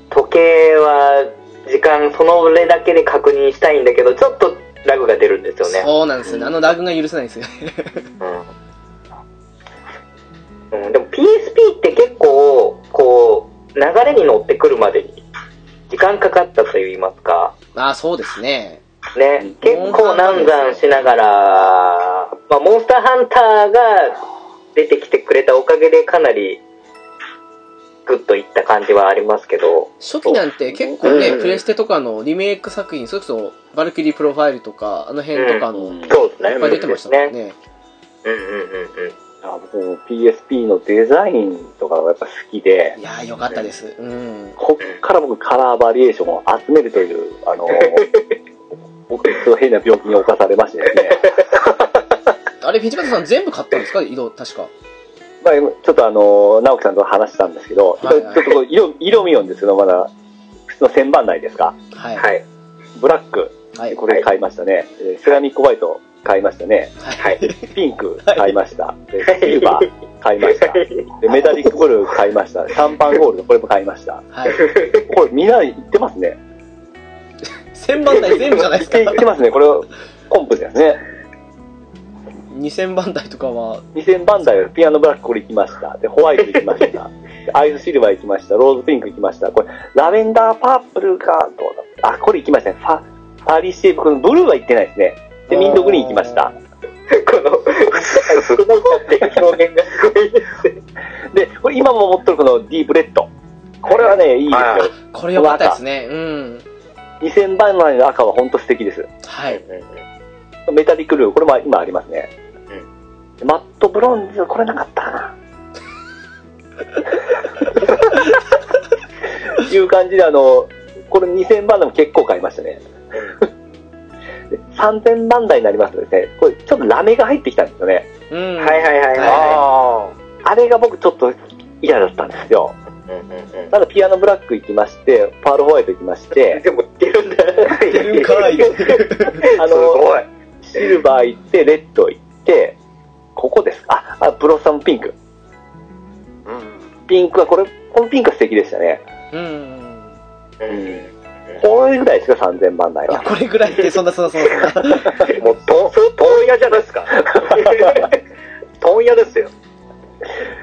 [SPEAKER 3] 時計は、時間、その俺だけで確認したいんだけど、ちょっとラグが出るんですよね。
[SPEAKER 1] そうなんですよねあのラグが許せないんですよね
[SPEAKER 3] うん。うん、でも PSP って結構、こう、流れに乗ってくるまでに、時間かかったと言いますか。
[SPEAKER 1] ああそうですね
[SPEAKER 3] ね、結
[SPEAKER 1] モン
[SPEAKER 3] 構
[SPEAKER 1] スターハン
[SPEAKER 3] 難
[SPEAKER 1] ター
[SPEAKER 3] 産しながら、まあ、モンスターハンターが出てきてくれたおかげでかなりグッといった感じはありますけど、
[SPEAKER 1] 初期なんて結構ね、
[SPEAKER 5] うん
[SPEAKER 1] プレステとかのリメイク作品、それこそ、バルキリープロファイルとか、あの辺とかの、いっ
[SPEAKER 5] そうですね。
[SPEAKER 1] ぱい出てましたもんね。
[SPEAKER 3] うんうんうんうん。
[SPEAKER 2] あ僕も PSP のデザインとかがやっぱ好きで、
[SPEAKER 1] いやー、よかったです。うん。
[SPEAKER 2] こっから僕カラーバリエーションを集めるという、
[SPEAKER 1] [laughs]
[SPEAKER 2] あの、僕ちょっと変な病気に侵されましてですね。
[SPEAKER 1] [laughs] あれ、フィジカさん全部買ったんですか色、確か。
[SPEAKER 2] まあ、ちょっとあの、直樹さんと話したんですけど、
[SPEAKER 1] はいはい
[SPEAKER 2] ちょっとこう色色見よんですけど、まだ、普通の1000番台ですか。
[SPEAKER 1] はい。。
[SPEAKER 3] はいい。
[SPEAKER 2] ブラック、
[SPEAKER 1] はい。
[SPEAKER 2] これ買いましたね。えーセラミックホワイト買いましたね。
[SPEAKER 1] はい。
[SPEAKER 2] ピンク買いました。でシルバー買いました。でメタリックゴールド買いました。シャンパンゴールドこれも買いました。
[SPEAKER 1] はい。
[SPEAKER 2] これみんな言ってますね。
[SPEAKER 1] 1000番台全部じゃないです
[SPEAKER 2] [laughs]
[SPEAKER 1] か。
[SPEAKER 2] 言ってますね。これコンプですね。
[SPEAKER 1] 2000番台とかは、
[SPEAKER 2] 2000番台はピアノブラックこれ行きました。で、ホワイト行きました。でアイスシルバー行きました。ローズピンク行きました。これ、ラベンダーパープルがどうだあ、これ行きましたね。ファ、ファリシェイブ。このブルーは行ってないですね。で、ミントグリーン行きました。
[SPEAKER 3] この、少なかっていう表現がすごいですね。
[SPEAKER 2] で、これ今も持っとるこのディープレッド。これはね、いい
[SPEAKER 3] は
[SPEAKER 2] で
[SPEAKER 1] これよかったですね。うん。
[SPEAKER 2] すよ。2000番台の赤は本当素敵です。
[SPEAKER 1] はい。
[SPEAKER 2] メタリックルー、これも今ありますね。でマットブロンズ、これなかったか [laughs] な。いう感じで、あの、これ2000番台も結構買いましたね。で3000番 [laughs] 台になりますとですね、これちょっとラメが入ってきたんですよね。
[SPEAKER 1] うん。
[SPEAKER 3] はいはいはいは
[SPEAKER 5] ああ。
[SPEAKER 2] あれが僕ちょっと嫌だったんですよ。
[SPEAKER 3] い。うんうんうん
[SPEAKER 2] ただピアノブラック行きまして、パールホワイト行きまして、
[SPEAKER 3] でも出るんだ。
[SPEAKER 1] 出るんかい。
[SPEAKER 2] [laughs] あ
[SPEAKER 5] すご
[SPEAKER 2] の、
[SPEAKER 5] い。
[SPEAKER 2] シルバー行って、レッド行って、ここですか。あ、あブロッサムピンク。
[SPEAKER 5] うん。
[SPEAKER 2] ピンクは、これ、このピンクは素敵でしたね。
[SPEAKER 1] うん。
[SPEAKER 3] うん
[SPEAKER 2] これぐらいですか、3000番台
[SPEAKER 1] いや、
[SPEAKER 2] は。
[SPEAKER 1] これぐらいって、そんなそんなそんなそんな。
[SPEAKER 5] もう、と、問屋じゃな
[SPEAKER 2] [laughs]
[SPEAKER 5] いですか。問屋ですよ。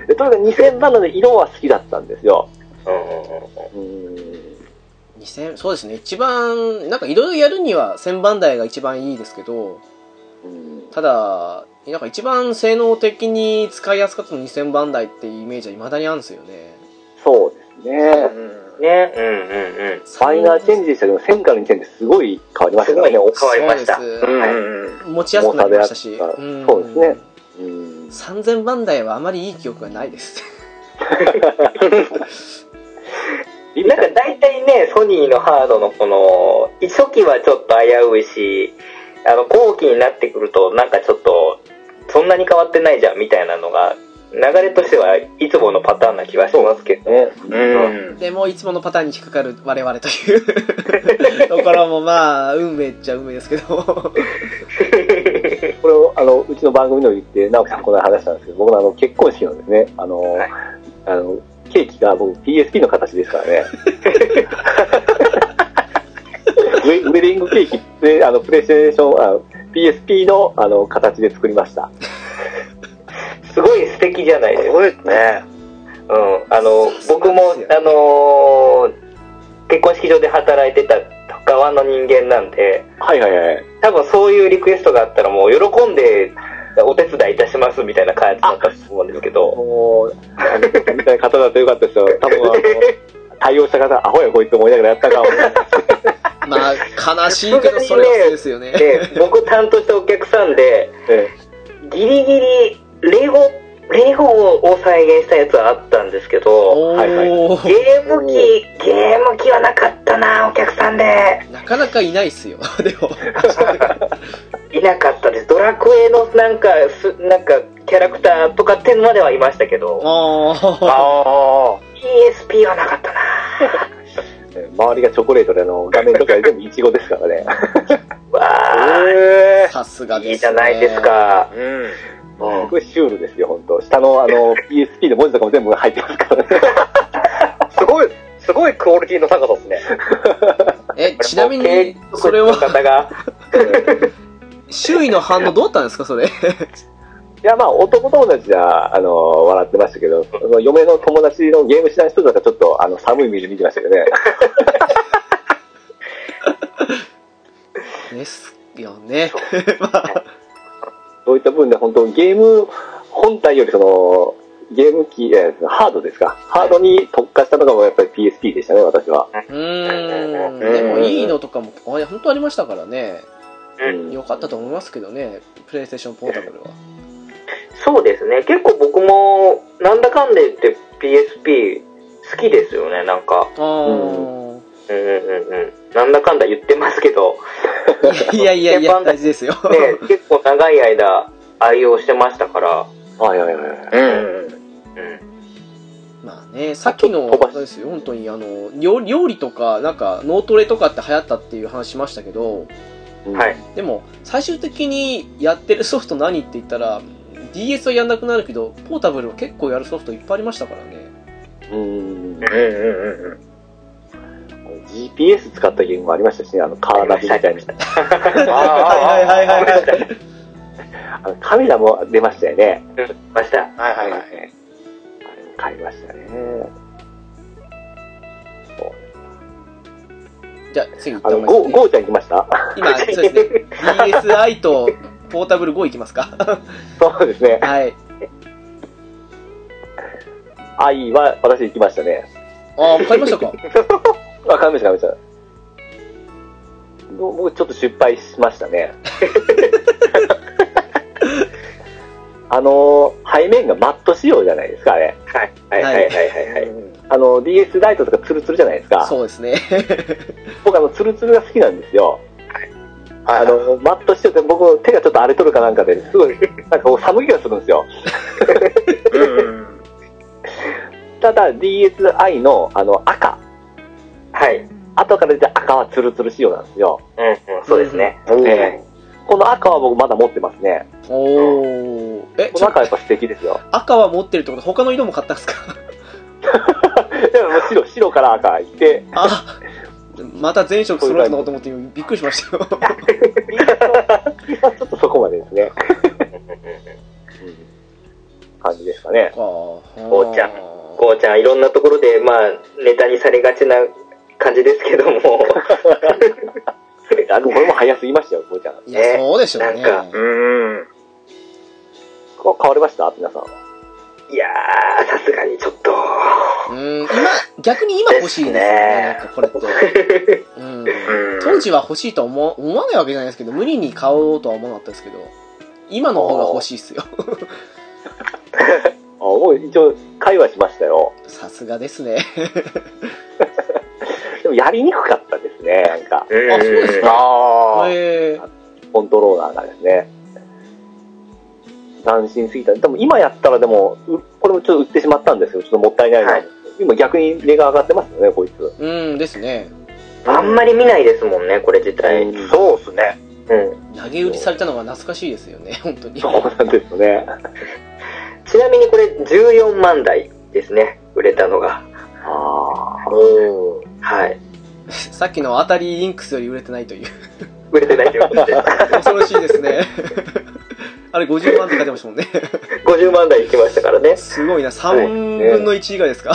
[SPEAKER 2] でとにかく2000番台の色は好きだったんですよ。うーん。
[SPEAKER 1] 2000そうですね一番なんかいろいろやるには1000番台が一番いいですけど
[SPEAKER 2] うん
[SPEAKER 1] ただなんか一番性能的に使いやすかったの2000番台っていうイメージはいまだにあるんですよね
[SPEAKER 2] そうですね。
[SPEAKER 5] ん。
[SPEAKER 3] ね。うんうんうん。
[SPEAKER 2] マイナーチェンジでしたけど、1000から2000ですごい変わりましたからね。
[SPEAKER 3] 変わりました。
[SPEAKER 1] そうです
[SPEAKER 5] うん。
[SPEAKER 1] 持ちやすくなりましたし、
[SPEAKER 2] 重さであった
[SPEAKER 1] ん
[SPEAKER 2] そうですねうん
[SPEAKER 1] 3000番台はあまりいい記憶がないです
[SPEAKER 3] なんか大体ね、ソニーのハードのこの、初期はちょっと危ういし、あの、後期になってくると、なんかちょっと、そんなに変わってないじゃんみたいなのが、流れとしてはいつものパターンな気がしますけど。
[SPEAKER 2] ね。
[SPEAKER 5] うん。
[SPEAKER 1] でもういつものパターンに引っかかる我々という [laughs] ところもまあ運命っちゃ運命ですけど
[SPEAKER 2] これを、あの、うちの番組の言って、直樹さんこの間話したんですけど、僕のあの、結婚式のですね、あの、
[SPEAKER 3] はい
[SPEAKER 2] あの、ケーキが僕 PSP の形ですから [laughs] ね。ウェウェディングケーキって、あの、プレイステーション、あ PSP の、あの、形で作りました。
[SPEAKER 3] すごい素敵じゃないです
[SPEAKER 5] す
[SPEAKER 3] か
[SPEAKER 5] ごいですね。
[SPEAKER 3] うん、あの
[SPEAKER 1] さすが
[SPEAKER 3] 僕も
[SPEAKER 1] ですよ
[SPEAKER 3] あのー結婚式場で働いてた側の人間なんで
[SPEAKER 2] はいはいはい。
[SPEAKER 3] 多分そういうリクエストがあったらもう喜んでお手伝いいたしますみたいな感じだったと思うんですけど
[SPEAKER 2] もう、あのみたいな方だとよかったですよ。多分あの、対応した方、アホやこいつ思いながらや [laughs] ったかも。
[SPEAKER 1] まあ悲しいけどそれはそうですよね
[SPEAKER 3] で僕担当したお客さんで
[SPEAKER 2] え
[SPEAKER 3] ギリギリレゴレゴを再現したやつはあったんですけど
[SPEAKER 1] おー、
[SPEAKER 2] [laughs] はいはい
[SPEAKER 3] ゲーム機ゲーム機はなかったなお客さんで
[SPEAKER 1] なかなかいないっすよ [laughs] でも
[SPEAKER 3] いなかったです。ドラクエのなんか、すなんか、キャラクターとかっていうのまではいましたけど、
[SPEAKER 1] あ
[SPEAKER 5] あ
[SPEAKER 3] PSP はなかったな
[SPEAKER 2] え周りがチョコレートで、あの、画面とかで全部イチゴですからね。
[SPEAKER 3] わ
[SPEAKER 5] あ。
[SPEAKER 3] ー、
[SPEAKER 5] へえ
[SPEAKER 1] あ。さすがです、ね、
[SPEAKER 3] いいじゃないですか。
[SPEAKER 5] うん。
[SPEAKER 2] すごいシュールですよ、本当。下のあの PSP の文字とかも全部入ってますからね。
[SPEAKER 5] すごい、すごいクオリティの高さですね。
[SPEAKER 1] えちなみに
[SPEAKER 3] 軽食
[SPEAKER 1] それ
[SPEAKER 3] の
[SPEAKER 1] は
[SPEAKER 3] 方が、
[SPEAKER 1] 周囲の反応どうだったんですかそれ
[SPEAKER 2] いや、まあ、男友達は、あの、笑ってましたけど、その嫁の友達のゲームしない人とかちょっと、あの、寒い目で見てましたけどね。
[SPEAKER 1] ですよね
[SPEAKER 2] そういった部分で、本当ゲーム本体より、その、ゲーム機、えーハードですか。ハードに特化したのがもうやっぱり PSP でしたね、私は。
[SPEAKER 1] うーん。でもいいのとかも、あれ本当ありましたからね。
[SPEAKER 2] うん
[SPEAKER 1] 良かったと思いますけどね、プレイステーションポータブルは。
[SPEAKER 3] そうですね。結構僕も、なんだかんで言って PSP 好きですよね、なんか。
[SPEAKER 1] あー
[SPEAKER 3] うんうんうんうん。なんだかんだ言ってますけ
[SPEAKER 5] [laughs]
[SPEAKER 3] ど、
[SPEAKER 1] いやいやいや、大事ですよ。
[SPEAKER 3] ね、結構長い間愛用してましたから。
[SPEAKER 2] はいはいはい。
[SPEAKER 5] うん。
[SPEAKER 3] うん。
[SPEAKER 1] まあね、さっきの、
[SPEAKER 2] ちょっと飛
[SPEAKER 1] あ
[SPEAKER 2] ばし
[SPEAKER 1] れですよ、本当に、あの、料料理とか、なんか、脳トレとかって流行ったっていう話しましたけど、
[SPEAKER 3] はい。
[SPEAKER 1] でも、最終的にやってるソフト何って言ったら、DS はやんなくなるけど、ポータブルは結構やるソフトいっぱいありましたからね。
[SPEAKER 2] うん。
[SPEAKER 5] うんうんうん。
[SPEAKER 2] GPS 使ったゲームもありましたしね、あの、カーナビみたいな。
[SPEAKER 1] はいはいはいはいはい。
[SPEAKER 2] あのカメラも出ましたよね。
[SPEAKER 3] ま [laughs] した。
[SPEAKER 5] はいはい
[SPEAKER 2] い。あれ
[SPEAKER 5] はい。
[SPEAKER 2] も買いましたね。
[SPEAKER 1] [laughs] じゃあ、次行っ
[SPEAKER 2] あ
[SPEAKER 1] て
[SPEAKER 2] の、
[SPEAKER 1] もら
[SPEAKER 2] ゴ
[SPEAKER 1] いい
[SPEAKER 2] ー、
[SPEAKER 1] です
[SPEAKER 2] ゴーちゃん行きました [laughs]
[SPEAKER 1] か今、そうですね、DSi とポータブル5いきます [laughs] か。
[SPEAKER 2] そうですね。
[SPEAKER 1] はい。
[SPEAKER 2] 愛は私行きましたね。
[SPEAKER 1] ああ、わかりましたか。
[SPEAKER 2] わかりました、わかりました。ぼ僕ちょっと失敗しましたね。 [laughs] あのー、背面がマット仕様じゃないですか、あれ。
[SPEAKER 3] はい。はいはいはいはいはい。
[SPEAKER 2] あの、DS ライトとかツルツルじゃないですか。
[SPEAKER 1] そうですね。
[SPEAKER 2] 僕あの、ツルツルが好きなんですよ。あの、マットしてて、僕、手がちょっと荒れとるかなんかで、すごい、なんかこう寒気がするんですよ。
[SPEAKER 5] うん。
[SPEAKER 2] ただ、DSi の、あの、赤。
[SPEAKER 3] はい。
[SPEAKER 2] 後から出て赤はツルツル仕様なんですよ。
[SPEAKER 3] うんうん、そうですね。
[SPEAKER 2] ええこの赤は僕まだ持ってますね。
[SPEAKER 1] おー。え、
[SPEAKER 2] こ
[SPEAKER 1] ちょ
[SPEAKER 2] の赤はやっぱ素敵ですよ。
[SPEAKER 1] 赤は持ってるってこと他の色も買ったん [laughs] ですか
[SPEAKER 2] いやもう白、白から赤いって、
[SPEAKER 1] あまた前職揃うのかと思って今びっくりしましたよ。 [laughs]
[SPEAKER 2] まあちょっとそこまでですね。感じですかね。
[SPEAKER 1] 紅
[SPEAKER 3] 茶こうちゃん、いろんなところで、まあ、ネタにされがちな感じですけど
[SPEAKER 5] [laughs]
[SPEAKER 3] も、
[SPEAKER 2] あ、でもこれも早すぎましたよ、こうちゃん。
[SPEAKER 1] いや、そうでしょうね。
[SPEAKER 3] なん
[SPEAKER 5] うん。
[SPEAKER 2] こ変わりました皆さん。
[SPEAKER 3] いやー、さすがにちょっと。
[SPEAKER 1] うん、今、逆に今欲しいですよね、なんかこれって。 [laughs] うん、当時は欲しいとは思思わないわけじゃないですけど、無理に買おうとは思わなかったですけど、今の方が欲しいっす [laughs] よ。
[SPEAKER 2] あ、もう一応、会話しましたよ。
[SPEAKER 1] さすがですね。
[SPEAKER 2] でもやりにくかったですね、なんか。
[SPEAKER 1] あ、そうですか。
[SPEAKER 5] ああ。
[SPEAKER 1] へー
[SPEAKER 2] コントローラーがですね。斬新すぎた。でも今やったらでも、うこれもちょっと売ってしまったんですけど、ちょっともったいないな。
[SPEAKER 3] はい
[SPEAKER 2] 今逆に値が上がってますよね、こいつ。
[SPEAKER 1] うんですね。
[SPEAKER 3] あんまり見ないですもんね、これ自体。うん。
[SPEAKER 5] そうっすね。
[SPEAKER 1] 投げ売りされたのが懐かしいですよね、本当に。
[SPEAKER 2] そうなんですよね。
[SPEAKER 3] ちなみにこれ14万台ですね、売れたのが。
[SPEAKER 2] ああ。
[SPEAKER 3] はい。
[SPEAKER 1] さっきの当たりリンクスより売れてないという。
[SPEAKER 3] 売れてないということで。
[SPEAKER 1] 恐ろしいです [laughs] ね。あれ50万って書いてましたもんね。
[SPEAKER 3] 50万台いきましたからね。
[SPEAKER 1] すごいな、3分の1以外ですか。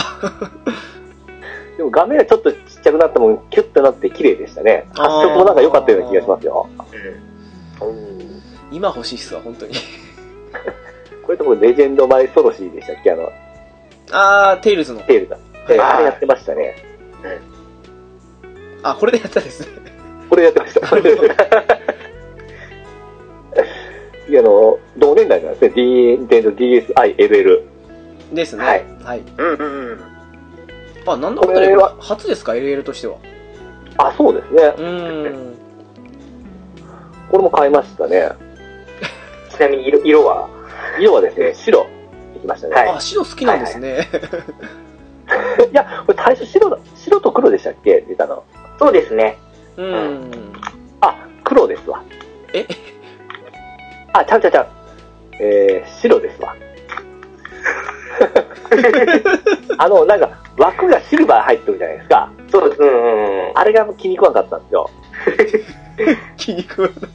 [SPEAKER 2] でも画面がちょっとちっちゃくなったもん、キュッとなって綺麗でしたね。発
[SPEAKER 1] あー
[SPEAKER 2] 色もなんか良かったような気がしますよ。
[SPEAKER 1] 今欲しいっすわ、本当に。
[SPEAKER 2] これとこレジェンド・マイ・ソロシーでしたっけあの、
[SPEAKER 1] あー、テイルズの。
[SPEAKER 2] テールだ。
[SPEAKER 1] い
[SPEAKER 2] あれやってましたね。
[SPEAKER 1] あ、これでやったですね。
[SPEAKER 2] これやってました。 [laughs] いや、あの、同年代なんですね。D、DSILL。
[SPEAKER 1] ですね。は
[SPEAKER 3] はいい。
[SPEAKER 5] うんうん。
[SPEAKER 1] あ、なんだかんだで
[SPEAKER 2] これは
[SPEAKER 1] 初ですか、LL としては。
[SPEAKER 2] あ、そうですね
[SPEAKER 1] う。ーん。
[SPEAKER 2] これも買いましたね。
[SPEAKER 3] ちなみに色色は
[SPEAKER 2] 色はですね、白。いきましたね。
[SPEAKER 3] はい
[SPEAKER 1] あ、白好きなんですね。
[SPEAKER 2] い、や、これ最初白だ、白と黒でしたっけ出たの。
[SPEAKER 3] そうですね。
[SPEAKER 1] うーん。
[SPEAKER 2] あ、黒ですわ。
[SPEAKER 1] え
[SPEAKER 2] あ、ちゃうちゃうちゃう。えー、白ですわ。あの、なんか、枠がシルバー入ってるじゃないですか。
[SPEAKER 3] そうです。うんうんうん。
[SPEAKER 2] あれが気に食わなかったんですよ。
[SPEAKER 1] 気に食わない。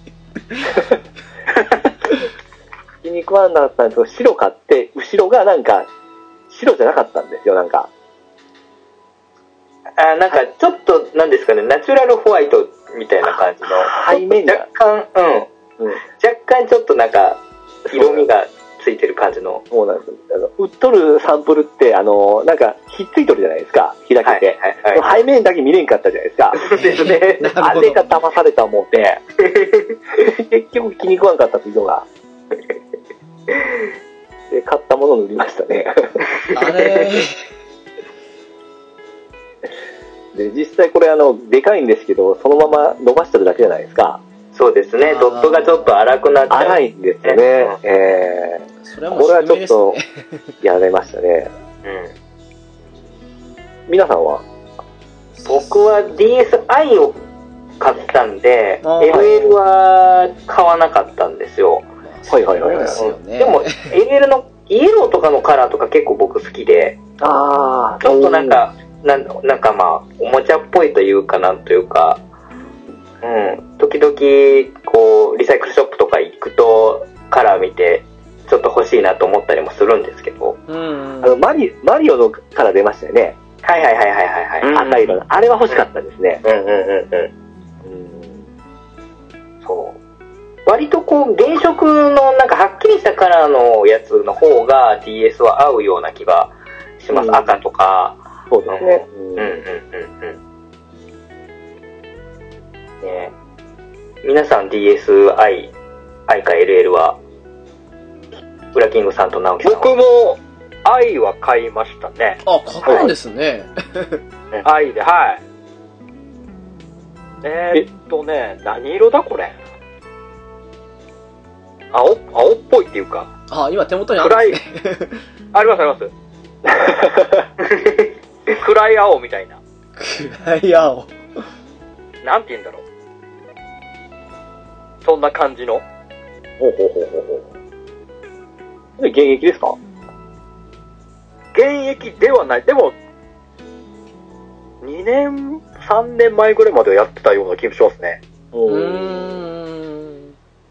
[SPEAKER 2] 気に食わなかったんですけど、白買って、後ろがなんか、白じゃなかったんですよ、なんか。
[SPEAKER 3] あなんかちょっと、なんですかね、ナチュラルホワイトみたいな感じの。
[SPEAKER 2] 背面が
[SPEAKER 3] 若干、うん。
[SPEAKER 2] うん
[SPEAKER 3] 若干ちょっとなんか、色味がついてる感じの。
[SPEAKER 2] そうなんですあの売っとるサンプルって、あの、なんか、ひっついとるじゃないですか、開
[SPEAKER 3] はい
[SPEAKER 2] けて。
[SPEAKER 3] はいはい。
[SPEAKER 2] 背面だけ見れんかったじゃないですか。
[SPEAKER 3] ですね。
[SPEAKER 1] [laughs] なるほど
[SPEAKER 2] あれが騙された思うて、結局気に食わんかったっていうのが。で、買ったものを売りましたね。
[SPEAKER 1] あれ、
[SPEAKER 2] で、実際これあの、でかいんですけど、そのまま伸ばしてるだけじゃないですか。
[SPEAKER 3] そうですね。ドットがちょっと荒くなっちゃ
[SPEAKER 2] 荒
[SPEAKER 3] う。
[SPEAKER 2] いんですよね。
[SPEAKER 3] う
[SPEAKER 2] えー
[SPEAKER 1] それはもう
[SPEAKER 2] これは
[SPEAKER 1] 宿
[SPEAKER 2] ち
[SPEAKER 1] 命
[SPEAKER 2] ょっ
[SPEAKER 1] です
[SPEAKER 2] と
[SPEAKER 1] ね。、
[SPEAKER 2] やられましたね。
[SPEAKER 3] うん
[SPEAKER 2] 皆さんは
[SPEAKER 3] 僕は DSi を買ったんで、
[SPEAKER 1] あー
[SPEAKER 3] LL は買わなかったんですよ。
[SPEAKER 2] はいはいはい
[SPEAKER 1] そう
[SPEAKER 2] は
[SPEAKER 1] ですよね。
[SPEAKER 2] い。
[SPEAKER 3] でも、LL のイエローとかのカラーとか結構僕好きで、
[SPEAKER 2] ああ、
[SPEAKER 3] ちょっとなんか、なんなんかまあ、おもちゃっぽいというかなんというか、うん、時々、こう、リサイクルショップとか行くと、カラー見て、ちょっと欲しいなと思ったりもするんですけど。
[SPEAKER 1] うん
[SPEAKER 2] あ。の、マリ、マリオのから出ましたよね。
[SPEAKER 3] はいはいはいはいはいはい。
[SPEAKER 2] 赤色の。あれは欲しかったですね。
[SPEAKER 3] うんうんうんうん。
[SPEAKER 2] うん。
[SPEAKER 3] そう。割とこう、原色のなんかはっきりしたカラーのやつの方が DS は合うような気がします。
[SPEAKER 2] うん
[SPEAKER 3] 赤とか。
[SPEAKER 2] そうですね。
[SPEAKER 3] うんう
[SPEAKER 2] う
[SPEAKER 3] んんうんうん。ね皆さん DSi、I か LL は、ブラキングさんと直樹さんは。
[SPEAKER 5] 僕も、愛は買いましたね。
[SPEAKER 1] あ、買ったんですね。
[SPEAKER 5] 愛で、はい。えーっとね、何色だこれ。青、青っぽいっていうか。
[SPEAKER 1] あ、今手元にある
[SPEAKER 5] 暗い。ありますあり [laughs] ます。暗い青みたいな。
[SPEAKER 1] 暗い青。
[SPEAKER 5] なんて言うんだろう。そんな感じ
[SPEAKER 2] ほ
[SPEAKER 5] の。
[SPEAKER 2] うほうほうほうほう。で、現役ですか
[SPEAKER 5] 現役ではない。でも、2年、3年前ぐらいまではやってたような気がしますね。
[SPEAKER 1] う
[SPEAKER 2] うん。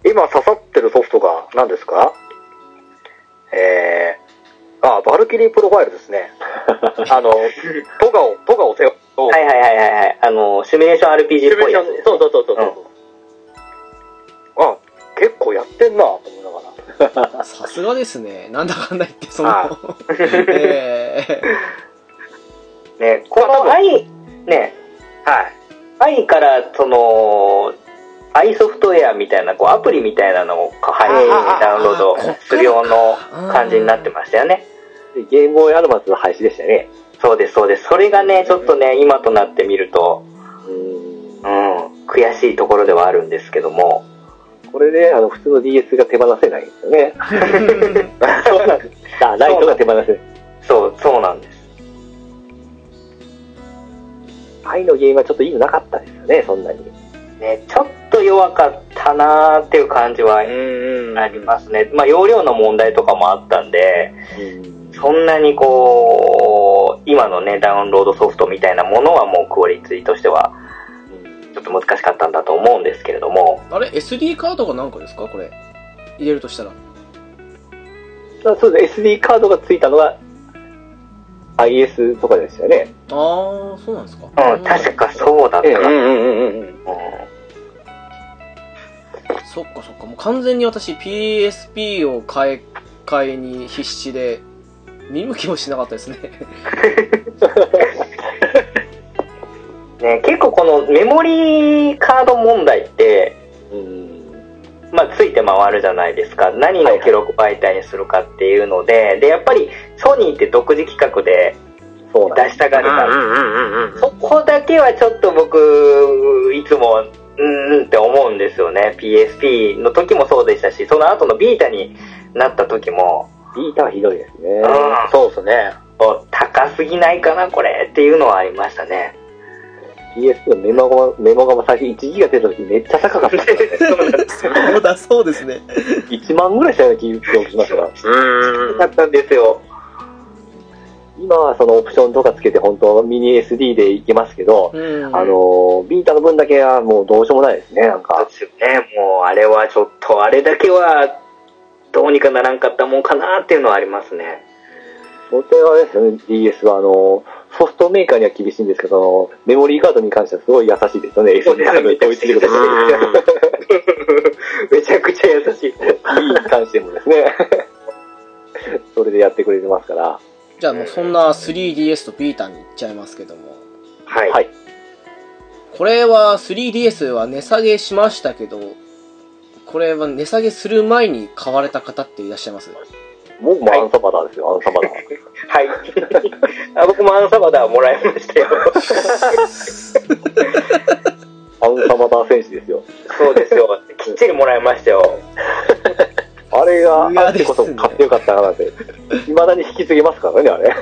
[SPEAKER 1] ーん。
[SPEAKER 5] 今刺さってるソフトが何ですかえー、あ、バルキリープロファイルで
[SPEAKER 3] [laughs]
[SPEAKER 5] すね。あの、トガを、トガを背負う。
[SPEAKER 3] はいはいはいはいはい。あの、シミュレーション RPG っぽいやつです、ね。
[SPEAKER 5] そうそうそうそうそう。あ、結構やってんな、と思いながら。
[SPEAKER 1] さすがですね。なんだかんだ言って、そ
[SPEAKER 5] は
[SPEAKER 1] の、 [laughs] ええ
[SPEAKER 3] ね、この I、ね、
[SPEAKER 5] はい。
[SPEAKER 3] 愛からそのアイソフトウェアみたいなこうアプリみたいなのを早いダウンロードする用の感じになってましたよね
[SPEAKER 2] でゲームボーイアドバンスの廃止でしたね。
[SPEAKER 3] そうですそうですそれがねちょっとね今となってみると
[SPEAKER 2] う
[SPEAKER 3] う。
[SPEAKER 2] ん
[SPEAKER 3] ん悔しいところではあるんですけども
[SPEAKER 2] これで、あの、普通の DS が手放せないんです
[SPEAKER 3] [laughs]
[SPEAKER 2] よね。そうなんです。あ、ライトが手放せない。
[SPEAKER 3] そうそうなんです
[SPEAKER 2] 愛のゲームはちょっといいのなかったですよね、そんなに。
[SPEAKER 3] ねちょっと弱かったなーっていう感じは
[SPEAKER 5] うん
[SPEAKER 3] ありますねまあ容量の問題とかもあったんで
[SPEAKER 2] うん
[SPEAKER 3] そんなにこう今のねダウンロードソフトみたいなものはもうクオリティとしてはちょっと難しかったんだと思うんですけれども、
[SPEAKER 1] あれ ?SD カードがなんかですかこれ。入れるとしたら。
[SPEAKER 2] あそうですね、SD カードがついたのは IS とかでしたよね。
[SPEAKER 1] ああ、そうなんですか。
[SPEAKER 3] うん、確かそうだったかな、うん
[SPEAKER 1] そっかそっか。もう完全に私 PSP を買い替えに必死で、見向きもしなかったですね。
[SPEAKER 3] ね、結構このメモリーカード問題って、
[SPEAKER 2] うん。
[SPEAKER 3] まあ、ついて回るじゃないですか何の記録媒体にするかっていうので,、でやっぱりソニーって独自企画で
[SPEAKER 2] そうなん
[SPEAKER 3] 出
[SPEAKER 2] で
[SPEAKER 3] したがるから、
[SPEAKER 5] うん
[SPEAKER 3] そこだけはちょっと僕いつもうーんって思うんですよね PSP の時もそうでしたしその後のビータになった時も
[SPEAKER 2] す。ビータはひどいですね。
[SPEAKER 3] うん
[SPEAKER 5] そうですね。
[SPEAKER 3] 高すぎないかなこれっていうのはありましたね
[SPEAKER 2] PSP のメモが、メモがもう最初1ギガ出た時めっちゃ高かったですよね。
[SPEAKER 3] [laughs]
[SPEAKER 1] そうだそうですね。
[SPEAKER 2] 1万ぐらいしたような気がしますから。
[SPEAKER 5] [laughs] うん
[SPEAKER 2] だったんですよ。今はそのオプションとかつけて本当ミニ SD でいけますけど、
[SPEAKER 1] うん。
[SPEAKER 2] あの、ビータの分だけはもうどうしようもないですね、なんか。
[SPEAKER 3] ですよねもうあれはちょっとあれだけはどうにかならんかったもんかなっていうのはありますね
[SPEAKER 2] それはあれですよね、DS は、あの、ソフトメーカーには厳しいんですけど、メモリーカードに関してはすごい優しいですよね、
[SPEAKER 3] そう
[SPEAKER 2] SD
[SPEAKER 3] です
[SPEAKER 2] カードに統一し
[SPEAKER 3] [laughs]
[SPEAKER 2] てください。
[SPEAKER 3] めちゃくちゃ優しい
[SPEAKER 2] B に関してもですね。 [laughs] それでやってくれてますから。
[SPEAKER 1] じゃあもうそんな 3DS とビータに行っちゃいますけども。
[SPEAKER 5] はい。
[SPEAKER 2] はい。
[SPEAKER 1] これは 3DS は値下げしましたけど、これは値下げする前に買われた方っていらっしゃいます
[SPEAKER 2] もう、もうアンサバダーですよ、アンサバダー。
[SPEAKER 3] はい。あ僕もアンサバダーもらいましたよ。
[SPEAKER 2] アンサバダー戦士ですよ。
[SPEAKER 3] [laughs] そうですよ。きっちりもらいましたよ。
[SPEAKER 2] あれが、
[SPEAKER 1] いや
[SPEAKER 2] あってこそ
[SPEAKER 1] ですね
[SPEAKER 2] 買ってよかったかなって。未だに引き継ぎますからね、あれ。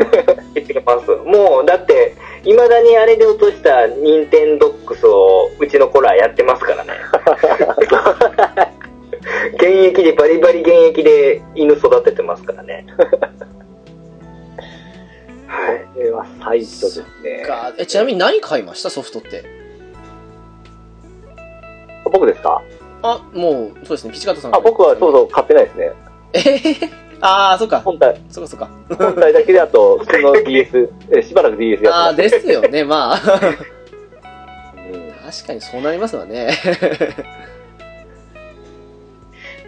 [SPEAKER 3] 引き継ぎます。もう、だって、いまだにあれで落とした任天堂ックスをうちの子らやってますからね。現役で、バリバリ現役で犬育ててますからね。
[SPEAKER 2] これは最初ですね。
[SPEAKER 1] かえちなみに何買いましたソフトって。
[SPEAKER 2] 僕ですか
[SPEAKER 1] あ、もう、そうですね。ピチカートさん
[SPEAKER 2] あ、僕はそう
[SPEAKER 1] う。
[SPEAKER 2] そう買ってないですね。
[SPEAKER 1] えへへへああ、そっか。
[SPEAKER 2] 本体、
[SPEAKER 1] そっかそっか。
[SPEAKER 2] 本体だけであと、普通の DS、えしばらく DS やって
[SPEAKER 1] あ
[SPEAKER 2] ま
[SPEAKER 1] あ、
[SPEAKER 2] す。
[SPEAKER 1] ですよね。まあ。 [laughs]
[SPEAKER 2] うん
[SPEAKER 1] 確かにそうなりますわね。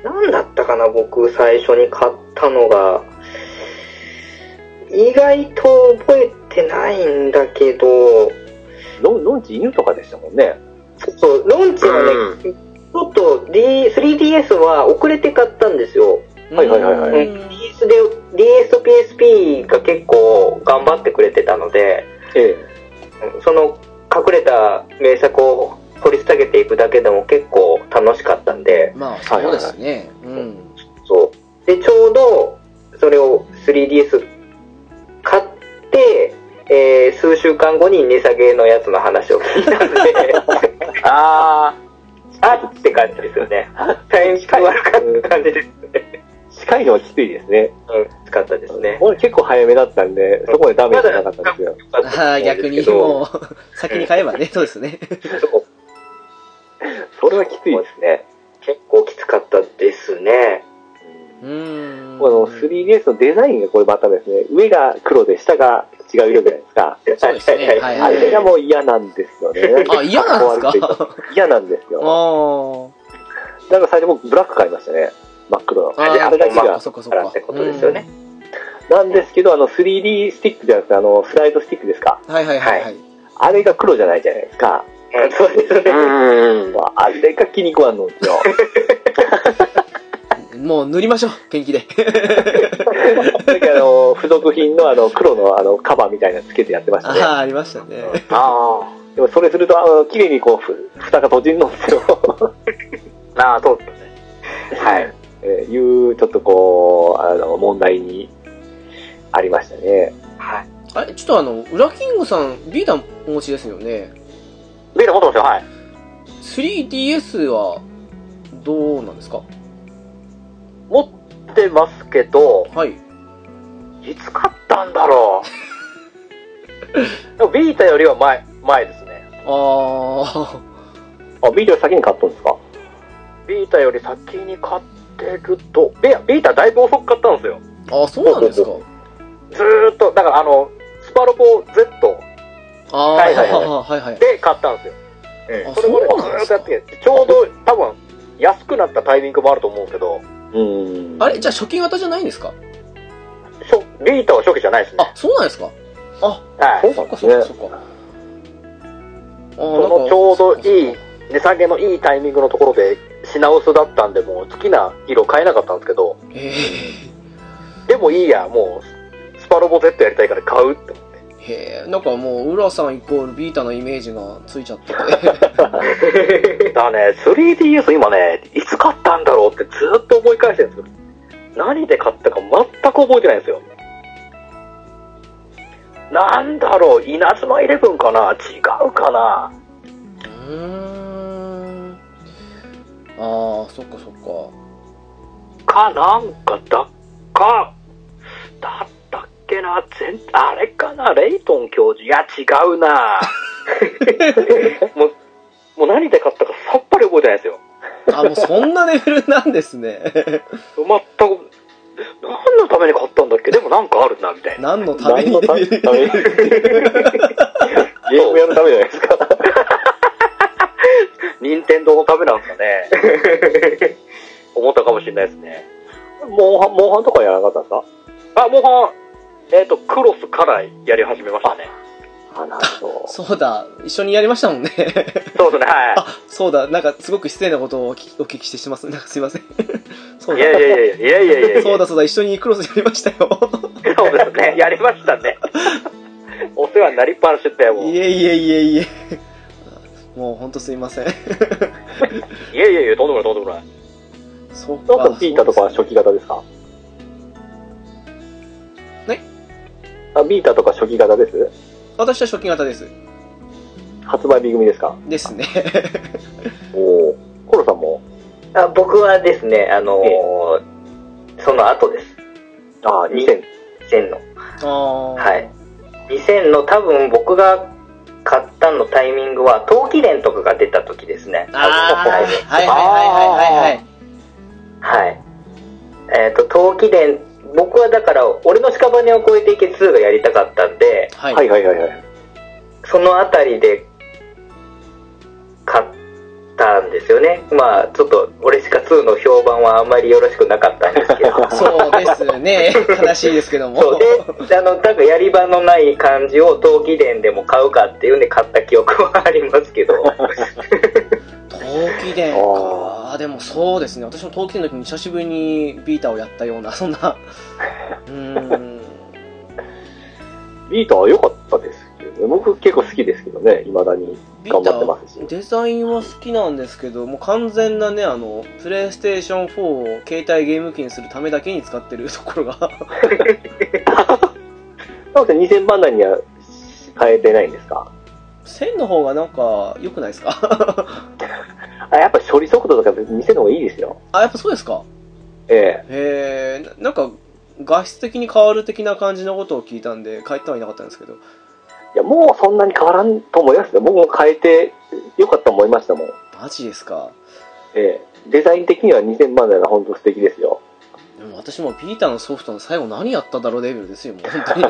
[SPEAKER 3] 何だったかな、僕最初に買ったのが。意外と覚えてないんだけど、
[SPEAKER 2] ののんち犬とかでしたもんね。
[SPEAKER 3] そう、ロンチはね、ちょっと、D、3DS は遅れて買ったんですよ。
[SPEAKER 2] はいはいはいはい
[SPEAKER 1] うん
[SPEAKER 3] DS で、DS と PSP が結構頑張ってくれてたので、
[SPEAKER 2] え
[SPEAKER 3] その隠れた名作を掘り下げていくだけでも結構楽しかったんで、
[SPEAKER 1] まあ、そうですね。うん。
[SPEAKER 3] そう。で、ちょうど、それを 3DS 買って、えー数週間後に値下げのやつの話を聞いたん
[SPEAKER 1] [laughs]
[SPEAKER 3] で、
[SPEAKER 2] あ
[SPEAKER 3] あって感じですよね。タイミング悪かった感じですね。
[SPEAKER 2] あ、近いのはきついですね。
[SPEAKER 3] うん、使ったですね。
[SPEAKER 2] 俺結構早めだったんで、そこでダメージなかったんですよ。
[SPEAKER 3] 良かったと
[SPEAKER 1] あ
[SPEAKER 3] 思う
[SPEAKER 1] あ、
[SPEAKER 3] んですけ
[SPEAKER 1] 逆に
[SPEAKER 3] ど
[SPEAKER 1] もう、 [laughs] 先に買えばね、そうですね。
[SPEAKER 3] そう
[SPEAKER 2] それはきついですね。
[SPEAKER 3] 結構きつかったですね。
[SPEAKER 1] うーん。
[SPEAKER 2] [laughs] この 3DS のデザインがこれまたですね、上が黒で下が違う色じゃないですか。
[SPEAKER 1] そうですね。はい
[SPEAKER 2] あ
[SPEAKER 1] はい。
[SPEAKER 2] れがもう嫌なんですよね。
[SPEAKER 1] あ、嫌なんです
[SPEAKER 2] かっこ
[SPEAKER 1] か
[SPEAKER 2] 悪くて嫌なんです
[SPEAKER 1] あ
[SPEAKER 2] よ。
[SPEAKER 1] ー
[SPEAKER 2] だから最初僕ブラック買いましたね。真っ黒の。
[SPEAKER 1] あー。
[SPEAKER 2] あれだけ
[SPEAKER 1] そっ
[SPEAKER 2] が
[SPEAKER 1] か。そっかそっ
[SPEAKER 3] から
[SPEAKER 1] か。
[SPEAKER 3] ってことですよね。
[SPEAKER 2] なんですけど、あの 3D スティックじゃなくて、あのスライドスティックですか。
[SPEAKER 1] うん。はいはいはいはい。
[SPEAKER 2] あれが黒じゃないじゃないですか。
[SPEAKER 3] うんそうですね。
[SPEAKER 5] うん。
[SPEAKER 2] まああれが気に食わんのですよ。
[SPEAKER 1] もう塗りましょう、ペンキで。
[SPEAKER 2] それからあの、付属品のあの、黒のあの、カバーみたいなのつけてやってまし
[SPEAKER 1] [laughs] あ
[SPEAKER 2] たね。
[SPEAKER 1] あ、ありましたね。
[SPEAKER 5] あ
[SPEAKER 2] でもそれすると、あの、綺麗にこうふ、蓋が閉じるのですよ。
[SPEAKER 5] あ。なあ、そうですね。
[SPEAKER 3] はい。
[SPEAKER 2] [laughs] えーいう、ちょっとこう、あの、問題にありましたね。
[SPEAKER 5] はい。
[SPEAKER 1] あれ、ちょっとあの、ウラキングさん、ビータお持ちですよね。
[SPEAKER 5] ビール持ってますよ、はい。
[SPEAKER 1] 3DS は、どうなんですか
[SPEAKER 5] 持ってますけど、
[SPEAKER 1] はい。
[SPEAKER 5] いつ買ったんだろう。でもビータよりは前、前ですね。
[SPEAKER 1] あ
[SPEAKER 2] あ、ビートル先に買ったんですか
[SPEAKER 5] ビータより先に買ってると、ビビータだいぶ遅く買ったんですよ。
[SPEAKER 1] あ、あそうなんですか。
[SPEAKER 5] ずーっと、だからあの、スパロボ Z
[SPEAKER 1] ああー、
[SPEAKER 5] [laughs] はいはいはい
[SPEAKER 1] はいはい。
[SPEAKER 5] で買ったんですよ。
[SPEAKER 1] あ
[SPEAKER 5] それまで
[SPEAKER 1] そうなんで
[SPEAKER 5] ずーっ
[SPEAKER 1] す
[SPEAKER 5] と
[SPEAKER 1] か
[SPEAKER 5] やってきて、ちょうど多分安くなったタイミングもあると思うんですけど、
[SPEAKER 2] うーん。
[SPEAKER 1] あれじゃあ初期型じゃないんですか
[SPEAKER 5] しょビータは初期じゃないです
[SPEAKER 1] あ
[SPEAKER 5] ね。、
[SPEAKER 1] そうなんですか
[SPEAKER 5] は
[SPEAKER 2] そう
[SPEAKER 1] そ
[SPEAKER 2] な
[SPEAKER 1] っ
[SPEAKER 2] ん
[SPEAKER 1] かそ
[SPEAKER 2] です
[SPEAKER 1] っか
[SPEAKER 2] ね。
[SPEAKER 1] そっか。あ
[SPEAKER 5] い。
[SPEAKER 1] ー
[SPEAKER 5] そのちょうどいい、値下げのいいタイミングのところで品薄だったんで、もう好きな色買えなかったんですけど、
[SPEAKER 1] え
[SPEAKER 5] でもいいや、もう、スパロボ Z やりたいから買うって思って。
[SPEAKER 1] ー、へえ、なんかもう、浦さんイコールビータのイメージがついちゃ
[SPEAKER 5] [laughs]
[SPEAKER 1] ってて。
[SPEAKER 5] だね、3DS 今ね、いつ買ったんだろうってずっと思い返してるんですけど、何で買ったか全く覚えてないんですよ。なんだろう、稲妻イレブンかな違うかな
[SPEAKER 1] うーん。ああ、そっかそっか。
[SPEAKER 5] か、なんか、だっか、だったっけな全、あれかなレイトン教授。いや、違うなもう、もう何で買ったかさっぱり覚えてないですよ。
[SPEAKER 1] あ、もうそんなレベルなんですね。 [laughs]
[SPEAKER 5] 全く、何のために買ったんだっけでもなんかあるな、みたいな。
[SPEAKER 1] 何のため
[SPEAKER 2] 何
[SPEAKER 1] に
[SPEAKER 2] の
[SPEAKER 1] 出
[SPEAKER 2] た
[SPEAKER 1] て
[SPEAKER 2] め
[SPEAKER 1] る
[SPEAKER 2] ために [laughs] ゲームやるためじゃないですか。
[SPEAKER 5] [laughs] 任天堂のためなんです
[SPEAKER 2] [laughs]
[SPEAKER 5] かね。思ったかもしれないですね。
[SPEAKER 2] モンハン、モンハンとかやらなかったんですか
[SPEAKER 5] あ、モンハン、えっ、と、クロスからやり始めましたね。
[SPEAKER 2] あ、なるほ
[SPEAKER 1] [laughs] そうだ、一緒にやりましたもんね。
[SPEAKER 5] そうですね、はい。
[SPEAKER 1] あ、そうだ、なんかすごく失礼なことをお聞きお聞きしてします。なんかすいません。 [laughs]
[SPEAKER 2] [laughs]
[SPEAKER 1] そう
[SPEAKER 5] い
[SPEAKER 1] だ
[SPEAKER 5] やい、やいやいやいやいやいや
[SPEAKER 1] そうだそうだ、一緒にクロスやりましたよ。
[SPEAKER 5] そうですね。やりましたね。
[SPEAKER 2] [laughs]
[SPEAKER 5] お世話になりっぱなしだよ、もう。
[SPEAKER 1] い
[SPEAKER 5] い
[SPEAKER 1] えいえいえいえ。もうほんとすいません。
[SPEAKER 5] やいやいや、とんでもない、とんでもない。
[SPEAKER 1] そうか
[SPEAKER 2] ど。なんかビータとかは初期型ですか
[SPEAKER 1] ね
[SPEAKER 2] あ、ビータとか初期型です
[SPEAKER 1] 私は初期型です。
[SPEAKER 2] 発売日組ですか
[SPEAKER 1] ですね。
[SPEAKER 2] おお。コロさんも、
[SPEAKER 3] あ僕はですね、あのーその後です。
[SPEAKER 2] ああ、2000。
[SPEAKER 3] 2000の。
[SPEAKER 1] ああ。
[SPEAKER 3] はい。2000の多分僕が買ったのタイミングは、冬季連とかが出た時ですね。
[SPEAKER 1] あー
[SPEAKER 3] はい
[SPEAKER 1] はいはいはいはいはいはい。
[SPEAKER 3] はい。えっ、と、冬季連、僕はだから、俺の屍を超えていけ2がやりたかったんで、
[SPEAKER 1] はい。
[SPEAKER 2] はいはいはいはい。
[SPEAKER 3] そのあたりで買ったんですよね。まあ、ちょっと、俺しか2の評判はあんまりよろしくなかったんですけ
[SPEAKER 1] [laughs]
[SPEAKER 3] ど。
[SPEAKER 1] そうですね。悲しいですけども。
[SPEAKER 3] そうで、あの、多分やり場のない感じを陶器伝でも買うかっていうんで買った記憶はありま
[SPEAKER 1] [laughs]
[SPEAKER 3] すけど。
[SPEAKER 1] 陶器伝
[SPEAKER 2] あ
[SPEAKER 1] か。でもそうですね。私も陶器伝の時に久しぶりにビータをやったような、そんな。うーん。
[SPEAKER 2] ビータは良かったですけどね。僕結構好きですけどね、未だに。
[SPEAKER 1] ビー
[SPEAKER 2] 頑張って
[SPEAKER 1] タ
[SPEAKER 2] ますし。
[SPEAKER 1] デザインは好きなんですけど、もう完全なね、あの、プレイステーション4を携帯ゲーム機にするためだけに使ってる [laughs] ところが。
[SPEAKER 2] [laughs] なので2000番台には変えてないんですか
[SPEAKER 1] 1000の方がなんか良くないですか [laughs]
[SPEAKER 2] あ、やっぱ処理速度とか2000の方がいいですよ。
[SPEAKER 1] あ、やっぱそうですか
[SPEAKER 2] え
[SPEAKER 1] へえななんか画質的に変わる的な感じのことを聞いたんで変えてはいなかったんですけど
[SPEAKER 2] えいや、もうそんなに変わらんと思いますよ。僕も変えて良かったと思いましたもん。
[SPEAKER 1] マジですか
[SPEAKER 2] ええデザイン的には2000番台が本当素敵ですよ。
[SPEAKER 1] でも私もビータのソフトの最後何やっただろうレベルですよもう
[SPEAKER 2] [laughs]
[SPEAKER 1] 本当に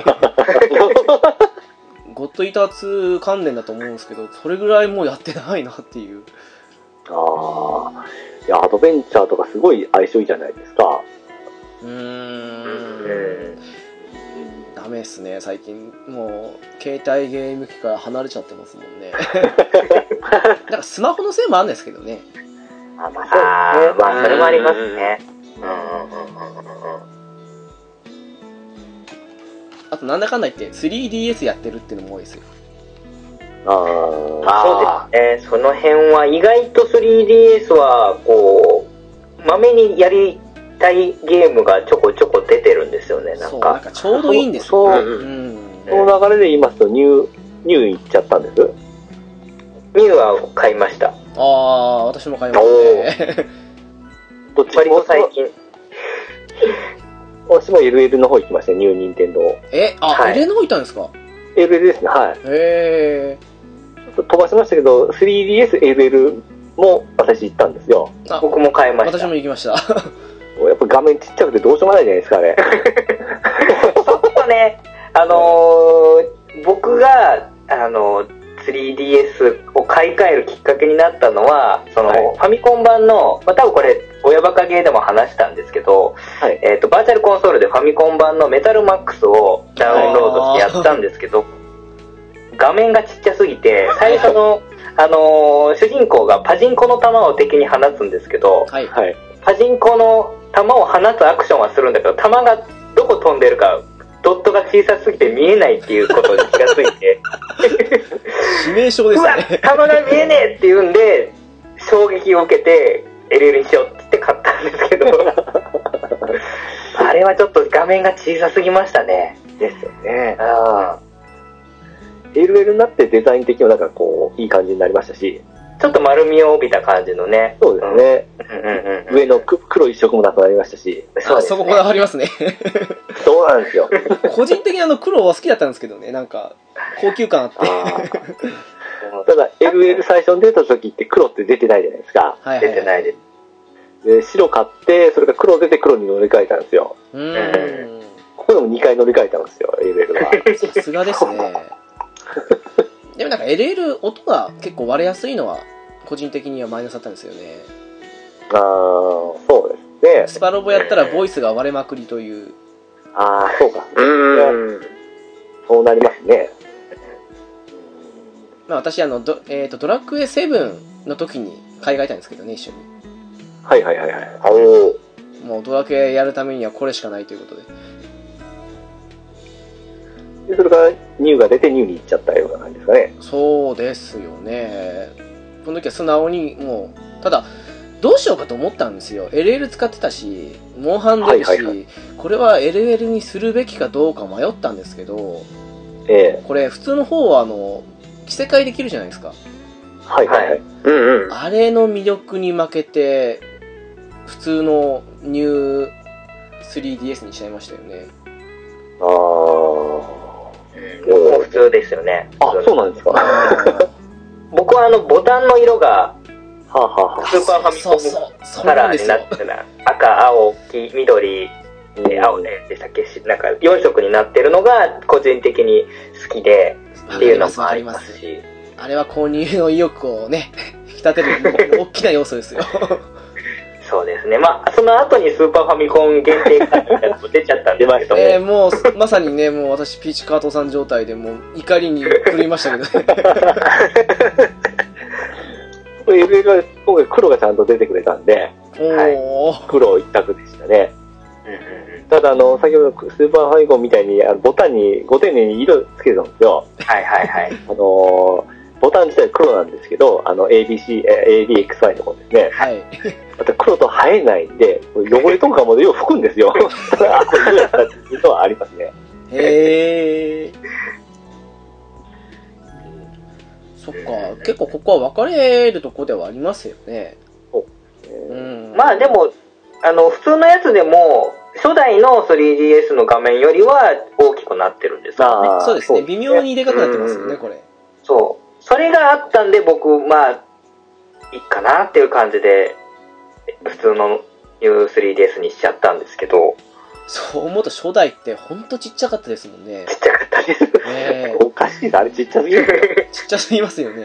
[SPEAKER 1] ゴッドイーター2関連だと思うんですけどそれぐらいもうやってないなっていう
[SPEAKER 2] ああ。いや、アドベンチャーとかすごい相性いいじゃないですか。
[SPEAKER 1] うー
[SPEAKER 3] え
[SPEAKER 1] んダメっすね最近もう携帯ゲーム機から離れちゃってますもん
[SPEAKER 3] [laughs]
[SPEAKER 1] ねなんかスマホのせいもあるんですけどね
[SPEAKER 3] あ、まあ、
[SPEAKER 5] そうですね
[SPEAKER 3] まあ、それもありますね。うんうんうん
[SPEAKER 1] あとなんだかんだ言って 3DS やってるっていうのも多いですよ
[SPEAKER 2] ああ。
[SPEAKER 3] そうですね。その辺は意外と 3DS は、こう、まめにやりたいゲームがちょこちょこ出てるんですよね、な
[SPEAKER 1] そ
[SPEAKER 3] ん
[SPEAKER 1] うなん
[SPEAKER 3] か。
[SPEAKER 1] かちょうどいいんですよ
[SPEAKER 2] そうう、
[SPEAKER 5] ん
[SPEAKER 1] う
[SPEAKER 5] うん
[SPEAKER 1] ん
[SPEAKER 2] その流れで言いますと、ニュー、ニュー行っちゃったんです。
[SPEAKER 3] ミューは買いました。
[SPEAKER 1] ああ、私も買いましたね。
[SPEAKER 2] どっち
[SPEAKER 3] 割
[SPEAKER 2] も
[SPEAKER 3] と最近。
[SPEAKER 2] 私も LL の方行きました、ニューニンテンドー。
[SPEAKER 1] [laughs] え、あ、
[SPEAKER 3] はい
[SPEAKER 1] 入れのいたんですか
[SPEAKER 2] LL ですね、は
[SPEAKER 1] へ
[SPEAKER 2] い。
[SPEAKER 1] え。
[SPEAKER 2] ちょっと飛ばしましたけど、3DS、LL も私行ったんですよ。
[SPEAKER 1] あ、
[SPEAKER 3] 僕も買いました。
[SPEAKER 1] 私も行きま
[SPEAKER 3] [laughs]
[SPEAKER 1] した。
[SPEAKER 2] やっぱ画面ちっちゃくてどうしようもないじゃないですか、あれ。
[SPEAKER 3] ちょっとね、あのー僕が、あのー 3DS を買い替えるきっかけになったのは、その、
[SPEAKER 2] はい
[SPEAKER 3] ファミコン版の、まあ、多分これ、親バカゲーでも話したんですけど、
[SPEAKER 2] はい。
[SPEAKER 3] えっ、と、バーチャルコンソールでファミコン版のメタルマックスをダウンロードしてやったんですけど、画面がちっちゃすぎて、最初
[SPEAKER 2] [laughs]
[SPEAKER 3] の、あのー主人公がパチンコの玉を敵に放つんですけど、
[SPEAKER 1] はい。
[SPEAKER 2] はい。
[SPEAKER 3] パチンコの弾を放つアクションはするんだけど、弾がどこ飛んでるか、ドットが小さすぎて見えないっていうことに気がついて、
[SPEAKER 1] 致命傷で
[SPEAKER 3] う
[SPEAKER 1] す
[SPEAKER 3] わ
[SPEAKER 1] ね。
[SPEAKER 3] 弾が見えねえって言うんで、衝撃を受けて、LL にしようって言って買ったんですけど、あれはちょっと画面が小さすぎましたね。
[SPEAKER 2] ですよね。
[SPEAKER 3] あ
[SPEAKER 2] LL になってデザイン的にもなんかこう、いい感じになりましたし、
[SPEAKER 3] ちょっと丸みを帯びた感じのね。
[SPEAKER 2] そうですね。
[SPEAKER 3] うんうんうん。
[SPEAKER 2] 上のく黒一色もなくなりましたし、
[SPEAKER 3] そう
[SPEAKER 1] あ
[SPEAKER 3] です
[SPEAKER 1] そこ
[SPEAKER 3] ね
[SPEAKER 1] こだわりますね。
[SPEAKER 2] そうなんです [laughs] よ。
[SPEAKER 1] 個人的にあの黒は好きだったんですけどね、なんか、高級感あって。
[SPEAKER 2] [laughs] ただ、LL 最初に出た時って黒って出てないじゃないですか。
[SPEAKER 1] はいはい。
[SPEAKER 3] 出てないです。
[SPEAKER 2] で、白買って、それから黒出て黒に乗り換えたんですよ。
[SPEAKER 1] うーん。
[SPEAKER 2] ここでも2回乗り換えたんですよ、LL [laughs] は。
[SPEAKER 1] さすがですね。でもなんか LL 音が結構割れやすいのは、個人的にはマイナスだったんですよね。
[SPEAKER 2] あーそうですね。
[SPEAKER 1] スパロボやったらボイスが割れまくりという。
[SPEAKER 2] ああ、そうか。
[SPEAKER 5] うん。
[SPEAKER 2] そうなりますね。
[SPEAKER 1] まあ、私あのド、えーと、ドラクエ7の時に海外行ったんですけどね、一緒に。
[SPEAKER 2] はいはいはいはい。
[SPEAKER 5] あおー
[SPEAKER 1] もうドラクエやるためにはこれしかないということで。
[SPEAKER 2] でそれから、ニューが出てニューに行っちゃったような感じですかね。
[SPEAKER 1] そうですよね。この時は素直にもう、ただ、どうしようかと思ったんですよ。LL 使ってたし、モンハン出るし、
[SPEAKER 2] はいはいは
[SPEAKER 1] これは LL にするべきかどうか迷ったんですけど、
[SPEAKER 2] ええ
[SPEAKER 1] これ普通の方はあの、着せ替えできるじゃないですか。
[SPEAKER 2] はいはいはい。
[SPEAKER 5] うんうん。
[SPEAKER 1] あれの魅力に負けて、普通のニュー 3DS にしちゃいましたよね。
[SPEAKER 2] ああ。
[SPEAKER 3] もう普通ですよね。
[SPEAKER 2] あ、そうなんですか。は
[SPEAKER 3] 僕はあの、ボタンの色が、
[SPEAKER 2] あ、はあ
[SPEAKER 3] [laughs]
[SPEAKER 2] は
[SPEAKER 3] スーパーファミコン
[SPEAKER 1] そうそうそうそうな
[SPEAKER 3] カラ
[SPEAKER 1] んで
[SPEAKER 3] ー
[SPEAKER 1] す
[SPEAKER 3] にな
[SPEAKER 1] よ
[SPEAKER 3] っ。てな赤、青、黄、緑、
[SPEAKER 2] あ、
[SPEAKER 3] で青ね、でしたっけし、なんか4色になってるのが個人的に好きで、っていうのもありますし。
[SPEAKER 1] あれは購入の意欲をね、 [laughs] 引き立てる大きな要素
[SPEAKER 2] [laughs]
[SPEAKER 1] ですよ。
[SPEAKER 3] そうですね。まあ、その後にスーパーファミコン限定化みたいなのも出ちゃったんですけど、
[SPEAKER 1] えー、もう、まさにね、もう私、ピーチカートさん状態で、もう怒りに狂いました
[SPEAKER 2] [laughs]
[SPEAKER 1] けどね。
[SPEAKER 2] これ LA が、今回黒がちゃんと出てくれたんで、
[SPEAKER 1] おー、
[SPEAKER 2] 黒一択でしたね。
[SPEAKER 3] うんうんうん
[SPEAKER 2] ただ、あの、先ほどのスーパーファイコンみたいに、あのボタンにご丁寧に色つけてたんですよ。
[SPEAKER 3] はいはいはい。
[SPEAKER 2] あのーボタン自体黒なんですけど、あの、ABC、えー ADXY の方ですね。
[SPEAKER 1] はい。
[SPEAKER 2] また黒と生えないんで、汚れとかもよう拭くんですよ。あ、これどうやったっていうのはありますね。
[SPEAKER 1] へー。そっか、結構ここは分かれるとこではありますよね。うん。
[SPEAKER 3] まあでも、あの、普通のやつでも、初代の 3DS の画面よりは大きくなってるんですよね。
[SPEAKER 2] あー
[SPEAKER 1] そうですね、微妙。にでかくなってます
[SPEAKER 5] う
[SPEAKER 1] よ
[SPEAKER 5] んうんう
[SPEAKER 1] ね、
[SPEAKER 5] ん
[SPEAKER 1] これ。
[SPEAKER 3] そう。それがあったんで、僕、まあ、いいかなっていう感じで、普通の U3DS にしちゃったんですけど、
[SPEAKER 1] そう思うと初代ってほんとちっちゃかったですもんね。
[SPEAKER 2] ちっちゃかったです。
[SPEAKER 1] ね
[SPEAKER 2] おかしいです。あれちっちゃすぎる。
[SPEAKER 1] えちっちゃすぎますよね。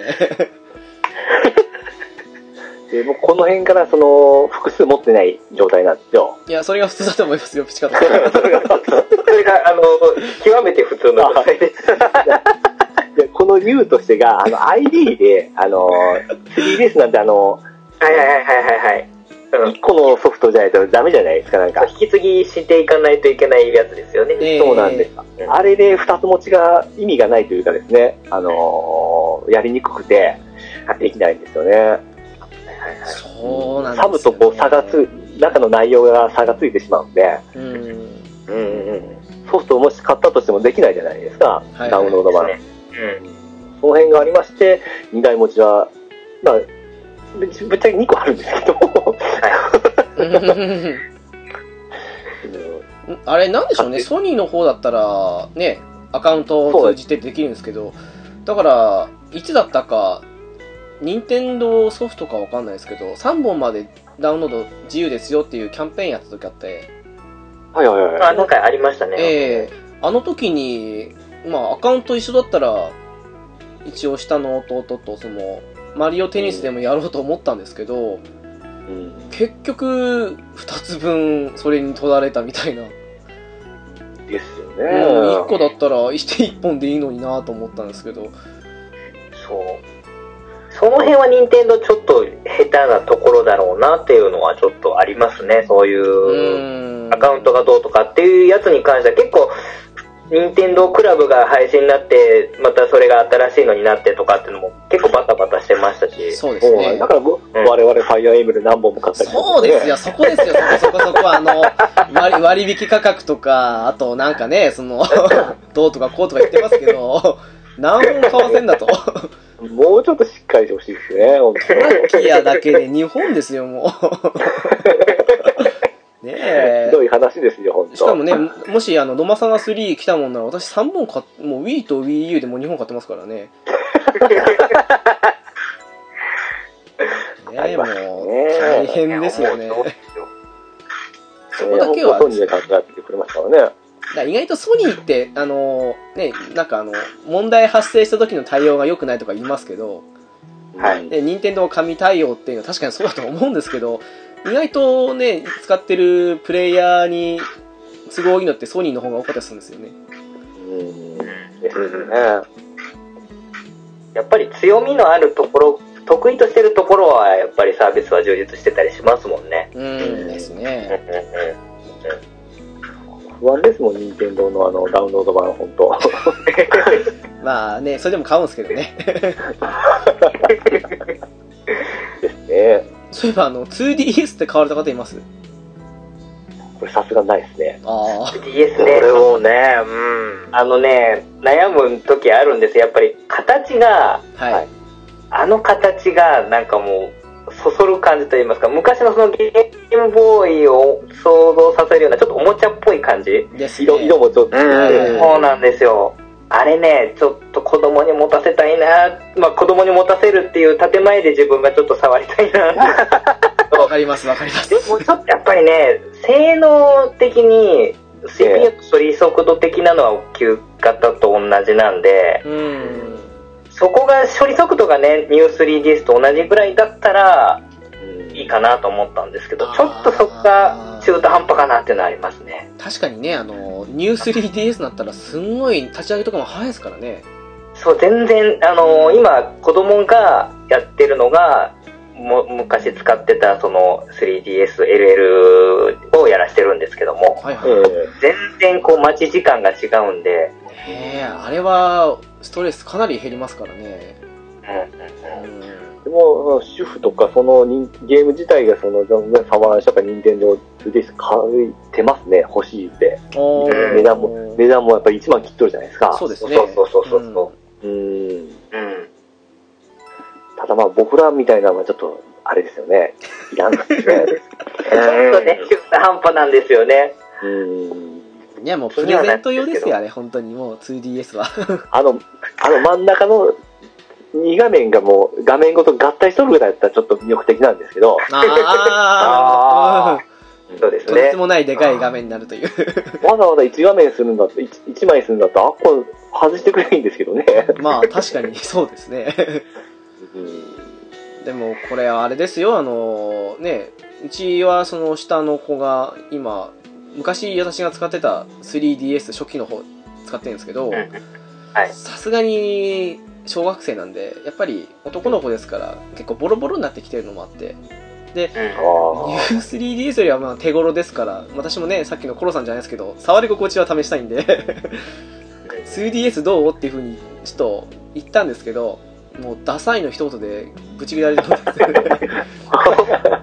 [SPEAKER 2] でもうこの辺から、その、複数持ってない状態なんですよ。
[SPEAKER 1] いや、それが普通だと思いますよ、ピチカートさん。
[SPEAKER 2] [laughs]
[SPEAKER 3] それが、あの、極めて普通の状態で、
[SPEAKER 2] でこのニューとしてが、あの、ID で、あの、3DS なんて、あの、
[SPEAKER 3] はいはいはいはいはいはい。うん
[SPEAKER 2] 1個のソフトじゃないとダメじゃないですか、なんか。
[SPEAKER 3] 引き継ぎしていかないといけないやつですよね。
[SPEAKER 1] えー
[SPEAKER 2] そうなんです。あれで2つ持ちが意味がないというかですね、あのーやりにくくて、できないんですよね。
[SPEAKER 1] そうなんですよ、ね。
[SPEAKER 2] サブとこう差がつ、中の内容が差がついてしまうんで、
[SPEAKER 1] うん。 [laughs]
[SPEAKER 5] うんうん。
[SPEAKER 2] ソフトをもし買ったとしてもできないじゃないですか、
[SPEAKER 1] いはい
[SPEAKER 2] ダウンロード版。
[SPEAKER 3] ですうん。
[SPEAKER 2] その辺がありまして、2台持ちは、まあ、ぶっちぶっちゃけ2個あるんですけど、うん
[SPEAKER 1] あれ、なんでしょうね、ソニーの方だったら、ね、アカウントを通じてできるんですけど、だから、いつだったか、任天堂ソフトかわかんないですけど、3本までダウンロード自由ですよっていうキャンペーンやった時あって、
[SPEAKER 2] はいはいはい。
[SPEAKER 3] あ、なんかありましたね。
[SPEAKER 1] ええあの時に、まあ、アカウント一緒だったら、一応下の弟と、その、マリオテニスでもやろうと思ったんですけど、
[SPEAKER 2] うん
[SPEAKER 1] 結局、2つ分、それに取られたみたいな。
[SPEAKER 2] ですよ
[SPEAKER 1] うん、1
[SPEAKER 2] ね。
[SPEAKER 1] 個だったら、して1本でいいのになと思ったんですけど、
[SPEAKER 3] そう。その辺は任天堂ちょっと下手なところだろうなっていうのはちょっとありますね。そういうう
[SPEAKER 1] ーん。
[SPEAKER 3] アカウントがどうとかっていうやつに関しては結構、任天堂クラブが配信になって、またそれが新しいのになってとかっていうのも結構バタバタしてましたし。
[SPEAKER 1] そうです
[SPEAKER 2] そう
[SPEAKER 1] ね
[SPEAKER 2] だ。からもう、
[SPEAKER 3] うん
[SPEAKER 2] 我々ファイアーエムブレム何本も買ったり
[SPEAKER 1] そうですよ、そこですよ、そこそこそこ、あの、割割引価格とか、あとなんかね、その、どうとかこうとか言ってますけど、何本も買わせんだと。
[SPEAKER 2] もうちょっとしっかりしてほしいですね、本当に
[SPEAKER 1] キアだけで日本ですよ、も
[SPEAKER 2] [laughs]
[SPEAKER 1] う。ねえ
[SPEAKER 2] ひ。どい話ですよ、本当
[SPEAKER 1] しかもね、もし、あの、ドマサガ3来たもんなら、私3本買っもう Wii と WiiU でもう2本買ってます
[SPEAKER 2] [laughs]
[SPEAKER 1] からね。ね
[SPEAKER 2] あ
[SPEAKER 1] え、
[SPEAKER 2] り
[SPEAKER 1] も
[SPEAKER 2] ますね
[SPEAKER 1] う、大変ですよね。だ
[SPEAKER 3] そう
[SPEAKER 1] か
[SPEAKER 3] ですよ
[SPEAKER 1] そこだけは
[SPEAKER 2] ソニーで考えてくれましたからね。
[SPEAKER 1] ら意外とソニーって、あの、ね、なんかあの、問題発生した時の対応が良くないとか言いますけど、
[SPEAKER 3] はい
[SPEAKER 2] うん。
[SPEAKER 1] ね、任天堂神対応っていうのは確かにそうだと思うんですけど、意外とね、使ってるプレイヤーに都合いいのってソニーの方が多かったりするんですよね。
[SPEAKER 2] うん。
[SPEAKER 3] ですね。やっぱり強みのあるところ、得意としてるところは、やっぱりサービスは充実してたりしますもんね。
[SPEAKER 1] うんです
[SPEAKER 3] うん
[SPEAKER 1] ね。
[SPEAKER 3] うんうん
[SPEAKER 2] 不安ですもん、任天堂のあの、ダウンロード版、本
[SPEAKER 1] [laughs]
[SPEAKER 2] 当
[SPEAKER 1] まあね、それでも買うんですけどね。 [laughs]
[SPEAKER 2] ですね。
[SPEAKER 1] そういえばあの、2DS って買われた方います
[SPEAKER 2] これさすがないですね。
[SPEAKER 1] ああ。
[SPEAKER 3] DS
[SPEAKER 5] こ
[SPEAKER 3] ね、
[SPEAKER 5] れをね、うん。
[SPEAKER 3] あのね、悩む時あるんですやっぱり形が、
[SPEAKER 1] は
[SPEAKER 2] はいい。
[SPEAKER 3] あの形がなんかもう、そそる感じといいますか、昔のそのゲームボーイを想像させるような、ちょっとおもちゃっぽい感じ。
[SPEAKER 1] ですね。
[SPEAKER 2] 色、色もちょっと、
[SPEAKER 5] うん
[SPEAKER 3] そうなんですよ。あれね、ちょっと子供に持たせたいな、まあ子供に持たせるっていう建前で自分がちょっと触りたい
[SPEAKER 5] [laughs]
[SPEAKER 3] な。
[SPEAKER 1] わかります、わかります。
[SPEAKER 3] でもちょっとやっぱりね、性能的に CPU と処理速度的なのは旧型と同じなんで、
[SPEAKER 1] うん。
[SPEAKER 3] そこが処理速度がね、ニュー 3DS と同じぐらいだったらいいかなと思ったんですけど
[SPEAKER 1] あ、ー
[SPEAKER 3] ちょっとそこが中途半端かなっていうのはありますね。
[SPEAKER 1] 確かにね、あの、ニュー 3DS になったらすんごい立ち上げとかも早いですからね。
[SPEAKER 3] そう、全然、あのー今、子供がやってるのが、も昔使ってたその 3DSLL をやらしてるんですけども、
[SPEAKER 1] はいはい。
[SPEAKER 2] うん。
[SPEAKER 3] 全然こう待ち時間が違うんで、
[SPEAKER 1] ねえ、あれは、ストレスかなり減りますからね。
[SPEAKER 3] うん
[SPEAKER 1] うん
[SPEAKER 2] でも、主婦とか、その人ゲーム自体が、その、全然サマーシャか任天堂 2DS 買ってますね、欲しいって。
[SPEAKER 1] おー
[SPEAKER 2] 値段も、値段もやっぱり1万切っとるじゃないですか。
[SPEAKER 1] そうですね。
[SPEAKER 3] そうそうそうそうそ
[SPEAKER 2] うん。
[SPEAKER 3] う。うん。
[SPEAKER 2] ただまあ、僕らみたいなのはちょっと、あれですよね。いらんですね。
[SPEAKER 1] [laughs]
[SPEAKER 3] ちょっとね、中途半端なんですよね。
[SPEAKER 2] うん。
[SPEAKER 1] いや、もうプレゼント用ですよ、あれ、本当に。もう 2DS は。
[SPEAKER 2] あの、あの真ん中の2画面がもう画面ごと合体しとるぐらいだったらちょっと魅力的なんですけ [laughs] ど、
[SPEAKER 1] [laughs] ああ、
[SPEAKER 3] そうです
[SPEAKER 1] とて
[SPEAKER 3] ね
[SPEAKER 1] つ。もないでかい画面になるという。
[SPEAKER 2] わざわざ1画面するんだと、1, 枚するんだったら、あ、これ外してくればいいんですけどね。
[SPEAKER 1] まあ、確かにそうですね。でも、これ、あれですよ、あの、ね、うちは、その、下の子が、今、昔私が使ってた 3DS 初期の方使ってるんですけど、
[SPEAKER 3] はい
[SPEAKER 1] さすがに、小学生なんで、やっぱり男の子ですから、結構ボロボロになってきてるのもあって、
[SPEAKER 2] あー
[SPEAKER 1] U3DS よりはまあ手頃ですから、私もね、さっきのコロさんじゃないですけど、触り心地は試したいん
[SPEAKER 5] [laughs]
[SPEAKER 1] で、2DS どうっていうふうにちょっと言ったんですけど、もうダサいの一言でぶち切られてましたね。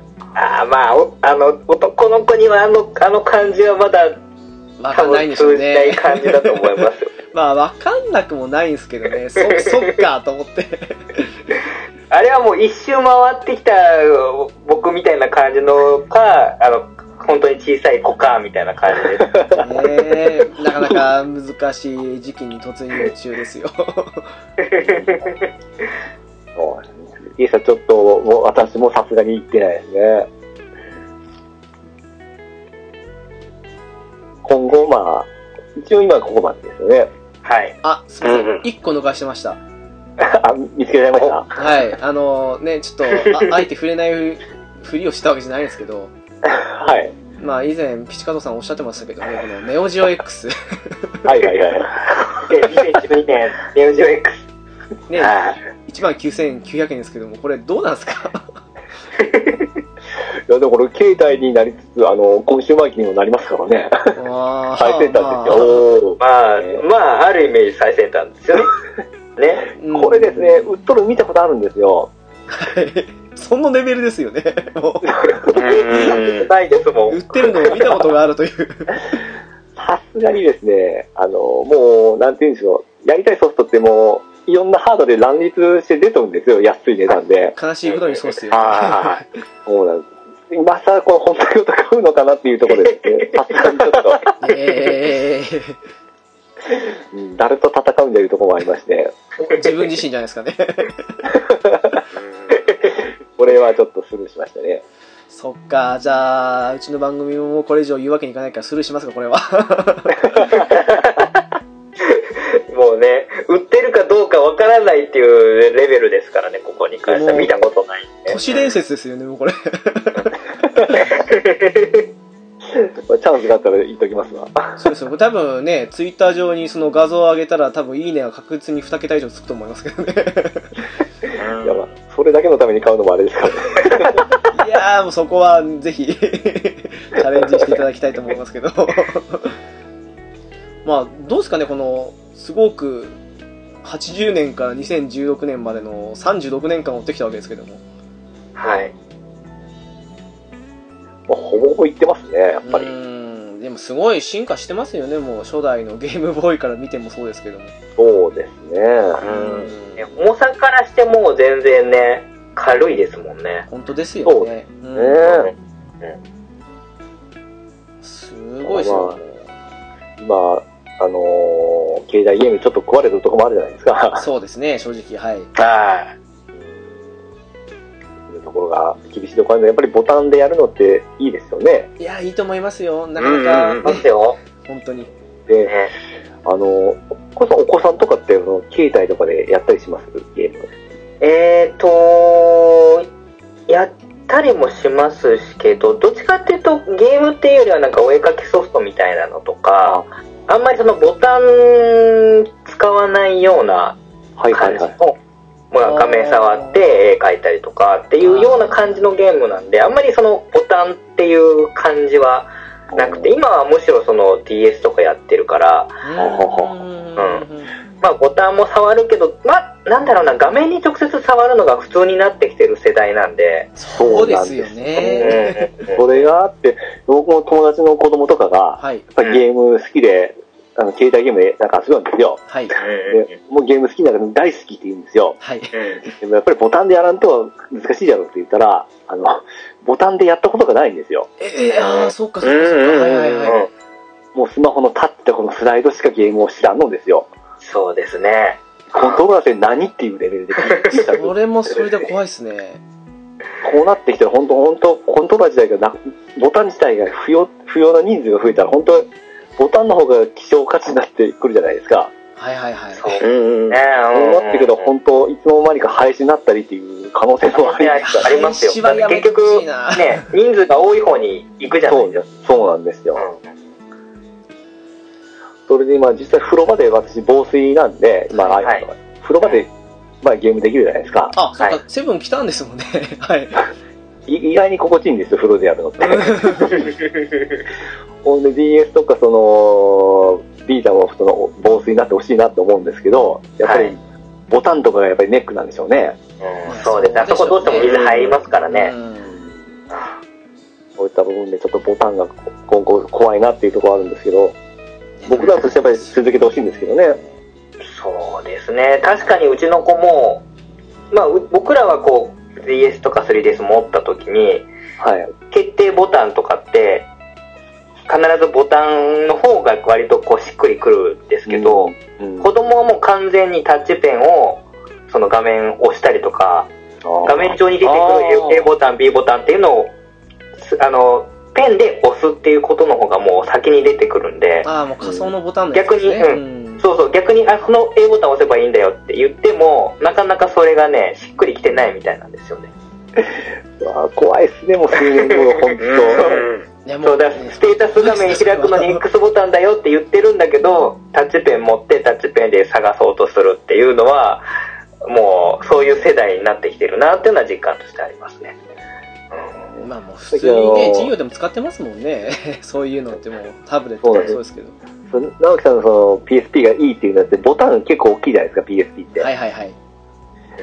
[SPEAKER 5] [laughs]
[SPEAKER 3] ああ、まあ、おあの、男の子にはあの、あの感じはまだ
[SPEAKER 1] わか
[SPEAKER 3] 多
[SPEAKER 1] んないんで
[SPEAKER 3] 分
[SPEAKER 1] しょう
[SPEAKER 3] 通じない
[SPEAKER 1] ね。
[SPEAKER 3] 感じだと思い
[SPEAKER 5] [laughs]
[SPEAKER 3] ますよ。
[SPEAKER 1] まあ、わかんなくもないんですけどね、そ、そっかと思って。
[SPEAKER 3] あれはもう一周回ってきた僕みたいな感じのか、あの、本当に小さい子か、みたいな感じです。
[SPEAKER 1] ねえなかなか難しい時期に突入中ですよ。 [laughs]
[SPEAKER 2] そういやさちょっともう私もさすがに行ってないですね。今後まあ、一応今ここまでですよね。
[SPEAKER 3] はい。
[SPEAKER 1] あ、すみませ
[SPEAKER 5] うんう
[SPEAKER 1] ん。
[SPEAKER 5] ん
[SPEAKER 1] 一個逃してました。
[SPEAKER 2] あ、見つけられました
[SPEAKER 1] はい、あのね、ちょっと、ああえて触れないふりをしたわけじゃないんですけど、
[SPEAKER 2] はい。
[SPEAKER 1] まあ以前、ピチカトさんおっしゃってましたけどね、このネオジオ
[SPEAKER 2] [laughs]
[SPEAKER 1] X、
[SPEAKER 2] はいはいはい。 [laughs]
[SPEAKER 3] で、2012年、ネ [laughs] オジオ X。
[SPEAKER 1] ね、
[SPEAKER 5] は
[SPEAKER 1] 1万9900円ですけども、これどうなんです
[SPEAKER 2] [laughs]
[SPEAKER 1] か
[SPEAKER 2] いや、でもこれ、携帯になりつつ、あの、コンシューマー機にもなりますからね。
[SPEAKER 1] あ
[SPEAKER 2] 最先端です
[SPEAKER 1] よ。
[SPEAKER 2] よ。
[SPEAKER 3] まあ、まあ、あるイメージ最先端ですよね。ね。
[SPEAKER 1] う
[SPEAKER 2] お
[SPEAKER 1] ん
[SPEAKER 2] ーこれですね、。売っとる見たことあるんですよ。
[SPEAKER 1] はい [laughs] そのレベルですよね。 [laughs] も
[SPEAKER 5] うん。
[SPEAKER 3] ないですも
[SPEAKER 1] う、売
[SPEAKER 3] ん
[SPEAKER 1] っ。てるのを見たことがあるという。
[SPEAKER 2] さすがにですね、あの、もう、なんて言うんでしょう。やりたいソフトってもう、いろんなハードで乱立して出てるんですよ。安い値段で。
[SPEAKER 1] 悲しいことにそうっすよ、
[SPEAKER 5] は
[SPEAKER 2] そうなんです。今さ、この本体ごと買うのかなっていうところです [laughs] ね。さすがにちょっと、
[SPEAKER 1] えー
[SPEAKER 2] うん誰と戦うんだいうところもありまして、
[SPEAKER 1] 自分自身じゃないですかね。
[SPEAKER 2] これはちょっとスルーしましたね。
[SPEAKER 1] そっか、じゃあ、うちの番組ももうこれ以上言うわけにいかないからスルーしますか、これは。
[SPEAKER 3] もうね、売ってるかどうかわからないっていうレベルですからね、ここに関しては。
[SPEAKER 1] もう
[SPEAKER 3] 見たことないんで。
[SPEAKER 1] 都市伝説ですよね、もうこれ。
[SPEAKER 2] まあチャンスがあったら言っときますわ。
[SPEAKER 1] そうですよ。多分ね、ツイッター上にその画像を上げたら、多分いいねは確実に2桁以上つくと思いますけどね。
[SPEAKER 2] いや、まあ、それだけのために買うのもあれですから
[SPEAKER 1] い
[SPEAKER 2] ね。
[SPEAKER 1] やー、もうそこはぜひ [laughs] 、チャレンジしていただきたいと思いますけど。 [laughs] まあ、どうですかね、この、すごく、80年から2016年までの36年間追ってきたわけですけども。
[SPEAKER 3] はい。
[SPEAKER 2] まあほぼほぼ言ってますね、やっぱ
[SPEAKER 1] う
[SPEAKER 2] り。
[SPEAKER 1] ーんでもすごい進化してますよねもう初代のゲームボーイから見てもそうですけども
[SPEAKER 2] そうですね。
[SPEAKER 1] うん
[SPEAKER 3] ね重さからしてもう全然ね、軽いですもんね。
[SPEAKER 1] 本当ですよ
[SPEAKER 2] そう
[SPEAKER 1] ねうん
[SPEAKER 2] ね
[SPEAKER 1] すごいですよ、
[SPEAKER 2] 今、あのー携帯ゲームちょっと壊れてるとこもあるじゃないですか。
[SPEAKER 1] そうですね正直はい
[SPEAKER 5] は
[SPEAKER 2] そういうところが厳しいところあるので、やっぱりボタンでやるのっていいですよね。
[SPEAKER 1] いやいいと思いますよなかなか
[SPEAKER 3] ま
[SPEAKER 1] ね
[SPEAKER 3] すよ。
[SPEAKER 1] 本当に
[SPEAKER 2] で、
[SPEAKER 3] ね、
[SPEAKER 2] あのーこれさお子さんとかって、その携帯とかでやったりしますゲーム。
[SPEAKER 3] えーと、やったりもしますけど、どっちかっていうとゲームっていうよりはなんかお絵かきソフトみたいなのとか、あんまりそのボタン使わないような
[SPEAKER 2] はいは
[SPEAKER 3] 感
[SPEAKER 2] い
[SPEAKER 3] じ
[SPEAKER 2] は
[SPEAKER 3] の
[SPEAKER 2] い。、
[SPEAKER 3] まあ、画面触って絵描いたりとかっていうような感じのゲームなんで、あんまりそのボタンっていう感じはなくて、今はむしろその DS とかやってるから、
[SPEAKER 2] ほほ
[SPEAKER 1] う
[SPEAKER 2] ほ
[SPEAKER 1] ん
[SPEAKER 3] まあボタンも触るけど、まあなんだろうな、画面に直接触るのが普通になってきてる世代なんで、
[SPEAKER 1] そうですよね
[SPEAKER 2] それがあって、僕の友達の子供とかが、
[SPEAKER 1] はい
[SPEAKER 2] やっぱりゲーム好きで、あの携帯ゲームでなんか遊ぶんですよ。
[SPEAKER 1] はい
[SPEAKER 2] でもうゲーム好きなの大好きって言うんですよ。
[SPEAKER 1] はい
[SPEAKER 2] でもやっぱりボタンでやらんと難しいだろうって言ったら、あの、 [laughs] ボタンでやったことがないんですよ。
[SPEAKER 1] えー、ああそうかそうかそうかはいはいはい
[SPEAKER 2] もうスマホのタッチとこのスライドしかゲームを知らんのですよ。
[SPEAKER 3] そうですね。
[SPEAKER 2] コントローラーって何っていうレベルでびっくりした
[SPEAKER 1] そ
[SPEAKER 2] こ
[SPEAKER 1] れもそれで怖いですね
[SPEAKER 2] うなってきたら本当本当コントローラー自体がな、ボタン自体が不要、不要な人数が増えたら本当ボタンの方が希少価値になってくるじゃないですか。
[SPEAKER 1] はいはいはい
[SPEAKER 3] そう
[SPEAKER 5] い。うん
[SPEAKER 3] ね
[SPEAKER 2] そうなってくると
[SPEAKER 3] ん
[SPEAKER 2] 本当いつの間にか廃止になったりっていう可能性もあり
[SPEAKER 3] ね
[SPEAKER 2] ますから
[SPEAKER 3] ありますよ。
[SPEAKER 1] 一番やめ
[SPEAKER 3] 結
[SPEAKER 1] てほ
[SPEAKER 3] 局
[SPEAKER 1] しいな、
[SPEAKER 3] ね、人数が多い方に行くじゃな
[SPEAKER 2] そ
[SPEAKER 3] いうですか。
[SPEAKER 2] そうなんですよ。それで今、実際風呂場で私防水なんで、今、
[SPEAKER 1] は
[SPEAKER 2] iPhone とか、風呂場で、まあ、ゲームできるじゃないですか。
[SPEAKER 1] あそうか、
[SPEAKER 3] は
[SPEAKER 1] セブン来たんですもんね [laughs] はい
[SPEAKER 2] い意外に心地いいんですよ、風呂でやるのって。ほんで DS とか、その、ビータもその防水になってほしいなと思うんですけど、やっぱ
[SPEAKER 3] は
[SPEAKER 2] り
[SPEAKER 3] い、
[SPEAKER 2] ボタンとかがやっぱりネックなんでしょうね。
[SPEAKER 3] うんそうですね。あそこどうしても水入りますからね。
[SPEAKER 2] そういった部分でちょっとボタンが今後怖いなっていうところあるんですけど、僕らとしてやっぱり続けてほしいんですけどね。
[SPEAKER 3] そうですね。確かにうちの子も、まあ、う僕らはこう、3DS とか 3DS 持った時に、
[SPEAKER 2] はい。
[SPEAKER 3] 決定ボタンとかって、必ずボタンの方が割とこうしっくりくるんですけど、
[SPEAKER 2] うん、
[SPEAKER 3] 子供はもう完全にタッチペンを、その画面を押したりとか、画面上に出てくる A ボタン、B ボタンっていうのを、すあの、ペンで押すっていうことの方がもう先に出てくるんで、
[SPEAKER 1] ああもう仮想のボタンのやつですね
[SPEAKER 3] 逆に
[SPEAKER 1] うん
[SPEAKER 3] そうそう、逆に、あ、この A ボタン押せばいいんだよって言っても、なかなかそれがね、しっくりきてないみたいなんですよね。
[SPEAKER 2] あー怖いっすね、もう数年後の、本当。
[SPEAKER 1] いやも
[SPEAKER 3] そううだ、ステータス画面開くのに X ボタンだよって言ってるんだけど、タッチペン持ってタッチペンで探そうとするっていうのは、もう、そういう世代になってきてるなっていうのは実感としてありますね。
[SPEAKER 1] まあもう普通にね授業でも使ってますもんね [laughs] そういうのってもうタブレットでもそうですけど [laughs]
[SPEAKER 2] その直樹さんのその PSP がいいっていうのって、ボタン結構大きいじゃないですか、PSP って。
[SPEAKER 1] はいはいはい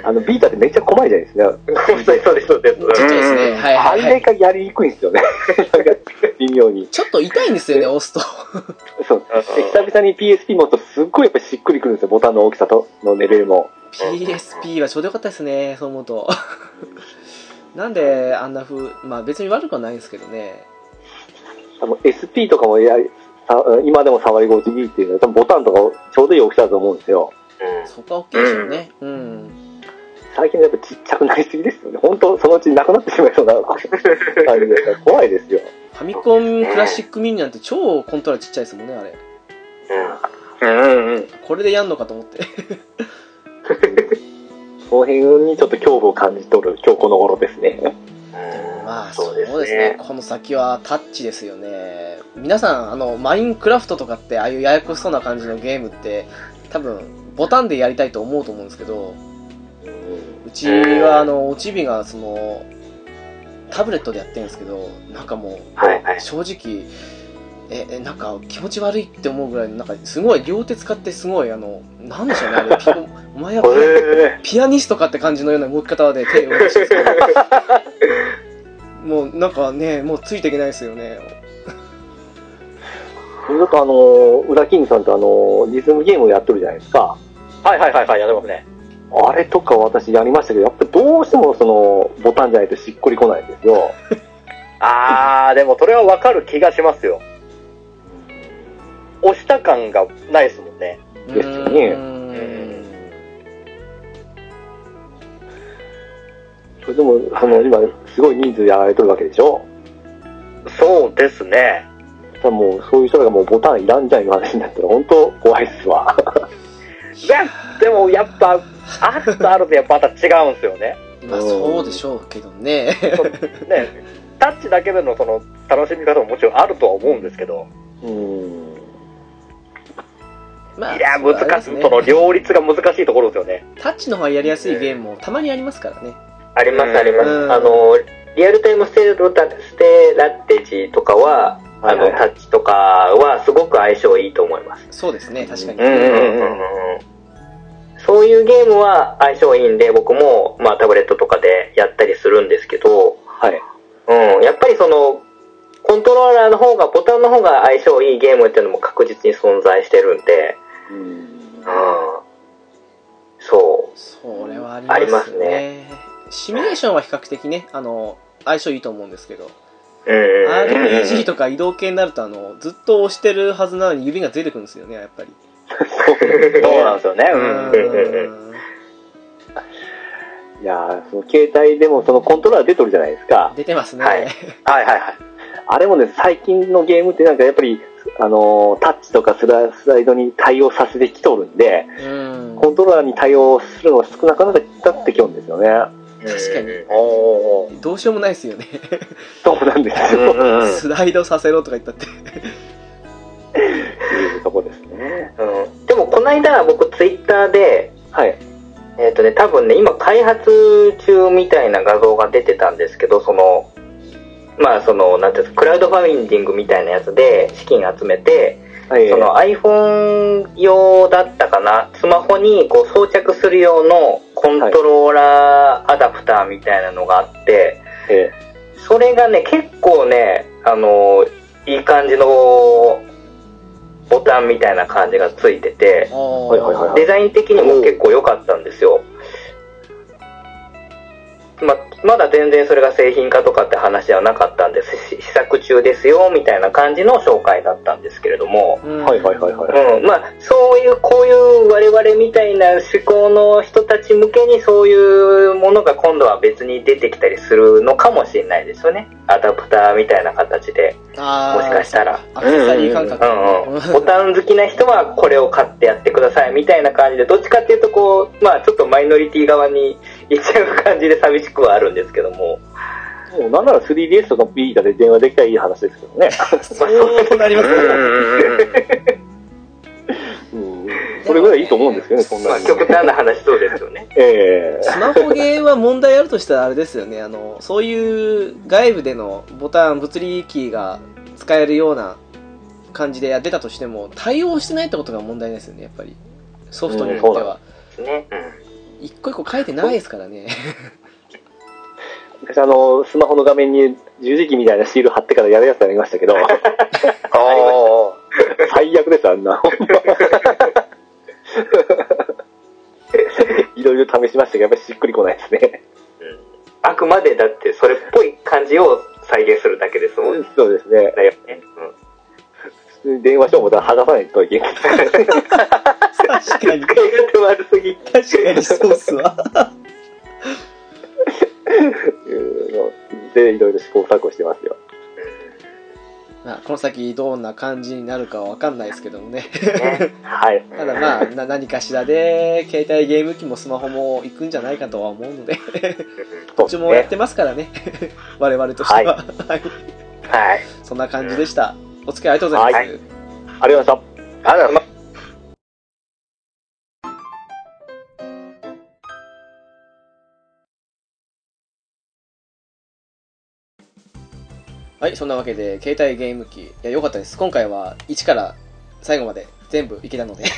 [SPEAKER 2] あの、ビータってめっちゃ細いじゃないですか。
[SPEAKER 3] うん、 [laughs] そうです、そうです、そうです。
[SPEAKER 1] ちっちゃいですねはい
[SPEAKER 2] あ
[SPEAKER 1] はいは
[SPEAKER 2] れ
[SPEAKER 1] い
[SPEAKER 2] がやりにくいんですよね。なんか [laughs] 微妙に。
[SPEAKER 1] ちょっと痛いんですよね押すと
[SPEAKER 2] そう。で久々に PSP 持つとすっごいやっぱしっくりくるんですよ、ボタンの大きさとのレベルも。
[SPEAKER 1] PSP はちょうどよかったですねそう思う [laughs] となんであんな風まあ別に悪くはないんですけどね
[SPEAKER 2] 多分 SP とかもやりさ今でも触り心地いいっていうのは、多分ボタンとかちょうどいい大きさだと思うんですよ。
[SPEAKER 1] そこは大きいでしょうねうん
[SPEAKER 2] 最近やっぱちっちゃくなりすぎですよね。本当そのうちなくなってしまいそうな感じで、怖いですよ。
[SPEAKER 1] ファミコンクラシックミニなんて超コントローラーちっちゃいですもんねあれ
[SPEAKER 5] うんうん。
[SPEAKER 1] これでやんのかと思って
[SPEAKER 2] その辺にちょっと恐怖を感じ取る今日この頃ですね。
[SPEAKER 1] ままあそ
[SPEAKER 3] そうう
[SPEAKER 1] で
[SPEAKER 3] ですすね
[SPEAKER 1] ねこの先はタッチですよね皆さんあのマインクラフトとかってああいうややこしそうな感じのゲームって多分ボタンでやりたいと思うと思うんですけどうちはあのおちびがそのタブレットでやってるんですけどなんかもう
[SPEAKER 3] はいはい。
[SPEAKER 1] 正直ええなんか気持ち悪いって思うぐらいなんかすごい両手使ってすごいあのなんでしょうね
[SPEAKER 3] [laughs]
[SPEAKER 1] あれピお前はピ
[SPEAKER 2] え
[SPEAKER 1] ピアニストかって感じのような動き方で手を動かしてるんですけどもうなんかねもうついていけないですよね
[SPEAKER 2] ちょっとあの、ウラキングさんとあの、リズムゲームをやってるじゃないですか。
[SPEAKER 5] はいはいはいはい、やってますね。
[SPEAKER 2] あれとか私やりましたけど、やっぱどうしてもその、ボタンじゃないとしっくりこないんですよ。
[SPEAKER 5] あー、でもそれはわかる気がしますよ。押した感がないですもんね。
[SPEAKER 2] ですよね
[SPEAKER 1] うーん
[SPEAKER 2] それでも、その、今、すごい人数やられてるわけでしょ。
[SPEAKER 5] そうですね。
[SPEAKER 2] ただもう、そういう人がもうボタンいらんじゃんいう話になったら、本当怖いっすわ。
[SPEAKER 5] いや、でもやっぱ、あるとあるとやっぱまた違うんですよね。
[SPEAKER 1] まあそうでしょうけどね
[SPEAKER 5] ね、タッチだけでのその楽しみ方ももちろんあるとは思うんですけど、
[SPEAKER 2] うん。
[SPEAKER 1] まあ
[SPEAKER 5] いや、
[SPEAKER 1] そうあり
[SPEAKER 5] 難
[SPEAKER 1] ま
[SPEAKER 5] し
[SPEAKER 1] す
[SPEAKER 5] い、
[SPEAKER 1] ね
[SPEAKER 5] その両立が難しいところですよね。
[SPEAKER 1] タッチの方がやりやすいゲームもたまにありますからね
[SPEAKER 3] ありますありま
[SPEAKER 1] うん
[SPEAKER 3] す。あの、リアルタイムステロタステラテジーとかは、あ
[SPEAKER 2] は
[SPEAKER 3] の、
[SPEAKER 2] いはい
[SPEAKER 3] タッチとかはすごく相性いいと思います。
[SPEAKER 1] そうですね確かに、
[SPEAKER 3] うんうんうんうんうんそういうゲームは相性いいんで、僕も、まあ、タブレットとかでやったりするんですけど、
[SPEAKER 2] はい。
[SPEAKER 3] うん、やっぱりその、コントローラーの方が、ボタンの方が相性いいゲームっていうのも確実に存在してるんで、
[SPEAKER 2] うん
[SPEAKER 3] うん、そ
[SPEAKER 1] それはあ
[SPEAKER 3] あ
[SPEAKER 1] り
[SPEAKER 3] り
[SPEAKER 1] ま
[SPEAKER 3] ますす
[SPEAKER 1] ね
[SPEAKER 3] ね
[SPEAKER 1] シミュレーションは比較的ねあの相性いいと思うんですけど
[SPEAKER 3] う。うん。 [laughs]
[SPEAKER 1] RPG とか移動系になるとあのずっと押してるはずなのに指がずれてくるんですよねやっぱり
[SPEAKER 5] そうなんですよね。
[SPEAKER 1] う
[SPEAKER 5] うん。
[SPEAKER 1] ん
[SPEAKER 2] いやーその携帯でもそのコントローラー出てるじゃないですか。
[SPEAKER 1] 出てますね、
[SPEAKER 3] はい
[SPEAKER 5] はいはいはい。
[SPEAKER 2] あれもね、最近のゲームってなんかやっぱり、あのータッチとかスラスライドに対応させてきとるんで、
[SPEAKER 1] うん
[SPEAKER 2] コントローラーに対応するのが少なくなってきようんですよね。
[SPEAKER 1] 確かに
[SPEAKER 5] おー。
[SPEAKER 1] どうしようもないですよね、
[SPEAKER 2] そうなんですよ。
[SPEAKER 1] スライドさせろとか言ったって
[SPEAKER 2] いうとこですね。
[SPEAKER 3] うん、でも、この間、僕、ツイッターで、
[SPEAKER 2] はい。
[SPEAKER 3] えっ、とね、多分ね、今開発中みたいな画像が出てたんですけど、その、まあその、なんていうんですか、クラウドファインディングみたいなやつで資金集めて、
[SPEAKER 2] はい。
[SPEAKER 3] その iPhone 用だったかな、スマホにこう装着する用のコントローラーアダプターみたいなのがあって、
[SPEAKER 2] え
[SPEAKER 3] それがね、結構ね、あの、いい感じのボタンみたいな感じがついてて、
[SPEAKER 1] ああ
[SPEAKER 2] はいはいはい
[SPEAKER 3] デザイン的にも結構良かったんですよ。ま、まだ全然それが製品化とかって話ではなかったんですし、試作中ですよ、みたいな感じの紹介だったんですけれども、
[SPEAKER 1] うん
[SPEAKER 2] はいはいはいはい。
[SPEAKER 3] うん、まあ、そういう、こういう我々みたいな思考の人たち向けにそういうものが今度は別に出てきたりするのかもしれないですよね。アダプターみたいな形で、
[SPEAKER 1] あー
[SPEAKER 3] もしかしたら。
[SPEAKER 1] アクセサリー感覚、
[SPEAKER 3] うんうん、ボタン好きな人はこれを買ってやってくださいみたいな感じでどっちかっていうとこうまあちょっとマイノリティ側に行っちゃう感じで寂しくはあるんですけども
[SPEAKER 2] もうなんなら 3DS とかビータで電話できたらいい話ですけどね。
[SPEAKER 1] そうなりますね
[SPEAKER 5] [laughs]
[SPEAKER 2] うん。それぐらいいいと思うんですけどね、そん
[SPEAKER 3] ま
[SPEAKER 2] な
[SPEAKER 3] あ
[SPEAKER 2] に。
[SPEAKER 3] 極端な話そうですよね [laughs]
[SPEAKER 2] ええ
[SPEAKER 1] スマホゲーは問題あるとしたらあれですよねあのそういう外部でのボタン物理キーが使えるような感じで出たとしても対応してないってことが問題ですよねやっぱりソフトによっては、
[SPEAKER 3] ね、
[SPEAKER 1] 一個一個書いてないですからね [laughs]
[SPEAKER 2] 昔あの、スマホの画面に十字キーみたいなシール貼ってからやるやつやりましたけど、
[SPEAKER 5] おー。
[SPEAKER 2] 最悪です、あん [laughs] な。ほんまいろいろ試しましたけど、やっぱりしっくりこないですね。
[SPEAKER 3] あくまでだってそれっぽい感じを再現するだけですもんね
[SPEAKER 2] そうですね。
[SPEAKER 3] だよね、
[SPEAKER 2] 普通に電話しようもたら剥がさないといけない。
[SPEAKER 1] 確かに
[SPEAKER 3] うん、使い勝手悪すぎ
[SPEAKER 1] 確かにそうっすわ
[SPEAKER 2] いうのでいろいろ試行錯誤してますよ。
[SPEAKER 1] まあ、この先どんな感じになるかはわかんないですけどもね。 [laughs]
[SPEAKER 2] はい。
[SPEAKER 1] ただまあ、な何かしらで、携帯ゲーム機もスマホも行くんじゃないかとは思うの [laughs] で、どっちもやってますからね。我々としては。はい。
[SPEAKER 5] はい。
[SPEAKER 1] そんな感じでした。お付き合いありがとうございます。
[SPEAKER 2] はありがとうございました。
[SPEAKER 5] あら、ま、
[SPEAKER 1] はい、そんなわけで、携帯ゲーム機、いや、良かったです。今回は、1から最後まで全部いけたので、 [laughs]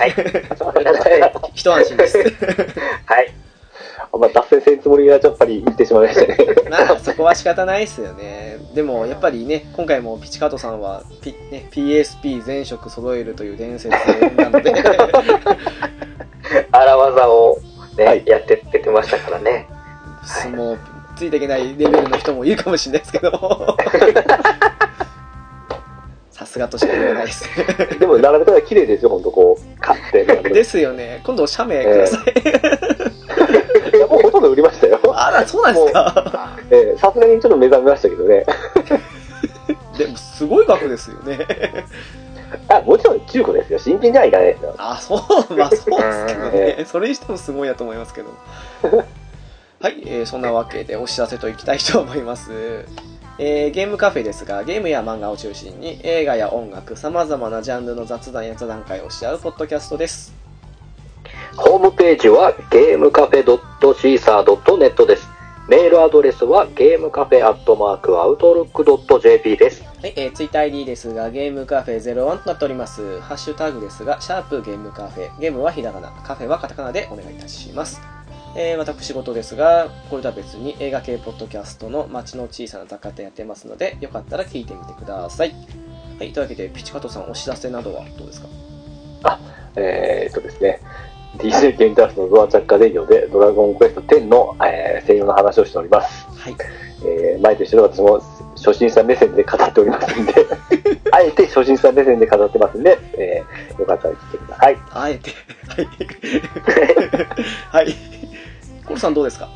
[SPEAKER 1] 一安心です。
[SPEAKER 3] はい。
[SPEAKER 2] あんま脱線せんつもりがやっぱり言ってしまいました [laughs] ね。
[SPEAKER 1] まあ、そこは仕方ないですよね。でも、やっぱりね、今回もピチカートさんは、ピね、PSP 全色揃えるという伝説なので、
[SPEAKER 3] 荒技をね、
[SPEAKER 2] はい
[SPEAKER 3] やってってましたからね。
[SPEAKER 1] もう、ついていけないレベルの人もいるかもしれないですけども、さすがとしか言えないです。
[SPEAKER 2] でも、並べたら綺麗ですよ、ほんとこう。買って。
[SPEAKER 1] で
[SPEAKER 2] い
[SPEAKER 1] すよね。今度、写メください。
[SPEAKER 2] や、もうほとんど売りました [laughs] よ。
[SPEAKER 1] [laughs] あら、そうなんですか。
[SPEAKER 2] ええさすがにちょっと目覚めましたけどね。
[SPEAKER 1] でも、すごい額ですよね。
[SPEAKER 2] あ、もちろん中古ですよ。新品じゃいかないですよ。
[SPEAKER 1] あ、そう、まあそうですけど
[SPEAKER 2] うん
[SPEAKER 1] ね。それにしてもすごいやと思いますけど。はい、えーそんなわけでお知らせといきたいと思います。えーゲームカフェですが、ゲームや漫画を中心に映画や音楽、様々なジャンルの雑談や座談会をし合うポッドキャストです。
[SPEAKER 5] ホームページはゲームカフェ .caesar.net です。メールアドレスはゲームカフェアットマークアウトロック .jp です。
[SPEAKER 1] はい、えー、ツイッター ID ですが、ゲームカフェ01となっております。ハッシュタグですが、シャープゲームカフェ。ゲームはひらがな、カフェはカタカナでお願いいたします。えー、私事ですが、これとは別に映画系ポッドキャストの街の小さな雑貨店やってますので、よかったら聞いてみてください。はい、というわけで、ピチカトさんお知らせなどはどうですか
[SPEAKER 2] えーっとですね、DJ ケンタラスのドアチャッカレディオでドラゴンクエスト10の、えー、専用の話をしております。
[SPEAKER 1] はい。
[SPEAKER 2] えー前と一緒で私も初心者目線で語っておりますんで、あえて初心者目線で語ってますんで、えーよかったら聞いてください。
[SPEAKER 1] あえ [laughs] て、はい。はい。コロさんどうですか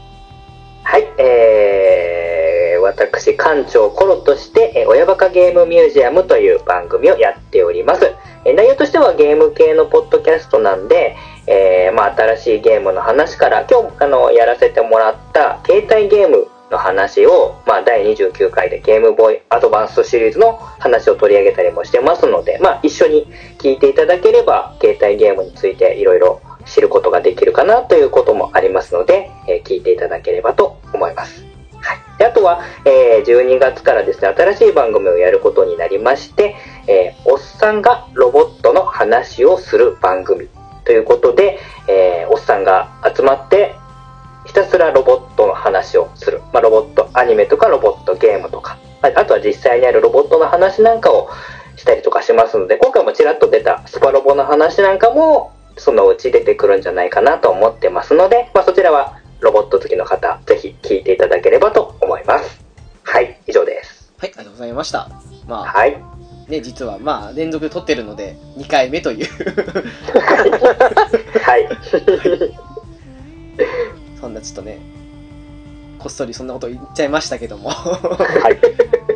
[SPEAKER 3] はい、えー、私、館長コロとして、えー親バカゲームミュージアムという番組をやっております。えー内容としてはゲーム系のポッドキャストなんで、えーまあ、新しいゲームの話から、今日、あの、やらせてもらった携帯ゲームの話を、まあ、第29回でゲームボーイアドバンスシリーズの話を取り上げたりもしてますので、まあ、一緒に聞いていただければ、携帯ゲームについていろいろ知ることができるかなということもありますので、えー聞いていただければと思います。はい。であとは、えー12月からですね、新しい番組をやることになりまして、えーおっさんがロボットの話をする番組ということで、えーおっさんが集まって、ひたすらロボットの話をする。まあ、ロボットアニメとかロボットゲームとか、ああとは実際にあるロボットの話なんかをしたりとかしますので、今回もちらっと出たスパロボの話なんかも、そのうち出てくるんじゃないかなと思ってますので、まあ、そちらはロボット好きの方、ぜひ聞いていただければと思います。はい、以上です。
[SPEAKER 1] はい、ありがとうございました。まあ、
[SPEAKER 3] はい。
[SPEAKER 1] ね、実はまあ、連続で撮ってるので、2回目という
[SPEAKER 3] はい。
[SPEAKER 1] そんなちょっとね、こっそりそんなこと言っちゃいましたけども。
[SPEAKER 2] はい。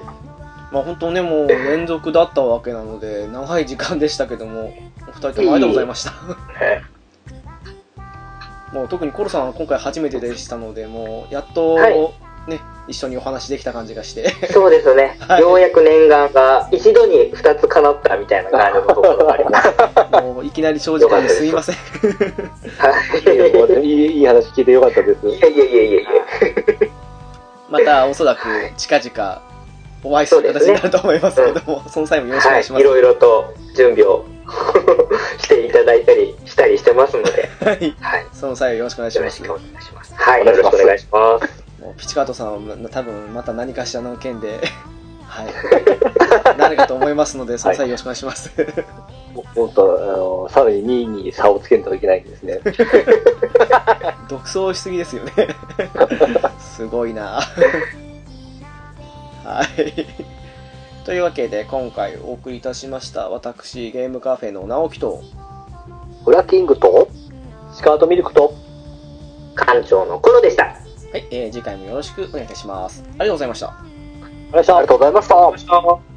[SPEAKER 1] [laughs] まあ本当ね、もう連続だったわけなので、長い時間でしたけども、お二人ともありがとうございました。もう特にコロさんは今回初めてでしたので、もうやっと、
[SPEAKER 3] はい
[SPEAKER 1] ね、一緒にお話できた感じが [laughs] して。
[SPEAKER 3] そうですね、
[SPEAKER 1] はい
[SPEAKER 3] ようやく念願が一度に2つ叶ったみたいな感じのところがあります。
[SPEAKER 1] もういきなり長時間ですみません。
[SPEAKER 3] はい。
[SPEAKER 2] いやもういいいい話聞いてよかったです。
[SPEAKER 3] いやいやいやいやいや。
[SPEAKER 1] またおそらく近々お会いする形になると思いますけども、そ,、の際もよろしくお願いしま
[SPEAKER 3] はい、い
[SPEAKER 1] す。
[SPEAKER 3] ろいろと準備をしていただいたりしたりしてますので、
[SPEAKER 1] はい。
[SPEAKER 3] はい、
[SPEAKER 1] その際はよろしくお願いし
[SPEAKER 3] よろ
[SPEAKER 1] ま
[SPEAKER 3] し
[SPEAKER 1] す。
[SPEAKER 3] くお願いします。はい、
[SPEAKER 2] お
[SPEAKER 3] よ
[SPEAKER 2] 願
[SPEAKER 3] ろ
[SPEAKER 2] いし
[SPEAKER 3] し
[SPEAKER 2] ます
[SPEAKER 3] くお願いします。
[SPEAKER 1] もうピチカートさんはな多分また何かしらの件で、はい、なるかと思いますので、その際よろしくお願いします。 [laughs]
[SPEAKER 2] もっと、あの、さらに2位に差をつけるといけないんですね。
[SPEAKER 1] 独走しすぎですよね。すごいな。 [laughs] はい。というわけで、今回お送りいたしました、私、ゲームカフェの直樹と、
[SPEAKER 5] フラキングと、
[SPEAKER 2] スカートミルクと、
[SPEAKER 3] 館長の頃でした。
[SPEAKER 1] はい、えー次回もよろしくお願いいたします。ありがとうございました。
[SPEAKER 2] ありがとうございました。
[SPEAKER 5] ありがとうございました。